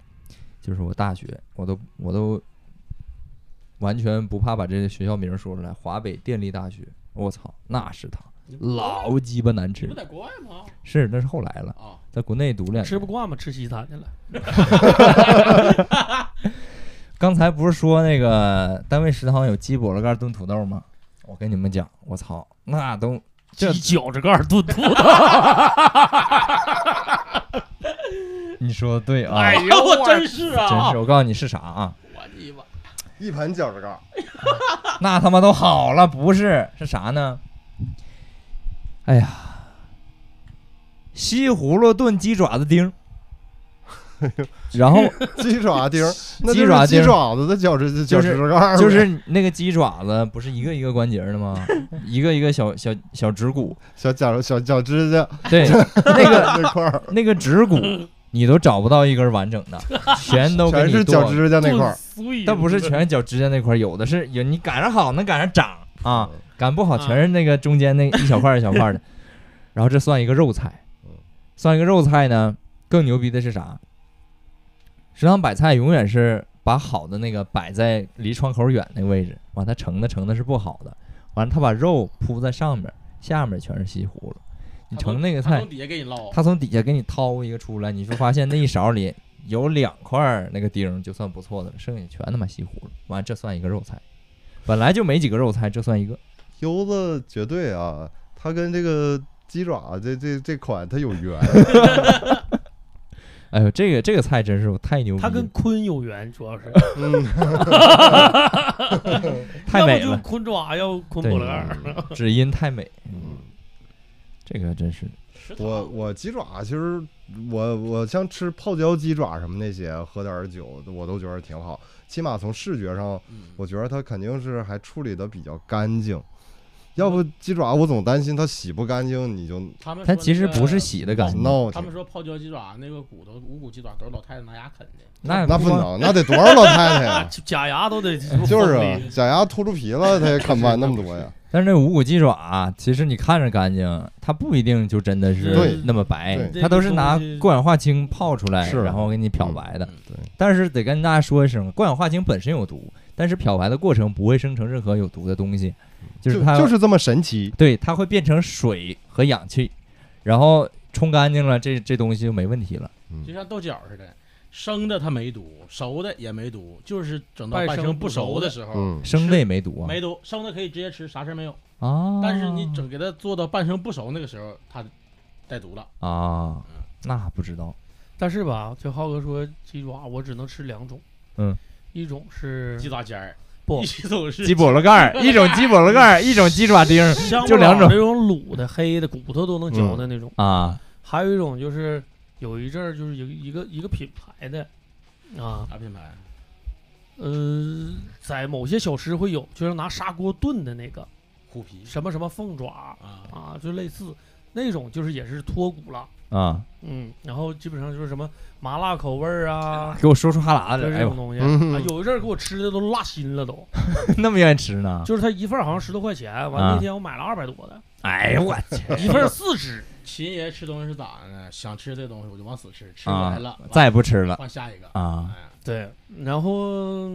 Speaker 2: 就是我大学，我都我都完全不怕把这个学校名儿说出来，华北电力大学，我操，那食堂老鸡巴难
Speaker 3: 你
Speaker 2: 吃
Speaker 3: 不，在国外吗？
Speaker 2: 是那是后来了，
Speaker 3: 啊，
Speaker 2: 在国内读两年
Speaker 4: 吃不惯嘛，吃西餐去了。
Speaker 2: 刚才不是说那个单位食堂有鸡脖子盖炖土豆吗？我跟你们讲，我操，那都这
Speaker 4: 一脚着盖儿炖土豆，
Speaker 2: 你说的对啊，
Speaker 4: 哎呦，
Speaker 3: 我
Speaker 4: 我
Speaker 3: 真
Speaker 4: 真
Speaker 3: 是
Speaker 2: 真
Speaker 3: 啊，
Speaker 2: 是我告诉你是啥啊？
Speaker 3: 我鸡巴
Speaker 1: 一盆饺子盖儿，
Speaker 2: 那他妈都好了，不是是啥呢？哎呀，西葫芦炖鸡爪 子丁儿，然后
Speaker 1: 鸡爪丁 儿，那
Speaker 2: 鸡
Speaker 1: 就是
Speaker 2: 爪丁
Speaker 1: 鸡
Speaker 2: 儿
Speaker 1: 爪子的饺子
Speaker 2: 就
Speaker 1: 饺
Speaker 2: 是
Speaker 1: 子盖儿呗，
Speaker 2: 就是那个鸡爪子不是一个一个关节儿 的吗？一个一个小小小指骨，
Speaker 1: 小饺小脚指甲
Speaker 2: 对，那个
Speaker 1: 那块儿，
Speaker 2: 那个指骨你都找不到一根完整 的，全都给
Speaker 1: 全
Speaker 2: 你
Speaker 1: 是
Speaker 2: 剁
Speaker 1: 脚指甲那块
Speaker 4: 炖
Speaker 1: 儿。
Speaker 4: 碎了，
Speaker 2: 但不是全是脚指甲那块儿，有的是有你赶上好能赶上长啊，
Speaker 1: 嗯
Speaker 2: 赶不好
Speaker 4: 啊
Speaker 2: 全是那个中间那一小块儿一小块儿的。然后这算一个肉菜
Speaker 1: 嗯，
Speaker 2: 算一个肉菜呢，更牛逼的是啥？食堂摆菜永远是把好的那个摆在离窗口远那位置，完他盛的盛的是不好的，完了他把肉铺在上面，下面全是西葫芦。你
Speaker 3: 他从
Speaker 2: 盛那个
Speaker 3: 他
Speaker 2: 菜
Speaker 3: 从，底下给你捞，
Speaker 2: 他从底下给你掏一个出来，你就发现那一勺里有两块儿那个丁儿就算不错的了，剩下全他妈西葫芦。完，这算一个肉菜，本来就没几个肉菜，这算一个。
Speaker 1: 优子绝对啊，它跟这个鸡爪这这这款它有 缘。
Speaker 2: 哎呦，这个这个菜真是我太牛逼
Speaker 4: 他
Speaker 2: 了，
Speaker 4: 跟鲲有缘，主要是
Speaker 1: 嗯，
Speaker 2: 太美
Speaker 4: 啊要
Speaker 2: 了，
Speaker 4: 不就鲲爪，要不鲲
Speaker 2: 对
Speaker 4: 脖子盖儿。
Speaker 2: 只因太美。
Speaker 1: 嗯
Speaker 2: 这个真是
Speaker 3: 食堂
Speaker 1: 我我鸡爪其实我我像吃泡椒鸡爪什么那些，喝点儿酒我都觉得挺好，起码从视觉上，
Speaker 3: 嗯
Speaker 1: 我觉得它肯定是还处理的比较干净。要不鸡爪我总担心它洗不干净，你就
Speaker 3: 他们
Speaker 2: 它
Speaker 3: 说
Speaker 2: 其实
Speaker 3: 那个
Speaker 2: 不是洗的感觉，
Speaker 1: 闹
Speaker 3: 他
Speaker 1: 挺。
Speaker 3: 们说泡椒鸡爪那个骨头无骨鸡爪都是老太太拿牙啃的，
Speaker 2: 那
Speaker 1: 那
Speaker 2: 不
Speaker 1: 不
Speaker 2: 光
Speaker 1: 能，那得多少老太太
Speaker 4: 那？
Speaker 1: 呀
Speaker 4: 假牙都得
Speaker 2: 哎
Speaker 1: 就是
Speaker 4: 锋
Speaker 1: 啊
Speaker 4: 利，
Speaker 1: 假牙秃噜皮了，他也啃不完那么多呀。
Speaker 2: 但是那无骨鸡爪，啊其实你看着干净，它不一定就真的是
Speaker 1: 对
Speaker 2: 那么白，
Speaker 4: 对
Speaker 2: 它都是拿
Speaker 4: 这个东西
Speaker 2: 过氧化氢泡出来，
Speaker 1: 是
Speaker 2: 然后给你漂白的
Speaker 3: 嗯。
Speaker 1: 对
Speaker 2: 但是得跟大家说一声，过氧化氢本身有毒，但是漂白的过程不会生成任何有毒的东西，
Speaker 1: 嗯就
Speaker 2: 就
Speaker 1: 是
Speaker 2: 它
Speaker 1: 就是这么神奇。
Speaker 2: 对它会变成水和氧气，然后冲干净了，这这东西就没问题了。
Speaker 3: 就像豆角似的，生的它没毒，熟的也没毒，就是整到
Speaker 4: 半
Speaker 3: 半
Speaker 4: 生
Speaker 3: 生
Speaker 4: 不
Speaker 3: 不
Speaker 4: 熟
Speaker 3: 熟
Speaker 4: 的
Speaker 3: 的时候。
Speaker 1: 嗯，
Speaker 2: 生的也没毒啊，
Speaker 3: 没毒，生的可以直接吃，啥事儿没有。
Speaker 2: 啊，
Speaker 3: 但是你整给它做到半生不熟那个时候，它带毒了。
Speaker 2: 啊，
Speaker 4: 嗯
Speaker 2: 那不知道
Speaker 4: 但是吧，就浩哥说鸡爪，我只能吃两种，
Speaker 2: 嗯，
Speaker 4: 一种是
Speaker 3: 鸡爪尖儿，
Speaker 4: 不
Speaker 3: 一种是
Speaker 2: 鸡脖子盖儿， 一种鸡脖子盖儿，一种鸡爪丁儿
Speaker 4: 香
Speaker 2: 就
Speaker 4: 不
Speaker 2: 两种
Speaker 4: 老那种卤的、黑的，骨头都能嚼的那种。
Speaker 2: 啊，
Speaker 4: 还有一种就是有一阵儿就是有一个一个品牌的啊，
Speaker 3: 啥品牌？
Speaker 4: 呃，在某些小吃会有，就是拿砂锅炖的那个
Speaker 3: 虎皮
Speaker 4: 什么什么凤爪
Speaker 3: 啊，
Speaker 4: 啊，就类似那种，就是也是脱骨了。
Speaker 2: 啊，
Speaker 4: 嗯，然后基本上就是什么麻辣口味儿啊，
Speaker 2: 给我说出哈喇
Speaker 4: 就
Speaker 2: 子
Speaker 4: 是
Speaker 2: 来，哎
Speaker 4: 这种
Speaker 2: 呦，
Speaker 4: 东西。
Speaker 1: 嗯
Speaker 4: 啊，有一阵儿给我吃的都辣心了，都。
Speaker 2: 那么愿意吃呢？
Speaker 4: 就是它一份儿好像十多块钱，完
Speaker 2: 啊
Speaker 4: 了那天我买了二百多的，
Speaker 2: 哎呦我去，
Speaker 4: 一份儿四 只。
Speaker 3: 秦爷吃东西是咋的呢？想吃这东西我就往死吃，吃不
Speaker 2: 啊
Speaker 3: 完了，
Speaker 2: 再也不吃了
Speaker 3: 换下一个。
Speaker 2: 啊，
Speaker 3: 哎
Speaker 4: 对，然后，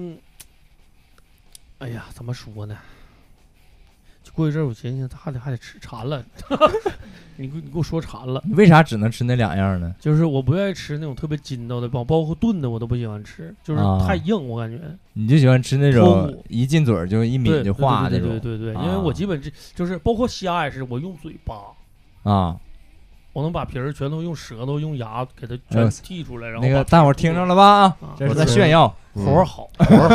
Speaker 4: 哎呀，怎么说呢？就过一阵儿，我寻思还得还得吃馋了， 你给我你给我说馋了。
Speaker 2: 你为啥只能吃那两样呢？
Speaker 4: 就是我不愿意吃那种特别筋道的，包包括炖的我都不喜欢吃，就是
Speaker 2: 啊
Speaker 4: 太硬，我感觉。
Speaker 2: 你就喜欢吃那
Speaker 4: 脱
Speaker 2: 种
Speaker 4: 骨
Speaker 2: 一进嘴儿就一
Speaker 4: 对
Speaker 2: 抿就化
Speaker 4: 对
Speaker 2: 那种
Speaker 4: 对对对对对，
Speaker 2: 啊
Speaker 4: 因为我基本这就是包括虾也是，我用嘴扒，
Speaker 2: 啊。
Speaker 4: 我能把皮儿全都用舌头用牙给它
Speaker 2: 哎
Speaker 4: 全
Speaker 2: 呦
Speaker 4: 剔出来，然后
Speaker 2: 那个
Speaker 4: 把
Speaker 2: 大伙儿听着了吧啊
Speaker 4: 啊，
Speaker 2: 这是在炫耀
Speaker 1: 嗯
Speaker 4: 活儿好，
Speaker 1: 活 儿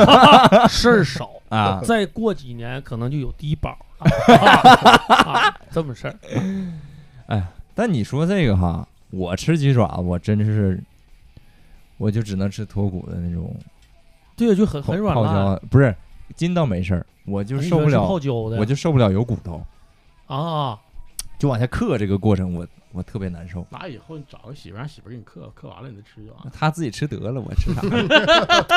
Speaker 4: 嗯事儿少。
Speaker 2: 啊
Speaker 4: 再过几年可能就有低保 了，啊啊这么事儿。
Speaker 2: 但你说这个哈，我吃鸡爪，我真是，我就只能吃脱骨的那种
Speaker 4: 对，就很
Speaker 2: 泡
Speaker 4: 很软
Speaker 2: 泡
Speaker 4: 烂，哎
Speaker 2: 椒，不是筋倒没事儿，我啊就
Speaker 4: 你喜
Speaker 2: 受
Speaker 4: 欢
Speaker 2: 不
Speaker 4: 吃
Speaker 2: 了，
Speaker 4: 泡椒的，
Speaker 2: 我就受不了有骨头，
Speaker 4: 啊，
Speaker 2: 就往下刻这个过程，我我特别难受。
Speaker 3: 那以后你找个媳妇儿，让媳妇儿给你刻，刻完了你再吃就完
Speaker 2: 那
Speaker 3: 了。
Speaker 2: 他自己吃得了，我吃 啥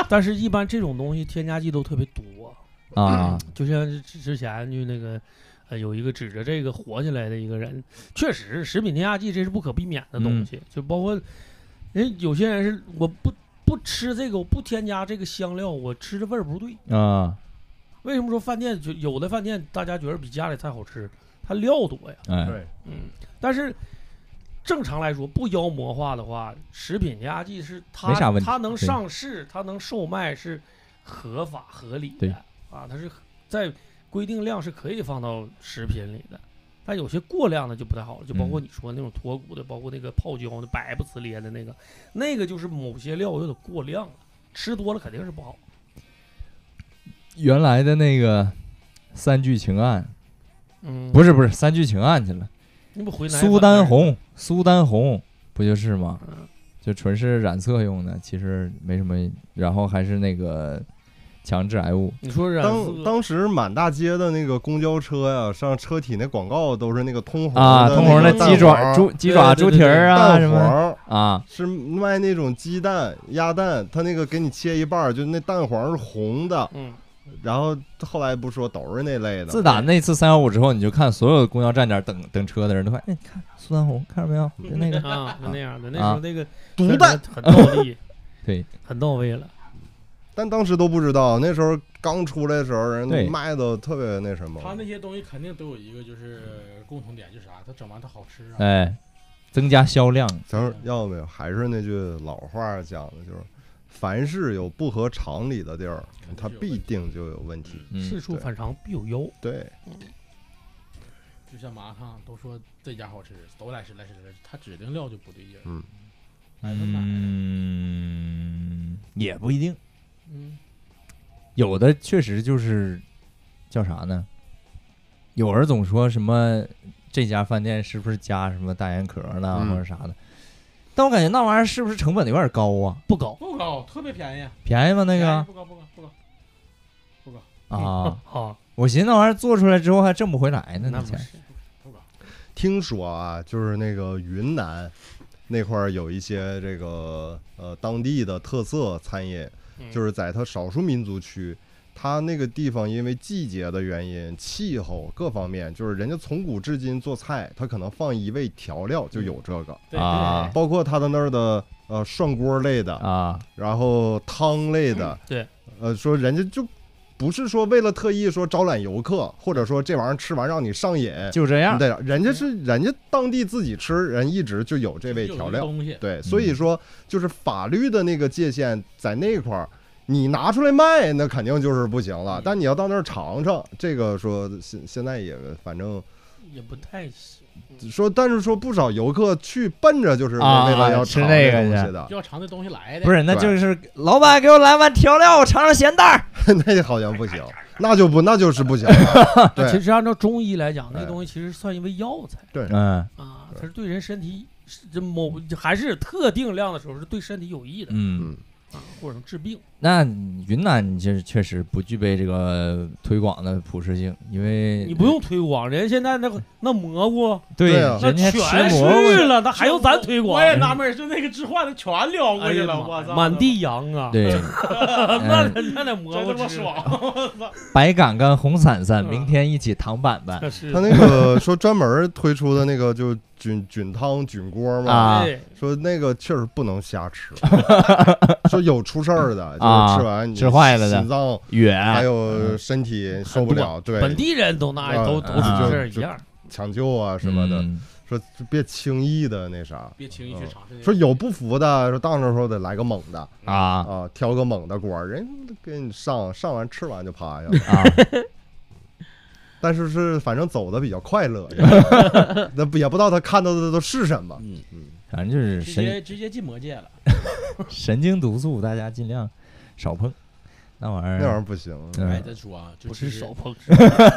Speaker 4: 但是一般这种东西添加剂都特别多，
Speaker 2: 啊？
Speaker 4: 就像之之前就那个。呃，有一个指着这个火起来的一个人，确实食品添加剂这是不可避免的东
Speaker 2: 嗯
Speaker 4: 西，就包括人有些人是我不不吃这个，我不添加这个香料，我吃的味儿不对。
Speaker 2: 啊，
Speaker 4: 为什么说饭店就有的饭店大家觉得比家里菜好吃，它料多呀？
Speaker 2: 哎，
Speaker 1: 对
Speaker 4: 嗯，但是正常来说，不妖魔化的话，食品添加剂是它
Speaker 2: 没啥问题
Speaker 4: 它能
Speaker 2: 对
Speaker 4: 上市，它能售卖是合法合理的
Speaker 2: 对
Speaker 4: 啊，它是在规定量是可以放到食品里的。但有些过量的就不太好了，就包括
Speaker 2: 嗯
Speaker 4: 你说那种脱骨的，包括那个泡椒的白不呲咧的那个，那个就是某些料有点过量了，吃多了肯定是不好。
Speaker 2: 原来的那个三聚氰胺，
Speaker 4: 嗯，
Speaker 2: 不
Speaker 4: 是，
Speaker 2: 是不是三聚氰胺去了，
Speaker 4: 你不回南
Speaker 2: 苏
Speaker 4: 反而
Speaker 2: 丹，红，苏丹红不就是吗？
Speaker 4: 嗯
Speaker 2: 就纯是染色用的，其实没什么，然后还是那个强致癌物。
Speaker 4: 你说染
Speaker 1: 当
Speaker 4: 色
Speaker 1: 当时满大街的那个公交车呀、上车体那广告都是那个通红
Speaker 2: 啊，
Speaker 1: 的
Speaker 2: 通
Speaker 1: 那
Speaker 2: 红
Speaker 1: 个
Speaker 2: 的
Speaker 1: 蛋
Speaker 2: 鸡爪、
Speaker 1: 黄
Speaker 2: 猪鸡爪、
Speaker 4: 对
Speaker 2: 猪
Speaker 4: 对对
Speaker 2: 蹄儿啊什
Speaker 1: 蛋
Speaker 2: 么
Speaker 1: 黄
Speaker 2: 啊，
Speaker 1: 是卖那种鸡蛋、鸭蛋，他那个给你切一半儿，就那蛋黄是红的。
Speaker 4: 嗯，
Speaker 1: 然后后来不说都是那类的，
Speaker 2: 自打那次三幺五之后，你就看所有的公交站点等等车的人都看，哎，看苏丹红，看着没有？就那个
Speaker 4: 啊，就那样的。那时
Speaker 2: 啊
Speaker 4: 候那个
Speaker 1: 毒蛋，
Speaker 4: 很到位，
Speaker 2: 对，
Speaker 4: 很到位了。
Speaker 1: 但当时都不知道，那时候刚出来的时候，
Speaker 2: 对
Speaker 1: 人卖的特别那什么。
Speaker 3: 他那些东西肯定都有一个就是共同点，就是啥？它整完它好吃啊。
Speaker 2: 哎，增加销量
Speaker 1: 咱说要没有，还是那句老话讲的，就是凡是有不合常理的地儿，它必定就有问题。
Speaker 2: 嗯
Speaker 4: 事出
Speaker 1: 对
Speaker 4: 反常必有妖。
Speaker 1: 对，
Speaker 3: 就像麻辣烫，都说这家好吃，都来吃来吃来吃，它指定料就不对劲儿。
Speaker 1: 嗯，
Speaker 3: 百分百
Speaker 2: 嗯，也不一定，
Speaker 3: 嗯，
Speaker 2: 有的确实就是叫啥呢？有人总说什么这家饭店是不是加什么大烟壳呢，
Speaker 1: 嗯
Speaker 2: 或者啥的。但我感觉那玩意儿是不是成本有点高啊？
Speaker 4: 不高
Speaker 3: 不高，特别便宜。啊
Speaker 2: 便宜吗？那个
Speaker 3: 便宜不高不高不高，
Speaker 2: 啊，
Speaker 4: 啊，
Speaker 2: 我寻思那玩意儿做出来之后还挣不回来呢，
Speaker 4: 那不
Speaker 2: 钱
Speaker 4: 是
Speaker 1: 听说啊，就是那个云南那块儿有一些这个呃当地的特色餐饮，
Speaker 4: 嗯
Speaker 1: 就是在它少数民族区，它那个地方因为季节的原因、气候各方面，就是人家从古至今做菜，它可能放一味调料就有这
Speaker 4: 嗯
Speaker 1: 个，
Speaker 3: 对
Speaker 2: 啊
Speaker 1: 包括它的那儿的呃涮锅类的，
Speaker 2: 啊，
Speaker 1: 然后汤类的，
Speaker 4: 对，
Speaker 1: 呃，说人家就不是说为了特意说招揽游客，或者说这玩意儿吃完让你上瘾，
Speaker 2: 就这
Speaker 1: 哎
Speaker 2: 样。
Speaker 1: 嗯
Speaker 2: 嗯
Speaker 1: 对，人家是人家当地自己吃，人一直就有这
Speaker 3: 这
Speaker 1: 味调料。
Speaker 3: 东西，
Speaker 1: 对，
Speaker 2: 嗯
Speaker 1: 所以说就是法律的那个界限在那块儿，你拿出来卖那肯定就是不行了
Speaker 3: 嗯。
Speaker 1: 但你要到那儿尝尝，这个说现现在也反正
Speaker 4: 也不太行。
Speaker 1: 说，但是说不少游客去奔着就是为
Speaker 2: 啊
Speaker 1: 了要
Speaker 2: 吃
Speaker 1: 尝
Speaker 2: 那个
Speaker 1: 东
Speaker 2: 去
Speaker 1: 西的，
Speaker 3: 就要尝这东西来的。
Speaker 2: 不
Speaker 3: 是，
Speaker 2: 是，那就是老板给我来碗调料，我尝尝咸淡儿。
Speaker 1: 那好像不行，那就不那就是不行了。
Speaker 4: 其
Speaker 1: 对
Speaker 4: 实按照中医来讲，那
Speaker 1: 哎
Speaker 4: 个东西其实算一味药材
Speaker 2: 嗯
Speaker 4: 啊，
Speaker 1: 对
Speaker 4: 它是对人身体是这某还是特定量的时候是对身体有益的
Speaker 2: 嗯，
Speaker 4: 啊，或者能治病。
Speaker 2: 那云南就是确实不具备这个推广的普适性，因为
Speaker 4: 你不用推广，人家现在那个那蘑菇
Speaker 2: 对
Speaker 1: 对啊
Speaker 4: 那
Speaker 2: 嗯人家吃
Speaker 4: 全
Speaker 2: 蘑菇
Speaker 4: 是，了，那 还用咱推广？
Speaker 3: 我也纳闷儿，就那个置换的全撩过
Speaker 4: 哎
Speaker 3: 去
Speaker 4: 呀
Speaker 3: 了，
Speaker 4: 妈
Speaker 3: 我
Speaker 4: 呀
Speaker 3: 操，
Speaker 4: 满地羊啊！
Speaker 2: 对，
Speaker 4: 那
Speaker 2: 嗯
Speaker 4: 那那蘑
Speaker 3: 真
Speaker 4: 菇
Speaker 3: 他妈
Speaker 4: 吃，
Speaker 3: 爽。
Speaker 2: 白杆杆红伞伞，
Speaker 4: 嗯
Speaker 2: 明天一起躺板板。
Speaker 4: 那是
Speaker 1: 他那个说专门推出的那个就菌菌汤菌锅嘛，
Speaker 2: 啊
Speaker 4: 对
Speaker 1: 说那个确实不能瞎 吃，说有出事儿的，就是吃完你
Speaker 2: 啊吃坏了的啊嗯
Speaker 1: 心脏还
Speaker 2: 远
Speaker 1: 有身体受不了，对，
Speaker 4: 本地人都那
Speaker 1: 啊
Speaker 4: 都都是
Speaker 2: 啊
Speaker 4: 这儿一样。
Speaker 1: 抢救啊什么
Speaker 2: 嗯
Speaker 1: 的，说别轻易的那啥，
Speaker 3: 别轻易去尝试那个。
Speaker 1: 说有不服的，说到那时候得来个猛的
Speaker 2: 啊
Speaker 1: 啊，挑个猛的锅儿，人给你上上完吃完就趴 下，
Speaker 2: 啊！
Speaker 1: 但是是反正走的比较快 乐，那不也不知道他看到的都是什么，
Speaker 3: 嗯，
Speaker 2: 反正就是
Speaker 3: 直
Speaker 2: 神
Speaker 3: 接直接进魔界了。
Speaker 2: 神经毒素，大家尽量少碰那玩
Speaker 1: 那
Speaker 2: 意
Speaker 1: 玩意
Speaker 2: 儿。
Speaker 1: 儿不行，
Speaker 3: 哎，
Speaker 2: 嗯，
Speaker 3: 再说啊，就
Speaker 4: 不是
Speaker 3: 其实
Speaker 4: 手碰，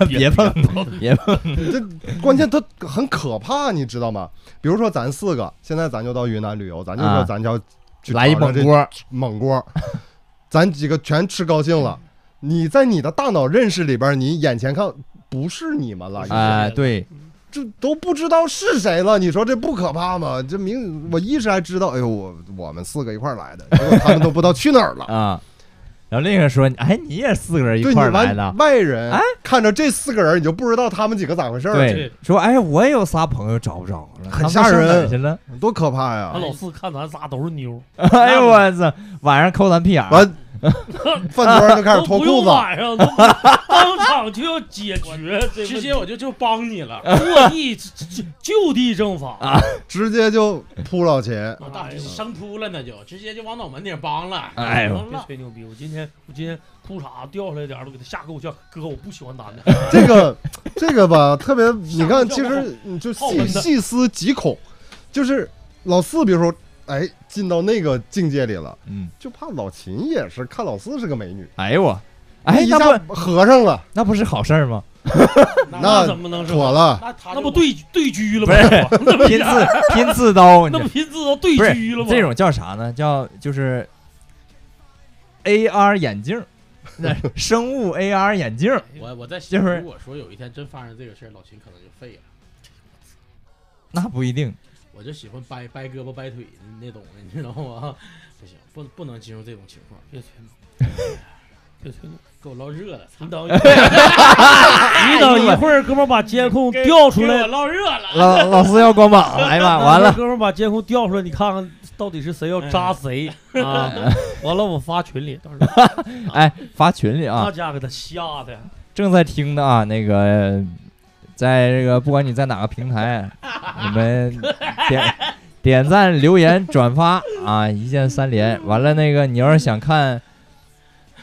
Speaker 2: 别碰，别碰
Speaker 1: 这关键它很可怕，你知道吗？比如说咱四个，现在咱就到云南旅游，咱就
Speaker 2: 啊
Speaker 1: 说咱就要去
Speaker 2: 来一
Speaker 1: 尝尝
Speaker 2: 猛
Speaker 1: 这
Speaker 2: 锅，
Speaker 1: 猛锅，咱几个全吃高兴了。你在你的大脑认识里边，你眼前看不是你们了，
Speaker 2: 哎，对，
Speaker 1: 这都不知道是谁了。你说这不可怕吗？这明我一时还知道，哎呦，我我们四个一块儿来的，结果他们都不知道去哪儿了。
Speaker 2: 啊。然后另一个说：“哎，你也四个 人一
Speaker 1: 对你
Speaker 2: 块儿来的
Speaker 1: 完？外人
Speaker 2: 哎
Speaker 1: 看着这四个人，你就不知道他们几个咋回事儿，
Speaker 2: 对，说哎，我也有仨朋友找不着了，
Speaker 1: 很吓人
Speaker 2: 他们上哪儿去了？
Speaker 1: 多可怕呀！
Speaker 4: 俺老四看咱仨都是妞儿，
Speaker 2: 哎呦我操！晚上抠咱屁眼儿，
Speaker 1: 完，饭桌上就开始脱
Speaker 4: 啊都不用
Speaker 1: 裤子，
Speaker 4: 晚上都不当场就要解决这个，
Speaker 3: 直接我就就帮你了。
Speaker 4: 落地就就地正法。
Speaker 1: 直接就扑老钱。
Speaker 3: 我当时生扑了，那就直接就往脑门顶帮了。
Speaker 2: 哎呦
Speaker 3: 完
Speaker 4: 别
Speaker 3: 了
Speaker 4: 吹牛逼！我今天我今天裤衩掉下来点儿，我给他吓够呛。哥，我不喜欢男的，
Speaker 1: 这个这个吧，特别，你看，
Speaker 4: 吓
Speaker 1: 其
Speaker 4: 我一跳
Speaker 1: 实你就
Speaker 4: 好闻
Speaker 1: 细
Speaker 4: 的
Speaker 1: 细思极恐，就是老四，比如说，哎，进到那个境界里了，
Speaker 2: 嗯，
Speaker 1: 就怕老秦也是看老四是个美女，
Speaker 2: 哎呦我，哎
Speaker 1: 一，
Speaker 2: 那
Speaker 1: 下
Speaker 2: 不
Speaker 1: 合上了，
Speaker 2: 那不是好事儿吗？
Speaker 1: 那
Speaker 4: 怎么能是？
Speaker 1: 妥了，
Speaker 3: 那他
Speaker 4: 那
Speaker 3: 就
Speaker 4: 不对对狙了
Speaker 2: 不是
Speaker 4: 吗？那不
Speaker 2: 拼刺拼刺刀，你
Speaker 4: 那
Speaker 2: 知
Speaker 4: 不
Speaker 2: 道
Speaker 4: 拼字都对
Speaker 2: 不是
Speaker 4: 狙了吗？
Speaker 2: 这种叫啥呢？叫就是 AR 眼镜儿，那生物 AR 眼镜儿，
Speaker 3: 我我在
Speaker 2: 就
Speaker 3: 想，
Speaker 2: 是
Speaker 3: 如果说有一天真发生这个事儿，老秦可能就废了。
Speaker 2: 那不一定。
Speaker 3: 我就喜欢掰掰胳膊掰腿的那种的，你知道吗？不行，不不能进入这种情况，
Speaker 4: 别吹牛，别吹牛！
Speaker 3: 给我唠热了，操
Speaker 4: 你等一会儿，你等一会儿，哥们儿把监控调出
Speaker 3: 给
Speaker 4: 来
Speaker 3: 我，唠热了。
Speaker 2: 老老四要光膀了，哎呀妈，完了，
Speaker 4: 哥们儿把监控调出来，你看看到底是谁要扎谁哎 啊？完了，我发群里，到时候
Speaker 2: 哎，发群里啊
Speaker 4: 那，家给他吓 的，
Speaker 2: 正在听的啊，那个，在这个不管你在哪个平台，你们点点赞、留言、转发啊，一键三连。完了，那个你要是想看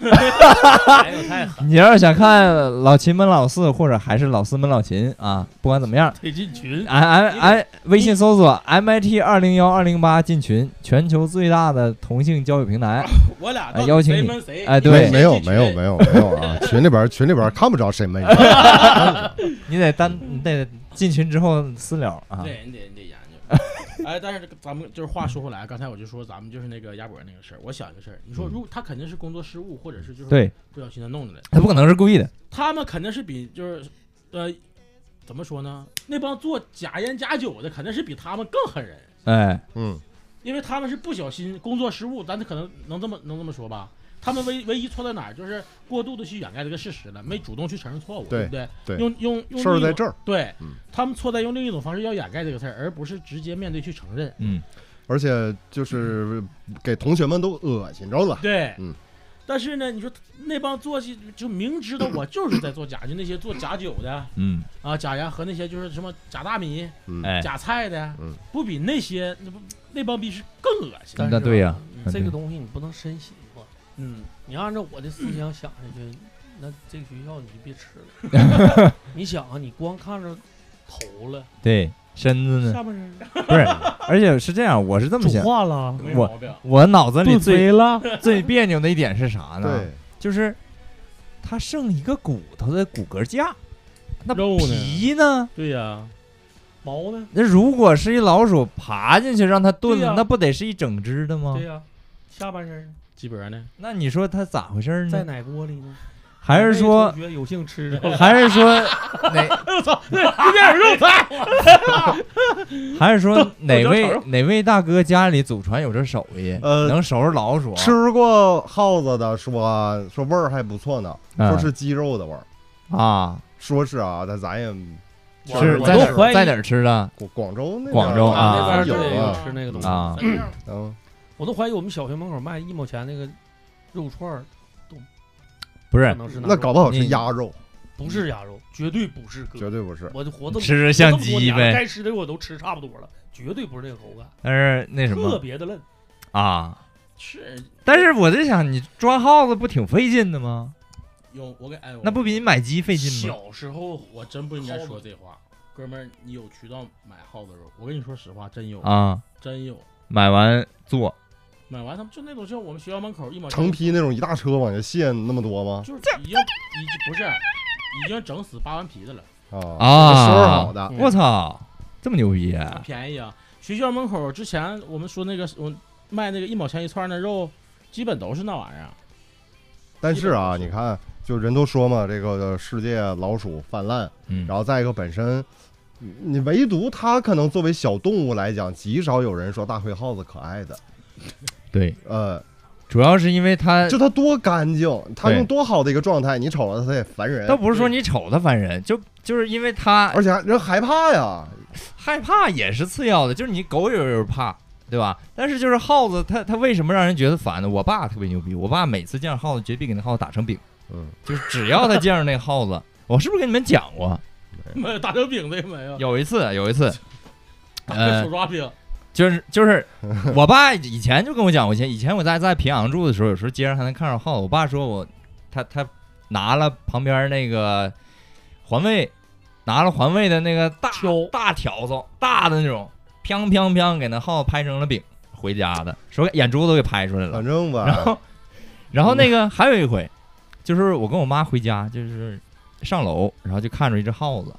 Speaker 4: 哎呦太狠，
Speaker 2: 你要是想看老秦们老四，或者还是老四们老秦啊，不管怎么样，
Speaker 4: 得进群。
Speaker 2: 俺俺俺微信搜索 MIT 二零幺二零八进群，全球最大的同性交友平台。
Speaker 3: 我俩
Speaker 2: 哎邀请
Speaker 3: 谁
Speaker 2: 你
Speaker 3: 闷谁
Speaker 2: 哎
Speaker 3: 你
Speaker 2: 对
Speaker 3: 谁
Speaker 1: 没有
Speaker 3: 进
Speaker 1: 没有
Speaker 3: 群
Speaker 1: 没有没有啊！群里边群里边看不着谁没 有，
Speaker 2: 你得单你得进群之后私聊啊。
Speaker 3: 对你得你得研 究。哎，但是咱们就是话说回来，刚才我就说咱们就是那个鸭脖那个事儿，我想一个事儿，你
Speaker 1: 嗯
Speaker 3: 说如果他肯定是工作失误，或者是就是
Speaker 2: 对
Speaker 3: 不小心的弄的了，
Speaker 2: 他不可能是故意的，
Speaker 3: 他们肯定是比就是呃怎么说呢？那帮做假烟假酒的肯定是比他们更狠人，
Speaker 2: 哎，
Speaker 1: 嗯，
Speaker 3: 因为他们是不小心工作失误，咱可能能这么能这么说吧。他们唯唯一错在哪儿，就是过度的去掩盖这个事实了，没主动去承认错误，
Speaker 1: 对
Speaker 3: 不对？
Speaker 1: 对
Speaker 3: 用用用
Speaker 1: 事儿
Speaker 3: 另一
Speaker 1: 在
Speaker 3: 种
Speaker 1: 这儿。
Speaker 3: 对
Speaker 1: 嗯，
Speaker 3: 他们错在用另一种方式要掩盖这个事儿，而不是直接面对去承认。
Speaker 2: 嗯，
Speaker 1: 而且就是给同学们都恶心着了。
Speaker 3: 对，
Speaker 1: 嗯。
Speaker 3: 但是呢，你说那帮做戏就明知道我就是在做假，就那些做假酒的
Speaker 2: 嗯，
Speaker 3: 啊、假牙和那些就是什么假大米、
Speaker 1: 嗯，
Speaker 2: 哎，
Speaker 3: 假菜的
Speaker 1: 嗯，
Speaker 3: 不比那些那不那帮逼是更恶心。
Speaker 4: 但
Speaker 2: 那
Speaker 4: 是
Speaker 2: 对
Speaker 4: 啊
Speaker 2: 呀
Speaker 3: 嗯
Speaker 2: 那
Speaker 4: 这
Speaker 2: 对
Speaker 4: 个东西你不能深信化，
Speaker 3: 嗯，
Speaker 4: 你按照我的思想想下去，那这个学校你就别吃了。 你想啊，你光看着头了，
Speaker 2: 对，身子呢？
Speaker 4: 下半身
Speaker 2: 不是，而且是这样，我是这么
Speaker 4: 啊主
Speaker 2: 想，
Speaker 4: 化了，
Speaker 3: 没
Speaker 2: 我
Speaker 3: 毛病。
Speaker 2: 我脑子里
Speaker 4: 肚
Speaker 2: 最
Speaker 4: 贼了，
Speaker 2: 最别扭的一点是啥呢？
Speaker 1: 对，
Speaker 2: 就是它剩一个骨头的骨骼架，那
Speaker 3: 肉呢
Speaker 2: 皮呢？
Speaker 3: 对呀、
Speaker 4: 毛呢？
Speaker 2: 那如果是一老鼠爬进去让它炖
Speaker 4: 对
Speaker 2: 了
Speaker 4: 呀，
Speaker 2: 那不得是一整只的吗
Speaker 4: 对？呀、下半身呢
Speaker 3: 鸡脖呢？
Speaker 2: 那你说它咋回事
Speaker 4: 在
Speaker 2: 呢？
Speaker 4: 奶锅里呢？
Speaker 2: 嗯还是
Speaker 4: 哪位
Speaker 2: 说
Speaker 4: 同学有 幸吃着了？
Speaker 2: 还是说 哪
Speaker 4: 一点肉 菜，
Speaker 2: 还是说哪
Speaker 4: 豆角
Speaker 2: 位
Speaker 4: 炒
Speaker 2: 哪位大哥家里祖传有这手艺，
Speaker 1: 呃
Speaker 2: 能收拾老鼠？啊
Speaker 1: 吃过耗子的说说味儿还不错呢，
Speaker 2: 嗯
Speaker 1: 说是鸡肉的味儿，
Speaker 2: 啊，
Speaker 1: 说是啊，但咱也
Speaker 4: 我
Speaker 2: 是
Speaker 4: 我
Speaker 2: 在
Speaker 4: 都
Speaker 2: 哪
Speaker 1: 在
Speaker 4: 怀
Speaker 2: 儿
Speaker 4: 疑
Speaker 2: 在哪儿吃的？啊
Speaker 1: 广广州那边
Speaker 2: 广州啊
Speaker 1: 那边
Speaker 3: 那边
Speaker 1: 有
Speaker 3: 儿
Speaker 1: 啊
Speaker 3: 对
Speaker 4: 有吃那个东西
Speaker 2: 啊
Speaker 1: 嗯，
Speaker 4: 我都怀疑我们小学门口卖一毛钱那个肉串儿
Speaker 2: 不
Speaker 4: 可
Speaker 2: 是，
Speaker 4: 能是哪
Speaker 1: 那搞不好是
Speaker 2: 你
Speaker 1: 鸭肉，
Speaker 4: 不是鸭肉，绝对不是哥
Speaker 1: 绝。对不是。
Speaker 4: 我就活这么
Speaker 2: 吃着
Speaker 4: 这
Speaker 2: 像
Speaker 4: 么多
Speaker 2: 鸡
Speaker 4: 年了
Speaker 2: 呗。
Speaker 4: 该吃的我都吃差不多了，绝对不是那个口感，
Speaker 2: 但是那什
Speaker 4: 特
Speaker 2: 么
Speaker 4: 别的嫩。
Speaker 2: 啊，
Speaker 3: 是
Speaker 2: 但是我在想，你抓耗子不挺费劲的吗？
Speaker 3: 有我给哎，我
Speaker 2: 那不比你买鸡费劲吗？
Speaker 4: 小时候
Speaker 3: 我真不应该说这话。哥们儿，你有渠道买耗子肉？我跟你说实话，真有，
Speaker 2: 啊，
Speaker 3: 真有。
Speaker 2: 买完做，
Speaker 3: 买完他们就那种，就我们学校门口一毛钱
Speaker 1: 成批那种一大车往下卸那么多吗？
Speaker 3: 就是已经已经不是已经整死扒完皮的了，
Speaker 1: 啊
Speaker 2: 啊
Speaker 1: 收拾好的，
Speaker 4: 嗯
Speaker 2: 我操，这么牛逼啊！
Speaker 3: 便宜啊！学校门口之前我们说那个我卖那个一毛钱一串的肉，基本都是那玩意儿。
Speaker 1: 但是啊，
Speaker 3: 基本上是
Speaker 1: 你看，就人都说嘛，这个世界老鼠泛滥，
Speaker 2: 嗯
Speaker 1: 然后再一个本身，嗯你唯独它可能作为小动物来讲，极少有人说大灰耗子可爱的。
Speaker 2: 对，
Speaker 1: 呃，
Speaker 2: 主要是因为它
Speaker 1: 就它多干净，它
Speaker 2: 对
Speaker 1: 用多好的一个状态，你瞅了它也烦人
Speaker 2: 倒，不是说你瞅它烦人，就就是因为它
Speaker 1: 而且还人害怕呀。
Speaker 2: 害怕也是次要的，就是你狗有人怕。对吧？但是就是耗子，它它为什么让人觉得烦呢？我爸特别牛逼，我爸每次见着耗子，绝逼给那耗子打成饼，
Speaker 1: 嗯，
Speaker 2: 就是只要他见着那耗子，我是不是跟你们讲过？
Speaker 3: 没有打成饼的也没 有，
Speaker 2: 有一次，有一次，呃
Speaker 3: 手抓饼。
Speaker 2: 就是就是，我爸以前就跟我讲过，以前以前我在在平阳住的时候，有时候街上还能看着耗子。我爸说我，他他拿了旁边那个环卫，拿了环卫的那个大
Speaker 4: 挑
Speaker 2: 大笤帚，大的那种，砰砰砰给那耗子拍成了饼，回家的，说眼珠子都给拍出来了
Speaker 1: 反。正
Speaker 2: 然
Speaker 1: 吧，
Speaker 2: 后，然后那个还有一回，就是我跟我妈回家，就是上楼，然后就看着一只耗子，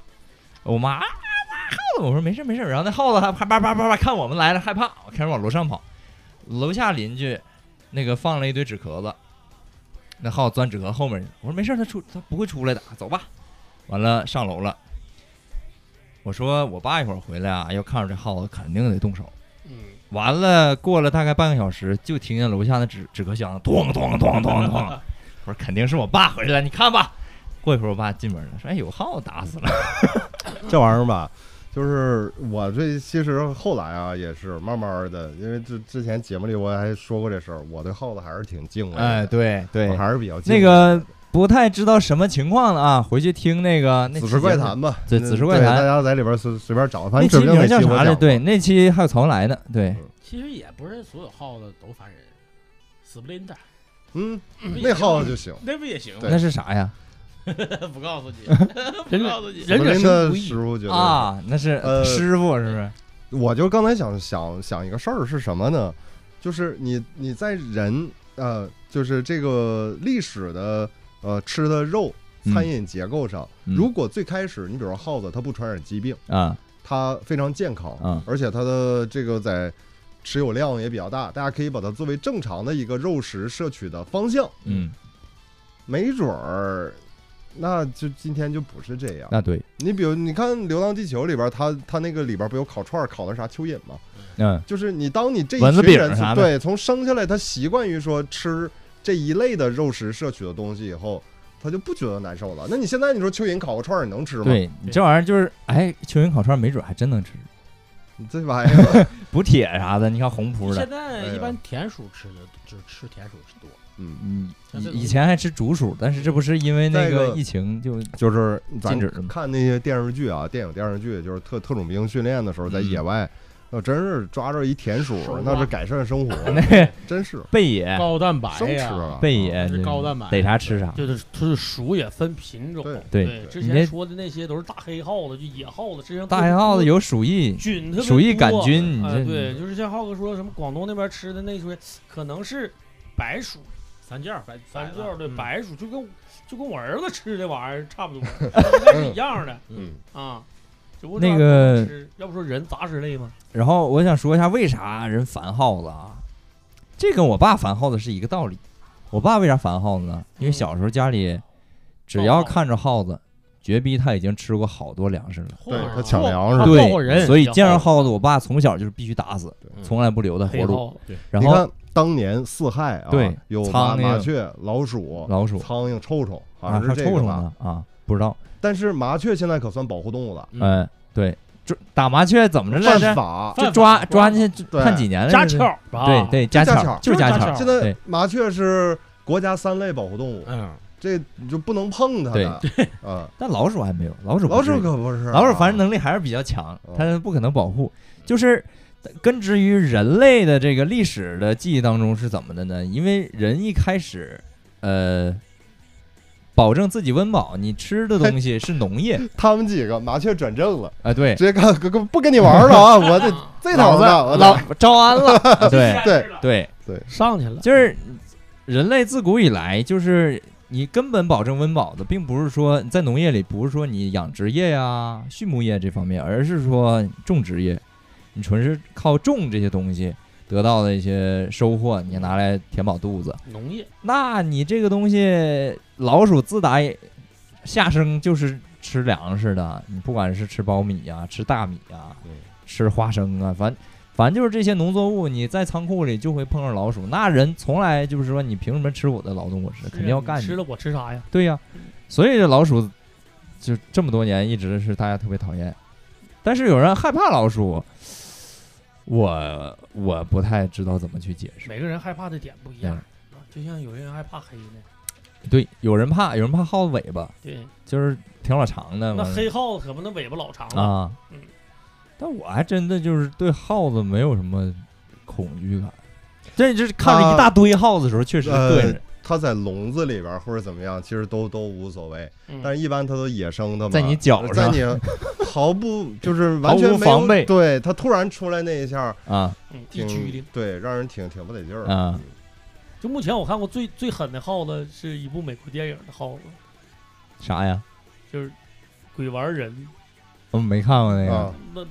Speaker 2: 我妈啊，那耗子，我说没事没事，然后那耗子还啪啪啪啪啪看我们来了，害怕，我开始往楼上跑，楼下邻居那个放了一堆纸壳子，那耗子钻纸壳后面去了，我说没事，它出它不会出来的，走吧。完了上楼了，我说我爸一会儿回来啊，要看着这耗子肯定得动手。
Speaker 4: 嗯，
Speaker 2: 完了，过了大概半个小时，就听见楼下那纸纸壳箱咚咚 咚咚咚。我说肯定是我爸回来了，你看吧。过一会儿，我爸进门了，说：“哎，有耗子打死了。
Speaker 1: 这玩意儿吧。就是我这其实后来啊，也是慢慢的，因为之之前节目里我还说过这事儿，我对耗子还是挺敬畏的，”
Speaker 2: 哎对
Speaker 1: 我，还是比较敬
Speaker 2: 那
Speaker 1: 畏
Speaker 2: 个不太知道什么情况了啊，回去听那个那
Speaker 1: 《
Speaker 2: 期
Speaker 1: 子时怪
Speaker 2: 节目
Speaker 1: 谈》吧，
Speaker 2: 对
Speaker 1: 那
Speaker 2: 子时怪谈
Speaker 1: 大家在里边随随便找，反
Speaker 2: 那
Speaker 1: 正
Speaker 2: 期
Speaker 1: 指不定
Speaker 2: 名
Speaker 1: 哪
Speaker 2: 叫
Speaker 1: 期
Speaker 2: 啥
Speaker 1: 我
Speaker 2: 来？
Speaker 1: 讲。
Speaker 2: 对，那期还有曹来呢。对，
Speaker 3: 其实也不是所有耗子都烦人，死不林的
Speaker 1: 嗯，
Speaker 3: 不也
Speaker 1: 那
Speaker 3: 行
Speaker 1: 耗
Speaker 3: 吗
Speaker 1: 子就行。
Speaker 3: 那不也 行吗？
Speaker 2: 那是啥呀？
Speaker 3: 不告诉你，
Speaker 4: 忍
Speaker 3: 不告诉你，
Speaker 4: 忍者
Speaker 1: 林
Speaker 4: 神
Speaker 1: 的
Speaker 4: 不易
Speaker 1: 食物觉得，
Speaker 2: 啊，那是
Speaker 1: 呃
Speaker 2: 师傅是不是？
Speaker 1: 我就刚才想想想一个事儿是什么呢？就是你你在人呃，就是这个历史的呃吃的肉
Speaker 2: 嗯
Speaker 1: 餐饮结构上，
Speaker 2: 嗯
Speaker 1: 如果最开始你比如说耗子，它不传染疾病，
Speaker 2: 啊
Speaker 1: 它非常健康，
Speaker 2: 啊
Speaker 1: 而且它的这个在持有量也比较大，大家可以把它作为正常的一个肉食摄取的方向，
Speaker 2: 嗯，
Speaker 1: 没准儿。那就今天就不是这样。
Speaker 2: 那对，
Speaker 1: 你比如，你看《流浪地球》里边儿，它它那个里边儿不有烤串儿烤的啥蚯蚓吗？
Speaker 2: 嗯
Speaker 1: 就是你当你这一
Speaker 2: 蚊子
Speaker 1: 群
Speaker 2: 饼
Speaker 1: 人
Speaker 2: 啥的
Speaker 1: 对从生下来他习惯于说吃这一类的肉食摄取的东西以后，他就不觉得难受了。那你现在你说蚯蚓烤个串儿你能吃吗？
Speaker 2: 对你这玩意儿就是，哎，蚯蚓烤串没准还真能吃，
Speaker 1: 你这玩意儿，
Speaker 2: 补铁啥的，你看红扑的
Speaker 3: 现，
Speaker 4: 哎
Speaker 3: 在一般田鼠吃的就是吃田鼠吃多，
Speaker 1: 嗯，
Speaker 2: 嗯，
Speaker 3: 像这种
Speaker 2: 以以前还吃竹鼠，但是这不是因为那
Speaker 1: 再一
Speaker 2: 个
Speaker 1: 个
Speaker 2: 疫情 就
Speaker 1: 就是
Speaker 2: 禁
Speaker 1: 咱
Speaker 2: 止了吗
Speaker 1: 看那些电视剧啊，电影电视剧，就是特特种兵训练的时候在
Speaker 2: 嗯
Speaker 1: 野外。要真是抓着一田鼠
Speaker 3: 手，
Speaker 1: 那
Speaker 3: 抓
Speaker 1: 是改善生活，
Speaker 2: 那
Speaker 1: 真是
Speaker 2: 贝野
Speaker 3: 高蛋白
Speaker 1: 生吃啊
Speaker 3: 呀，
Speaker 4: 啊
Speaker 1: 了。
Speaker 2: 贝野
Speaker 3: 是高蛋白，
Speaker 2: 逮啥吃啥，
Speaker 4: 就是就是鼠也分品种
Speaker 1: 对，
Speaker 2: 对
Speaker 4: 之
Speaker 2: 你那
Speaker 4: 前说的那些都是大黑耗子，就野耗子，身上
Speaker 2: 大黑耗子有鼠疫，
Speaker 4: 菌特别
Speaker 2: 鼠疫
Speaker 4: 多
Speaker 2: 杆菌，你
Speaker 4: 哎，
Speaker 2: 嗯这
Speaker 4: 对，就是像浩哥说什么广东那边吃的那些，可能是白薯，
Speaker 3: 三件儿白
Speaker 4: 咱
Speaker 3: 白
Speaker 4: 叫
Speaker 3: 了
Speaker 4: 对
Speaker 3: 嗯
Speaker 4: 白薯，就跟就跟我儿子吃的玩意儿 差不多，应该是一样的
Speaker 1: 嗯，
Speaker 4: 啊。只不过
Speaker 2: 那
Speaker 4: 咱
Speaker 2: 个
Speaker 4: 不吃，要不说人杂食类嘛，
Speaker 2: 然后我想说一下，为啥人烦耗子啊？这跟我爸烦耗子是一个道理。我爸为啥烦耗子呢？
Speaker 4: 嗯
Speaker 2: 因为小时候家里只要看着耗子，绝逼他已经吃过好多粮食了。
Speaker 1: 对
Speaker 3: 嚯
Speaker 1: 他抢粮食了，
Speaker 4: 他报啊过人
Speaker 2: 对，所以
Speaker 4: 也
Speaker 2: 见着
Speaker 4: 好
Speaker 2: 耗子，我爸从小就是必须打死，
Speaker 1: 对
Speaker 2: 从来不留他活
Speaker 4: 黑
Speaker 2: 路。
Speaker 4: 耗子
Speaker 2: 然
Speaker 1: 你
Speaker 2: 后
Speaker 1: 看当年四害啊，
Speaker 2: 对
Speaker 1: 有麻
Speaker 2: 苍蝇
Speaker 1: 麻雀、老鼠、
Speaker 2: 老鼠
Speaker 1: 苍蝇、臭虫，好
Speaker 2: 啊，
Speaker 1: 像
Speaker 2: 还
Speaker 1: 是这
Speaker 2: 有
Speaker 1: 个
Speaker 2: 臭虫
Speaker 1: 吧？
Speaker 2: 呢啊，不知道。
Speaker 1: 但是麻雀现在可算保护动物了，
Speaker 3: 嗯
Speaker 2: 嗯，对，就打麻雀怎么着来
Speaker 1: 犯
Speaker 2: 着？
Speaker 1: 法。
Speaker 2: 就抓
Speaker 3: 犯法
Speaker 2: 抓进去
Speaker 1: 对
Speaker 2: 判几年了？
Speaker 4: 加
Speaker 2: 这是
Speaker 4: 巧儿啊吧，
Speaker 2: 哎对，对，加
Speaker 1: 加
Speaker 2: 巧
Speaker 1: 啊巧
Speaker 2: 儿
Speaker 1: 儿
Speaker 2: 就是
Speaker 4: 就是
Speaker 2: 加
Speaker 4: 加
Speaker 2: 巧
Speaker 4: 巧
Speaker 2: 儿。
Speaker 4: 儿
Speaker 1: 现在
Speaker 2: 对
Speaker 1: 麻雀是国家三类保护动物，
Speaker 3: 嗯，
Speaker 1: 这你就不能碰它的。啊，
Speaker 2: 但老鼠还没有，老鼠不
Speaker 1: 老
Speaker 2: 至于
Speaker 1: 鼠可不 是啊，
Speaker 2: 老鼠繁殖能力还是比较强
Speaker 1: 哦，
Speaker 2: 它不可能保护。就是根植于人类的这个历史的记忆当中是怎么的呢？因为人一开始，呃，保证自己温饱，你吃的东西是农 业啊、
Speaker 1: 他们几个麻雀转正了，
Speaker 2: 对，
Speaker 1: 直接看哥哥不跟你玩了 啊！我这这头
Speaker 2: 老子
Speaker 1: 的，我
Speaker 2: 老招安了，啊对
Speaker 1: 对
Speaker 2: 对，
Speaker 4: 上去了，
Speaker 2: 就是人类自古以来就是。你根本保证温饱的，并不是说在农业里，不是说你养殖业呀、畜牧业这方面，而是说种植业，你纯是靠种这些东西得到的一些收获，你拿来填饱肚子。
Speaker 4: 农业
Speaker 2: 那你这个东西，老鼠自打也下生就是吃粮食的，你不管是吃苞米呀、吃大米呀、
Speaker 1: 嗯
Speaker 2: 吃花生啊，反反正就是这些农作物，你在仓库里就会碰上老鼠。那人从来就是说，你凭什么吃我的劳动果实？肯定要干
Speaker 4: 啊你吃了我吃啥呀？
Speaker 2: 对呀、所以这老鼠就这么多年一直是大家特别讨厌，但是有人害怕老鼠，我我不太知道怎么去解释。
Speaker 4: 每个人害怕的点不一
Speaker 2: 嗯
Speaker 4: 样，啊就像有些人害怕黑的，
Speaker 2: 对，有人怕，有人怕耗子尾巴，
Speaker 4: 对，
Speaker 2: 就是挺老长的。
Speaker 4: 那
Speaker 2: 完了
Speaker 4: 黑耗子可不那尾巴老长了，
Speaker 2: 啊
Speaker 4: 嗯，
Speaker 2: 但我还真的就是对耗子没有什么恐惧感。这就是看着一大堆耗子的时候，确实
Speaker 1: 呃
Speaker 2: 膈应人。
Speaker 1: 它在笼子里边或者怎么样，其实都都无所谓。
Speaker 4: 嗯
Speaker 1: 但是一般它都野生的嘛，
Speaker 2: 在你脚
Speaker 1: 在
Speaker 2: 上
Speaker 1: 你毫不就是完全
Speaker 2: 毫
Speaker 1: 没有
Speaker 2: 无防备
Speaker 1: 对它突然出来那一下，
Speaker 2: 啊
Speaker 4: 嗯地
Speaker 1: 挺
Speaker 4: 区的。
Speaker 1: 对，让人挺挺不得劲儿的。
Speaker 2: 啊，
Speaker 4: 就目前我看过最最狠的耗子是一部美国电影的耗子，
Speaker 2: 啥呀？
Speaker 4: 就是鬼玩人
Speaker 2: 我没看过那
Speaker 1: 啊
Speaker 2: 个。
Speaker 4: 那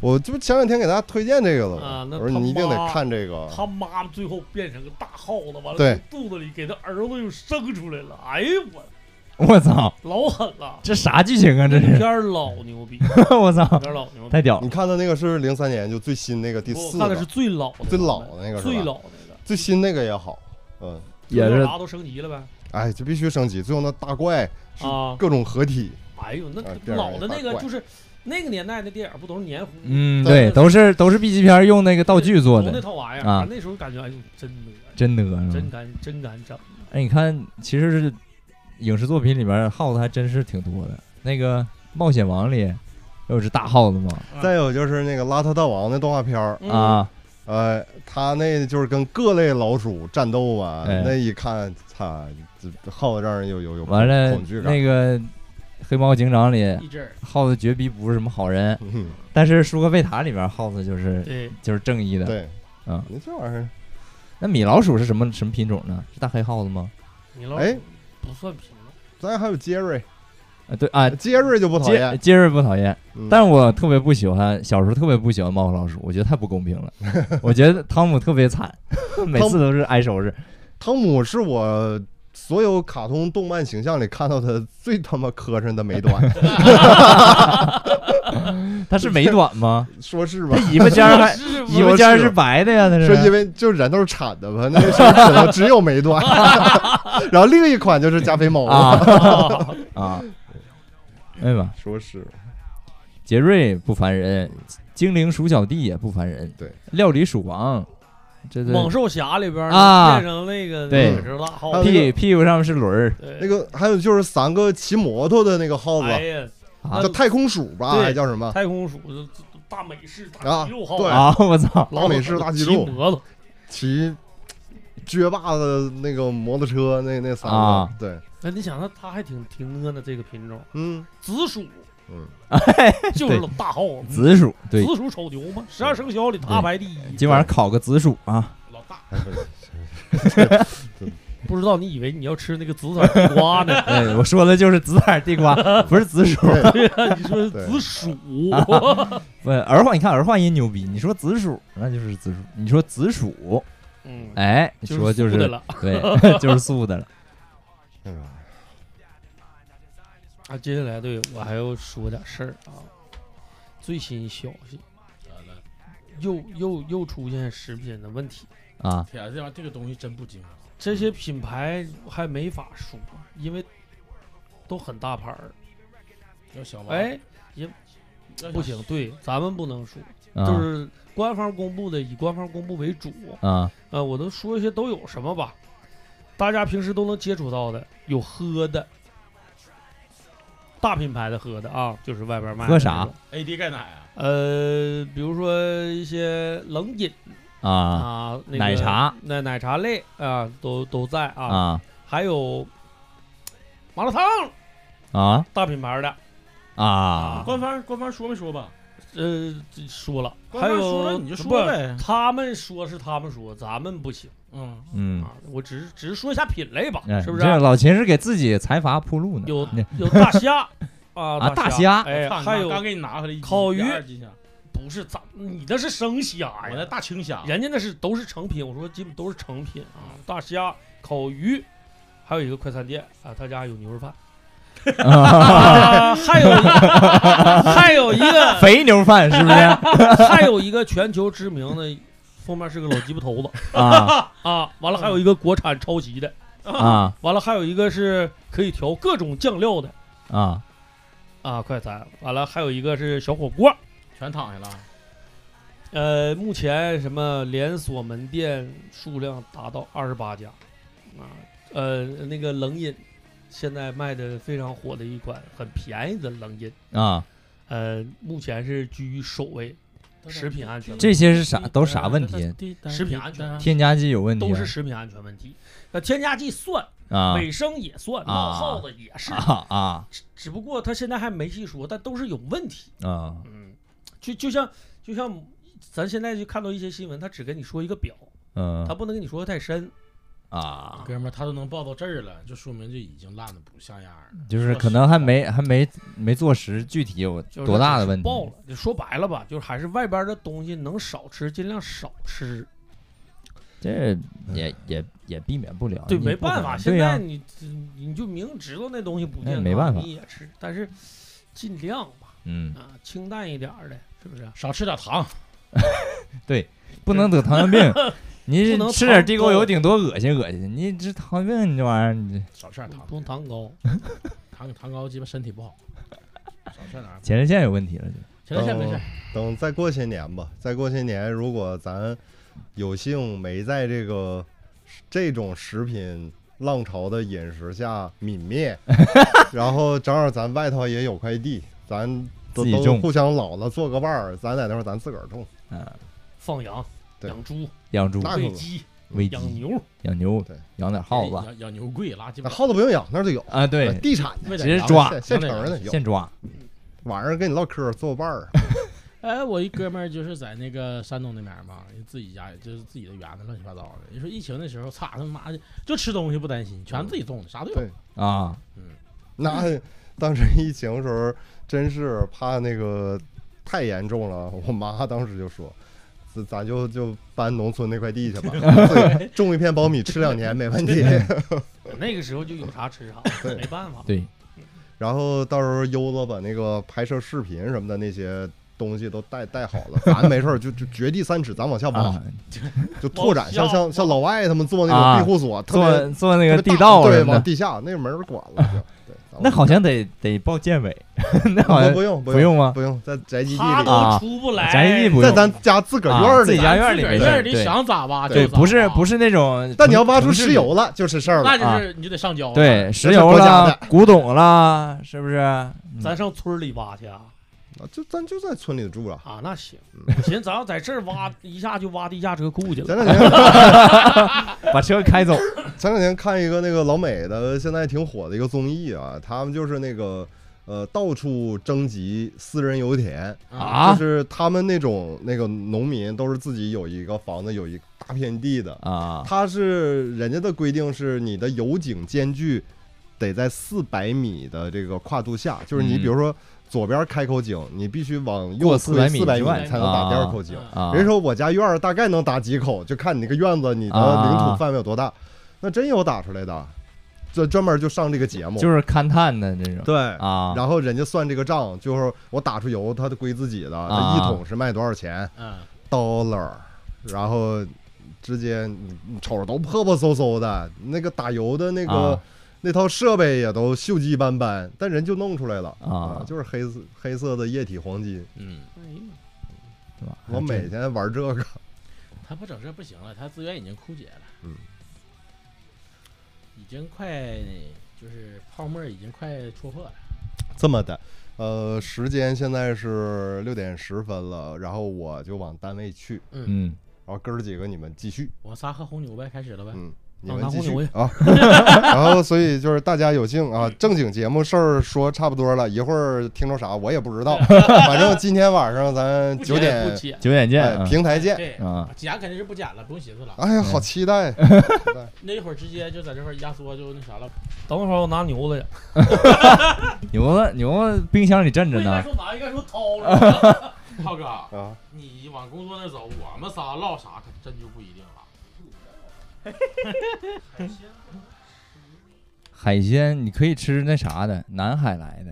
Speaker 1: 我这不前两天给大家推荐这个了
Speaker 4: 啊
Speaker 1: 吗？
Speaker 4: 那
Speaker 1: 我说
Speaker 4: 他
Speaker 1: 你一定得
Speaker 4: 妈
Speaker 1: 看这个，
Speaker 4: 他妈最后变成个大耗子，完了
Speaker 1: 啊对
Speaker 4: 从肚子里给他儿子又生出来了，哎呦我
Speaker 2: 我操，
Speaker 4: 老狠 了，
Speaker 2: 这啥剧情啊？这
Speaker 4: 那
Speaker 2: 是
Speaker 4: 片儿老牛逼，
Speaker 2: 我
Speaker 4: 那
Speaker 2: 操，
Speaker 4: 片儿老牛逼。
Speaker 2: 太屌
Speaker 1: 你
Speaker 2: 了！
Speaker 1: 看的那个是零三年就最新那个第
Speaker 4: 我
Speaker 1: 四
Speaker 4: 看的
Speaker 1: 个
Speaker 4: 是，最老的，
Speaker 1: 最老的那个是吧
Speaker 4: 最老的那个，
Speaker 1: 最新那个也好，嗯，
Speaker 2: 也
Speaker 4: 就是啥都升级了呗
Speaker 1: 哎，就必须升级，最后那大怪是
Speaker 4: 啊！
Speaker 1: 各种合体，
Speaker 4: 哎呦，那
Speaker 1: 啊电影
Speaker 4: 老的那
Speaker 1: 也
Speaker 4: 个
Speaker 1: 怪
Speaker 4: 就是那个年代的电影，不都是黏糊
Speaker 2: 嗯，对，都是都是 B 级片儿用那个道具做
Speaker 4: 都那
Speaker 2: 的，
Speaker 4: 套玩意
Speaker 2: 啊嗯
Speaker 4: 儿？那时候感觉哎呦，真恶心
Speaker 2: 真得是吧
Speaker 4: 真敢真敢整，
Speaker 2: 哎，你看，其实是影视作品里边耗子还真是挺多的。那个《冒险王》里有只大耗子嘛，
Speaker 3: 啊
Speaker 4: 嗯
Speaker 1: 再有就是那个邋遢大王那动画片儿，
Speaker 2: 啊，
Speaker 4: 嗯
Speaker 1: 呃，他那就是跟各类老鼠战斗啊，
Speaker 2: 哎
Speaker 1: 那一看，他耗子让人有有有
Speaker 2: 完了
Speaker 1: 恐惧，感。
Speaker 2: 那个黑猫警长里，
Speaker 3: 一只儿
Speaker 2: 耗子绝逼不是什么好人，
Speaker 1: 嗯
Speaker 2: 但是舒克贝塔里边耗子就是
Speaker 4: 对，
Speaker 2: 就是正义的。
Speaker 1: 对，
Speaker 2: 嗯
Speaker 1: 你这玩意儿，
Speaker 2: 那米老鼠是什么什么品种呢？是大黑耗子吗？
Speaker 4: 米老
Speaker 1: 哎
Speaker 4: 鼠不算品种，
Speaker 1: 咱还有杰瑞，
Speaker 2: 啊，对 啊，
Speaker 1: 杰瑞呃就不讨
Speaker 2: 杰
Speaker 1: 厌，
Speaker 2: 杰瑞不讨厌，
Speaker 1: 嗯
Speaker 2: 但是我特别不喜欢，小时候特别不喜欢猫和老鼠，我觉得太不公 平了。我觉得汤姆特别惨， 每次都是挨收拾。
Speaker 1: 汤姆是我所有卡通动漫形象里看到的最他妈磕碜的美短，
Speaker 2: 他是美短吗？
Speaker 1: 说是吧
Speaker 2: 他？尾巴尖儿 还
Speaker 4: 是
Speaker 2: 尾巴尖儿是白的呀，他
Speaker 1: 是因
Speaker 2: 是。啊
Speaker 1: 为就人都是铲的吧？那个时候可能只有美短，然后另一款就是加菲猫
Speaker 2: 啊
Speaker 4: 吧？
Speaker 2: 啊！哎呀妈，
Speaker 1: 说是
Speaker 2: 杰瑞不烦人，精灵鼠小弟也不烦人，
Speaker 1: 对，
Speaker 2: 料理鼠王，这这
Speaker 4: 猛兽侠里边儿
Speaker 2: 啊
Speaker 4: 变成那个
Speaker 2: 对
Speaker 4: 哪只大耗
Speaker 1: 还有
Speaker 4: 子
Speaker 2: 屁屁股上面是轮儿
Speaker 4: 对
Speaker 1: 那个，还有就是三个骑摩托的那个耗
Speaker 4: 哎
Speaker 1: 子，
Speaker 4: 呀，
Speaker 2: 啊
Speaker 1: 叫太空鼠吧，
Speaker 4: 对
Speaker 1: 还叫什么？
Speaker 4: 太空鼠就就大美式
Speaker 1: 啊
Speaker 4: 大肌肉耗
Speaker 1: 对
Speaker 4: 子，
Speaker 2: 啊！我操，
Speaker 4: 老
Speaker 1: 大美式大肌
Speaker 4: 骑
Speaker 1: 肉
Speaker 4: 摩托，
Speaker 1: 骑撅把子那个摩托车，那那三个，
Speaker 2: 啊
Speaker 1: 对，
Speaker 4: 那哎你想，那它还挺挺呢呢，这个品种
Speaker 1: 嗯
Speaker 4: 紫薯
Speaker 1: 嗯，
Speaker 4: 就是老大耗子，
Speaker 2: 哎紫薯对，嗯
Speaker 4: 紫薯丑牛嘛，十二生肖里它排第一。
Speaker 2: 今晚上烤个紫薯啊！
Speaker 4: 老 大，
Speaker 1: 哎不是
Speaker 4: 不知道你以为你要吃那个紫色地瓜呢？
Speaker 2: 哎，我说的就是紫色地瓜，不是紫薯。
Speaker 1: 对
Speaker 4: 对呀，你说紫薯，
Speaker 2: 啊不，呃儿化，你看儿化音牛逼，你说紫薯那就是紫薯，你说紫薯，
Speaker 4: 嗯，
Speaker 2: 哎，说就
Speaker 4: 就是素的了
Speaker 2: 对，就是素的了。
Speaker 1: 那个
Speaker 4: 啊。接下来对我还要说点事儿啊，最新消息，
Speaker 3: 完了，
Speaker 4: 又又又出现食品的问题。
Speaker 2: 啊，
Speaker 3: 天啊，这玩意儿这个东西真不经常。
Speaker 4: 这些品牌还没法说，因为都很大牌儿。
Speaker 3: 要小王，
Speaker 4: 哎，
Speaker 3: 要小
Speaker 4: 不行，对，咱们不能说，
Speaker 2: 啊
Speaker 4: 就是官方公布的，以官方公布为主。
Speaker 2: 啊
Speaker 4: 呃，我都说一些都有什么吧，大家平时都能接触到的，有喝的，大品牌的喝的啊，就是外边卖的
Speaker 2: 喝啥
Speaker 4: 那种？
Speaker 3: ，AD 钙奶啊，
Speaker 4: 呃，比如说一些冷饮
Speaker 2: 啊
Speaker 4: 啊，那个
Speaker 2: 奶茶、
Speaker 4: 奶奶茶类啊，都都在啊，
Speaker 2: 啊
Speaker 4: 还有麻辣烫，
Speaker 2: 啊
Speaker 4: 大品牌的。
Speaker 2: 啊！
Speaker 3: 官方官方说没说吧？
Speaker 4: 呃，这说了，
Speaker 3: 官
Speaker 4: 还
Speaker 3: 方
Speaker 4: 有哎
Speaker 3: 说了你就说
Speaker 4: 不是
Speaker 3: 呗
Speaker 4: 他们说是他们说，咱们不行
Speaker 3: 嗯，
Speaker 2: 嗯，
Speaker 4: 啊。我只是只是说一下品类吧，
Speaker 2: 哎
Speaker 4: 是不啊
Speaker 2: 你
Speaker 4: 是？
Speaker 2: 这老秦是给自己财阀铺路呢。
Speaker 4: 有
Speaker 2: 那
Speaker 4: 有大虾啊
Speaker 2: 啊大
Speaker 4: 虾，
Speaker 2: 虾
Speaker 4: 哎，
Speaker 3: 我操
Speaker 4: 还
Speaker 3: 你妈刚
Speaker 4: 有
Speaker 3: 给你拿回来一斤
Speaker 4: 烤鱼
Speaker 3: 一二斤虾，
Speaker 4: 不是咱你那是生虾
Speaker 3: 我那
Speaker 4: 呀，
Speaker 3: 大青虾，
Speaker 4: 人家那是都是成品，我说基本都是成品啊，大虾、烤鱼，还有一个快餐店啊，他家有牛肉饭，啊还有一个还有一个
Speaker 2: 肥牛饭 是不是
Speaker 4: 还有一个全球知名的，封面是个老鸡巴头子。
Speaker 2: 啊
Speaker 4: 啊，完了还有一个国产抄袭的，
Speaker 2: 啊
Speaker 4: 完了还有一个是可以调各种酱料的
Speaker 2: 啊
Speaker 4: 啊，快餐，完了还有一个是小火锅。
Speaker 3: 全躺下了。
Speaker 4: 呃，目前什么连锁门店数量达到二十八家，啊，呃，那个冷饮现在卖的非常火的一款很便宜的冷饮，
Speaker 2: 啊！
Speaker 4: 呃，目前是居于首位，食品安全
Speaker 2: 这些是啥？都啥问题？
Speaker 4: 食品安全
Speaker 2: 添加剂有问题
Speaker 4: 都是食品安全问题。那添加剂算，
Speaker 2: 啊
Speaker 4: 卫生也算，冒耗子也是，
Speaker 2: 啊啊
Speaker 4: 只只不过他现在还没细说，但都是有问题。
Speaker 2: 啊！
Speaker 4: 嗯，就就像就像咱现在就看到一些新闻，他只跟你说一个表，他
Speaker 2: 嗯
Speaker 4: 不能跟你说的太深。
Speaker 2: 啊，
Speaker 3: 哥们儿，他都能报到这儿了，就说明就已经烂的不像样儿了。
Speaker 2: 就是可能还没还没没坐实具体有
Speaker 4: 就是
Speaker 2: 多大的问
Speaker 4: 爆了
Speaker 2: 题。，
Speaker 4: 就说白了吧，就是还是外边的东西能少吃尽量少吃。
Speaker 2: 这也也也避免不了，
Speaker 4: 嗯对，
Speaker 2: 啊你
Speaker 4: 没
Speaker 2: 不可
Speaker 4: 办法，
Speaker 2: 能
Speaker 4: 现
Speaker 2: 对呀
Speaker 4: 在你你就明知道那东西不健
Speaker 2: 那
Speaker 4: 康，
Speaker 2: 没办法
Speaker 4: 你也吃，但是尽量吧，
Speaker 2: 嗯，
Speaker 4: 啊，清淡一点儿的，是不是？
Speaker 3: 少吃点糖，
Speaker 2: 不能得糖尿 病。你
Speaker 4: 不能
Speaker 2: 吃点
Speaker 4: 糖
Speaker 2: 地沟油，
Speaker 4: 高
Speaker 2: 顶多恶心恶心。你这糖尿病，你这玩意儿，你这
Speaker 3: 少吃点糖
Speaker 4: 不，用糖高，
Speaker 3: 糖糖高鸡巴身体不好。少吃 点儿。
Speaker 2: 前列腺有问题了就。
Speaker 3: 行了，
Speaker 2: 哦
Speaker 3: 没事没事
Speaker 1: 等。等再过些年吧，再过些年，如果咱有幸没在这个这种食品浪潮的饮食下泯灭，然后正好咱外头也有块地，咱都
Speaker 2: 自己
Speaker 1: 都
Speaker 2: 种
Speaker 1: 互相老了做个伴儿，咱在那块儿咱自个儿种，
Speaker 2: 嗯
Speaker 4: 放羊
Speaker 1: 对
Speaker 4: 养猪、
Speaker 2: 养猪、
Speaker 1: 那可
Speaker 4: 喂
Speaker 1: 不
Speaker 4: 鸡、
Speaker 2: 喂
Speaker 4: 养
Speaker 2: 鸡、
Speaker 4: 牛，哎
Speaker 2: 养牛
Speaker 1: 对、
Speaker 2: 养点耗子
Speaker 3: 养养哎牛贵，拉鸡
Speaker 1: 那
Speaker 3: 巴
Speaker 1: 耗子不用养，那儿就有。
Speaker 2: 啊，对，
Speaker 1: 地产
Speaker 3: 喂
Speaker 2: 直
Speaker 3: 点
Speaker 2: 接
Speaker 3: 羊
Speaker 2: 抓
Speaker 1: 现现成的有，
Speaker 2: 现抓。
Speaker 1: 晚上跟你唠嗑做伴儿，
Speaker 3: 哎，我一哥们儿就是在那个山东那边儿嘛，自己家就是自己的园子乱七八糟的。你说疫情的时候，操他妈的就吃东西不担心，全自己种的，啥都有
Speaker 1: 对。
Speaker 2: 啊，
Speaker 1: 那当时疫情的时候，真是怕那个太严重了。我妈当时就说：“咱咱就就搬农村那块地 去吧，对种一片苞米吃两年没问题。
Speaker 4: 那个时候就有啥吃啥，没办法。
Speaker 2: 对，”
Speaker 1: 然后到时候悠子把那个拍摄视频什么的那些东西都带带好了，咱没事儿就就掘地三尺，咱往下挖，
Speaker 2: 啊，
Speaker 1: 就拓展，像像像老外他们做那
Speaker 2: 啊
Speaker 1: 种庇护所，特别
Speaker 2: 做做那
Speaker 1: 特别
Speaker 2: 个
Speaker 1: 大
Speaker 2: 地道
Speaker 1: 对，
Speaker 2: 什么
Speaker 1: 往
Speaker 2: 的，
Speaker 1: 地下那没人管了就。对，咱
Speaker 2: 那
Speaker 1: 们
Speaker 2: 好像得得报建委， 那好像
Speaker 1: 不用
Speaker 2: 不用吗？
Speaker 1: 不用，在宅基地
Speaker 4: 他
Speaker 1: 里，
Speaker 2: 啊
Speaker 4: 都出不来，
Speaker 2: 咱也不
Speaker 1: 在
Speaker 2: 用，
Speaker 1: 咱家自个儿院
Speaker 2: 啊
Speaker 1: 儿
Speaker 2: 自
Speaker 1: 里
Speaker 2: 己家院儿里
Speaker 3: 自
Speaker 2: 没
Speaker 3: 个
Speaker 2: 事
Speaker 3: 儿
Speaker 2: 儿，
Speaker 3: 里
Speaker 2: 对
Speaker 3: 想咋挖就
Speaker 2: 对，
Speaker 3: 咋
Speaker 2: 不是
Speaker 3: 挖
Speaker 2: 不，是那种，
Speaker 1: 但你要挖出
Speaker 2: 城市
Speaker 1: 石
Speaker 2: 里
Speaker 1: 油了，就是事儿
Speaker 3: 那
Speaker 1: 了。
Speaker 3: 就是你就得上交了。
Speaker 2: 对石
Speaker 1: 是
Speaker 2: 油
Speaker 1: 国家
Speaker 2: 啦
Speaker 1: 的、
Speaker 2: 古董啦，是不是？
Speaker 4: 咱上村里挖去啊？
Speaker 1: 就咱就在村里 住了。
Speaker 4: 啊，那行，我寻思咱要在这儿挖，一下就挖地下车库去了。
Speaker 1: 前两天，
Speaker 2: 把车开走，
Speaker 1: 前两天看一个那个老美的，现在挺火的一个综艺啊，他们就是那个呃到处征集私人油田，
Speaker 3: 啊，
Speaker 2: 啊
Speaker 1: 就是他们那种那个农民都是自己有一个房子，有一大片地的。
Speaker 2: 啊
Speaker 1: 他是人家的规定是你的油井间距得在四百米的这个跨度下，就是你
Speaker 2: 嗯
Speaker 1: 比如说左边开口井，你必须往右
Speaker 2: 过
Speaker 1: 推
Speaker 2: 400米
Speaker 1: 四百
Speaker 2: 之
Speaker 1: 米
Speaker 2: 外
Speaker 1: 才能打第二
Speaker 2: 啊
Speaker 1: 口井。
Speaker 3: 嗯
Speaker 2: 啊！
Speaker 1: 人说我家院儿大概能打几口，就看你那个院子你的
Speaker 2: 啊
Speaker 1: 领土范围有多大。那真有打出来的，这专门就上这个节目，
Speaker 2: 就是勘探的这种
Speaker 1: 对。
Speaker 2: 啊，
Speaker 1: 然后人家算这个账，就是我打出油，他得归自己的，他
Speaker 2: 啊
Speaker 1: 一桶是卖多少钱
Speaker 3: 嗯，
Speaker 1: ，dollar，然后直接你你瞅着都破破嗖嗖的，那个打油的那个、
Speaker 2: 啊
Speaker 1: 那套设备也都锈迹斑斑，但人就弄出来了
Speaker 2: 啊
Speaker 1: 就是黑色黑色的液体黄金。
Speaker 3: 嗯，
Speaker 4: 哎呀妈
Speaker 2: 对吧
Speaker 1: 我每天玩这个，
Speaker 3: 他不整这不行了，他资源已经枯竭了，
Speaker 1: 嗯，
Speaker 3: 已经快就是泡沫已经快戳破了。
Speaker 1: 这么的，呃，时间现在是六点十分了，然后我就往单位去，
Speaker 2: 嗯，
Speaker 1: 然后哥儿几个你们继续，
Speaker 3: 我仨喝红牛呗，开始了呗。
Speaker 1: 嗯，你
Speaker 4: 啊
Speaker 1: 们
Speaker 4: 拿
Speaker 1: 继
Speaker 4: 红
Speaker 1: 续
Speaker 4: 牛
Speaker 1: 啊。然后所以就是大家有幸啊，正经节目事儿说差不多了，一会儿听着啥我也不知道，反正今天晚上咱
Speaker 4: 不
Speaker 1: 九
Speaker 4: 剪不
Speaker 1: 点
Speaker 4: 剪，
Speaker 2: 九点见
Speaker 1: 哎
Speaker 2: 啊
Speaker 1: 平台见。
Speaker 3: 对，
Speaker 2: 啊
Speaker 3: 剪肯定是不剪了，不用寻思了。
Speaker 1: 哎呀，好期待！
Speaker 3: 那会儿直接就在这块儿压缩就那啥了。
Speaker 4: 等会儿我拿牛子去。
Speaker 2: 牛子牛子冰箱里镇着
Speaker 4: 不应该
Speaker 2: 呢，
Speaker 4: 说拿，应该说掏了。
Speaker 3: 浩哥，
Speaker 1: 啊，
Speaker 3: 你往工作那走，我们仨唠啥可真就不一定了。
Speaker 2: 海鲜你可以吃那啥的，南海来的，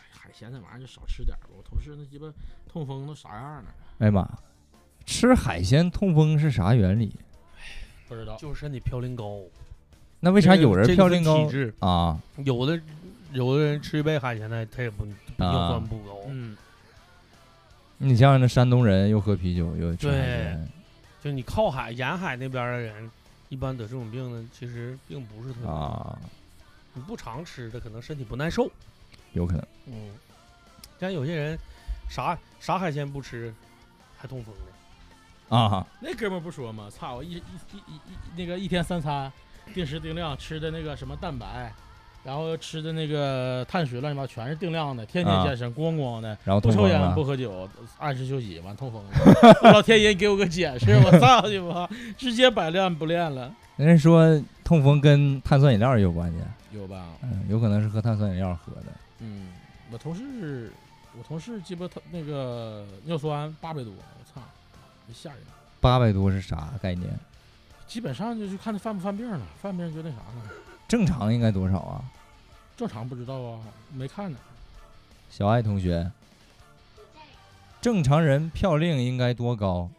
Speaker 3: 哎海鲜那玩意儿就少吃点儿吧。我同事那鸡巴痛风都啥样了？
Speaker 2: 哎呀妈，吃海鲜痛风是啥原理？
Speaker 3: 不知道。
Speaker 4: 就是身体嘌呤高，
Speaker 2: 那为啥有人
Speaker 4: 这
Speaker 2: 嘌
Speaker 4: 个这
Speaker 2: 呤
Speaker 4: 个
Speaker 2: 高
Speaker 4: 体质
Speaker 2: 啊
Speaker 4: 有的有的人吃一杯海鲜呢，他也不尿
Speaker 2: 啊
Speaker 4: 酸？不高。
Speaker 3: 嗯，
Speaker 2: 你像那山东人又喝啤酒又吃海鲜
Speaker 4: 就你靠海沿海那边的人，一般得这种病呢，其实并不是特别多。
Speaker 2: 啊，
Speaker 4: 你不常吃的，可能身体不耐受。
Speaker 2: 有可能
Speaker 4: 嗯，像有些人啥啥海鲜不吃，还痛风呢。
Speaker 2: 啊
Speaker 3: 那哥们儿不说吗？操，我一一一一一那个一天三餐，定时定量吃的那个什么蛋白，然后吃的那个碳水乱七八糟全是定量的，天天
Speaker 2: 啊
Speaker 3: 健身，咣咣的，
Speaker 2: 然后
Speaker 3: 不
Speaker 2: 痛
Speaker 3: 抽
Speaker 2: 风
Speaker 3: 烟
Speaker 2: 了
Speaker 3: 不喝酒，按时休息，完痛风了。老天爷给我个解释，我操你妈，直接百练不练了，
Speaker 2: 人家说痛风跟碳酸饮料有关系，
Speaker 3: 有吧？
Speaker 2: 嗯，有可能是喝碳酸饮料喝的。
Speaker 3: 嗯，我同事，我同事鸡巴他那个尿酸八百多，我操，吓人！
Speaker 2: 八百多是啥概念？
Speaker 3: 基本上就是看他犯不犯病了，犯病就那啥了，
Speaker 2: 正常应该多少啊？
Speaker 3: 正常不知道啊，没看呢。
Speaker 2: 小爱同学，正常人嘌呤应该多高？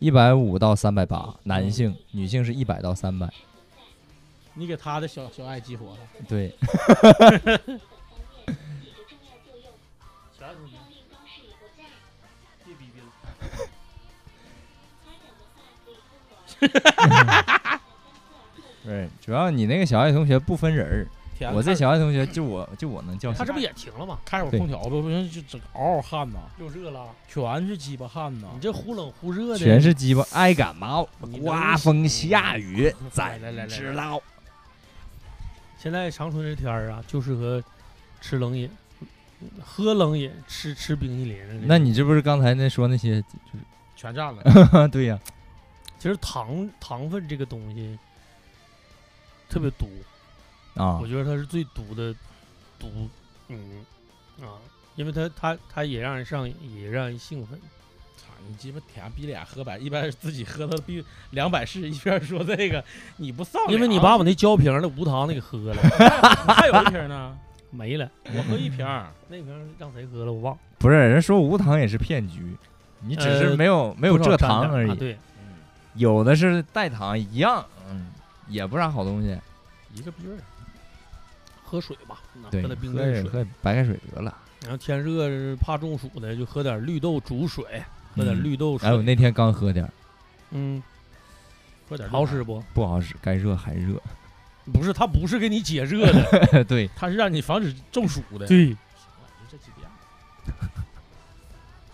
Speaker 2: 一百五到三百八，男性，女性是一百到三百。
Speaker 3: 你给他的小小爱激活了，
Speaker 2: 对，
Speaker 4: 啥痛风？别逼逼了。
Speaker 2: 对，主要你那个小爱同学不分人儿，
Speaker 3: 天，
Speaker 2: 我这小爱同学就我就我能叫
Speaker 4: 啊他
Speaker 2: 醒
Speaker 4: 这不也停了吗？
Speaker 3: 开会儿
Speaker 2: 对
Speaker 3: 空调吧，不行就整嗷嗷汗呐，
Speaker 4: 又热了，
Speaker 3: 全是鸡巴汗呐
Speaker 4: 啊你。这忽冷忽热的，
Speaker 2: 全是鸡巴爱感冒
Speaker 4: 你，能
Speaker 2: 刮风下雨，
Speaker 4: 来
Speaker 2: 咱
Speaker 4: 来来来
Speaker 2: 知道。
Speaker 4: 现在长春这天儿啊，就适合吃冷饮，喝冷饮，吃吃冰淇淋。
Speaker 2: 那你这不是刚才那说那些？啊
Speaker 3: 全 占了，
Speaker 4: 嗯
Speaker 2: 对呀，
Speaker 4: 其实糖糖分这个东西特别毒，
Speaker 2: 啊
Speaker 4: 我，觉得它是最毒的毒，嗯啊，因为它它它也让人上瘾，也让人兴奋。
Speaker 3: 操你鸡巴舔逼脸喝白，一边自己喝的逼两百式，一边说这个，你不丧良？
Speaker 4: 因为你把我那胶瓶儿的无糖的给 喝了，
Speaker 3: 还有一瓶呢，
Speaker 4: 没了，
Speaker 3: 我喝一瓶儿，
Speaker 4: 那瓶儿让谁喝了我忘了，
Speaker 2: 不是，人说无糖也是骗局，你只是
Speaker 4: 呃
Speaker 2: 没有没有
Speaker 4: 多少
Speaker 2: 蔗
Speaker 4: 沾
Speaker 2: 糖
Speaker 4: 点儿
Speaker 2: 而
Speaker 4: 啊
Speaker 2: 已，
Speaker 4: 对，
Speaker 3: 嗯，
Speaker 2: 有的是代糖一样，嗯，也不啥好东西。
Speaker 3: 一个逼味儿。
Speaker 4: 喝水吧，那
Speaker 2: 对，
Speaker 4: 喝
Speaker 2: 喝
Speaker 4: 点冰镇水。
Speaker 2: 喝白开水得了。
Speaker 4: 然后天热是怕中暑的，就喝点绿豆煮水，喝点
Speaker 2: 嗯
Speaker 4: 绿豆水
Speaker 2: 哎，。我那天刚喝点儿，
Speaker 4: 嗯，
Speaker 3: 喝点儿
Speaker 4: 好
Speaker 3: 绿茶
Speaker 4: 使，不？
Speaker 2: 不好使，该热还热。
Speaker 4: 不是，它不是给你解热 的。
Speaker 2: 对，
Speaker 3: 它是让你防止中暑的。
Speaker 4: 对，
Speaker 3: 行了，你就这几点儿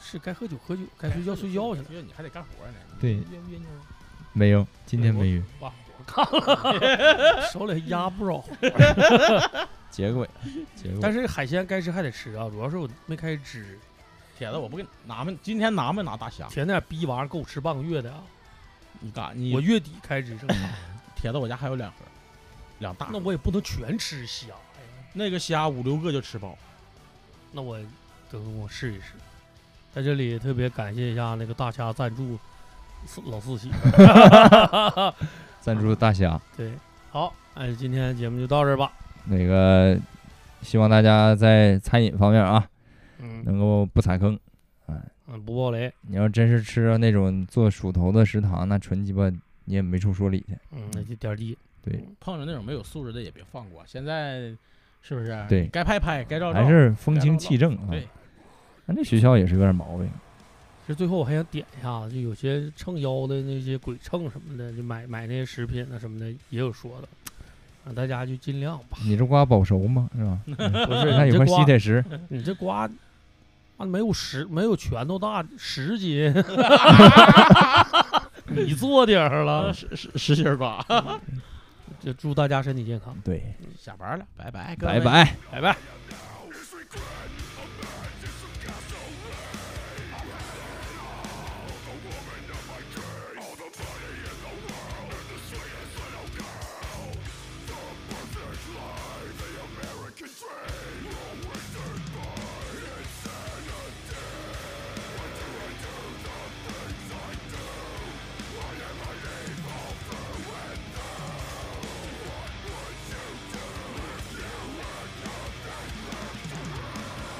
Speaker 4: 是该喝酒喝酒，该睡觉睡觉 去了。
Speaker 3: 因为你还得干活呢。你
Speaker 2: 对
Speaker 3: 约不约妞儿？
Speaker 2: 没有，今天没有。
Speaker 3: 哇，我靠！
Speaker 4: 手里还压不少，
Speaker 2: 哎结果，结果
Speaker 4: 但是海鲜该吃还得吃啊，主要是我没开始吃，
Speaker 3: 铁子，我不给你拿没，今天拿没拿大虾？
Speaker 4: 前那逼玩意儿够吃半个月的啊。
Speaker 3: 你干你
Speaker 4: 我月底开支正常，
Speaker 3: 铁子，我家还有两盒，两大盒。
Speaker 4: 那我也不能全吃虾呀。
Speaker 3: 那个虾五六个就吃饱。
Speaker 4: 那我等我试一试。在这里特别感谢一下那个大虾赞助四老四喜，
Speaker 2: 赞助大虾。
Speaker 4: 对，好，哎，今天节目就到这儿吧。
Speaker 2: 那个，希望大家在餐饮方面啊，
Speaker 4: 嗯
Speaker 2: 能够不踩坑。
Speaker 4: 嗯，不爆雷，
Speaker 2: 你要真是吃到那种做鼠头的食堂，那纯鸡巴你也没处说理去。
Speaker 4: 嗯，那就点儿低。
Speaker 2: 对，
Speaker 3: 碰着那种没有素质的也别放过。现在是不是？
Speaker 2: 对
Speaker 3: 你该拍拍，该照照。
Speaker 2: 还是风清气正啊。
Speaker 3: 对，
Speaker 2: 咱这学校也是有点毛病。
Speaker 4: 其实最后我还想点一下，啊就有些撑腰的那些鬼秤什么的，就买买那些食品啊什么的，也有说的，啊，大家就尽量吧。
Speaker 2: 你这瓜保熟吗？是吧？嗯
Speaker 4: 不是
Speaker 2: 看
Speaker 4: 你
Speaker 2: 有
Speaker 4: 这
Speaker 2: 块吸
Speaker 4: 瓜，
Speaker 2: 铁 石，
Speaker 4: 你这瓜，啊，没有十没有拳头大十斤， 你做点儿
Speaker 3: 啊，
Speaker 4: 了。
Speaker 3: 实实实心儿瓜。
Speaker 4: 就祝大家身体健康。
Speaker 2: 对，
Speaker 3: 下班了，拜拜，各
Speaker 2: 拜
Speaker 3: 位。
Speaker 2: 拜。
Speaker 4: 拜拜。
Speaker 5: What am I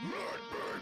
Speaker 1: 嗯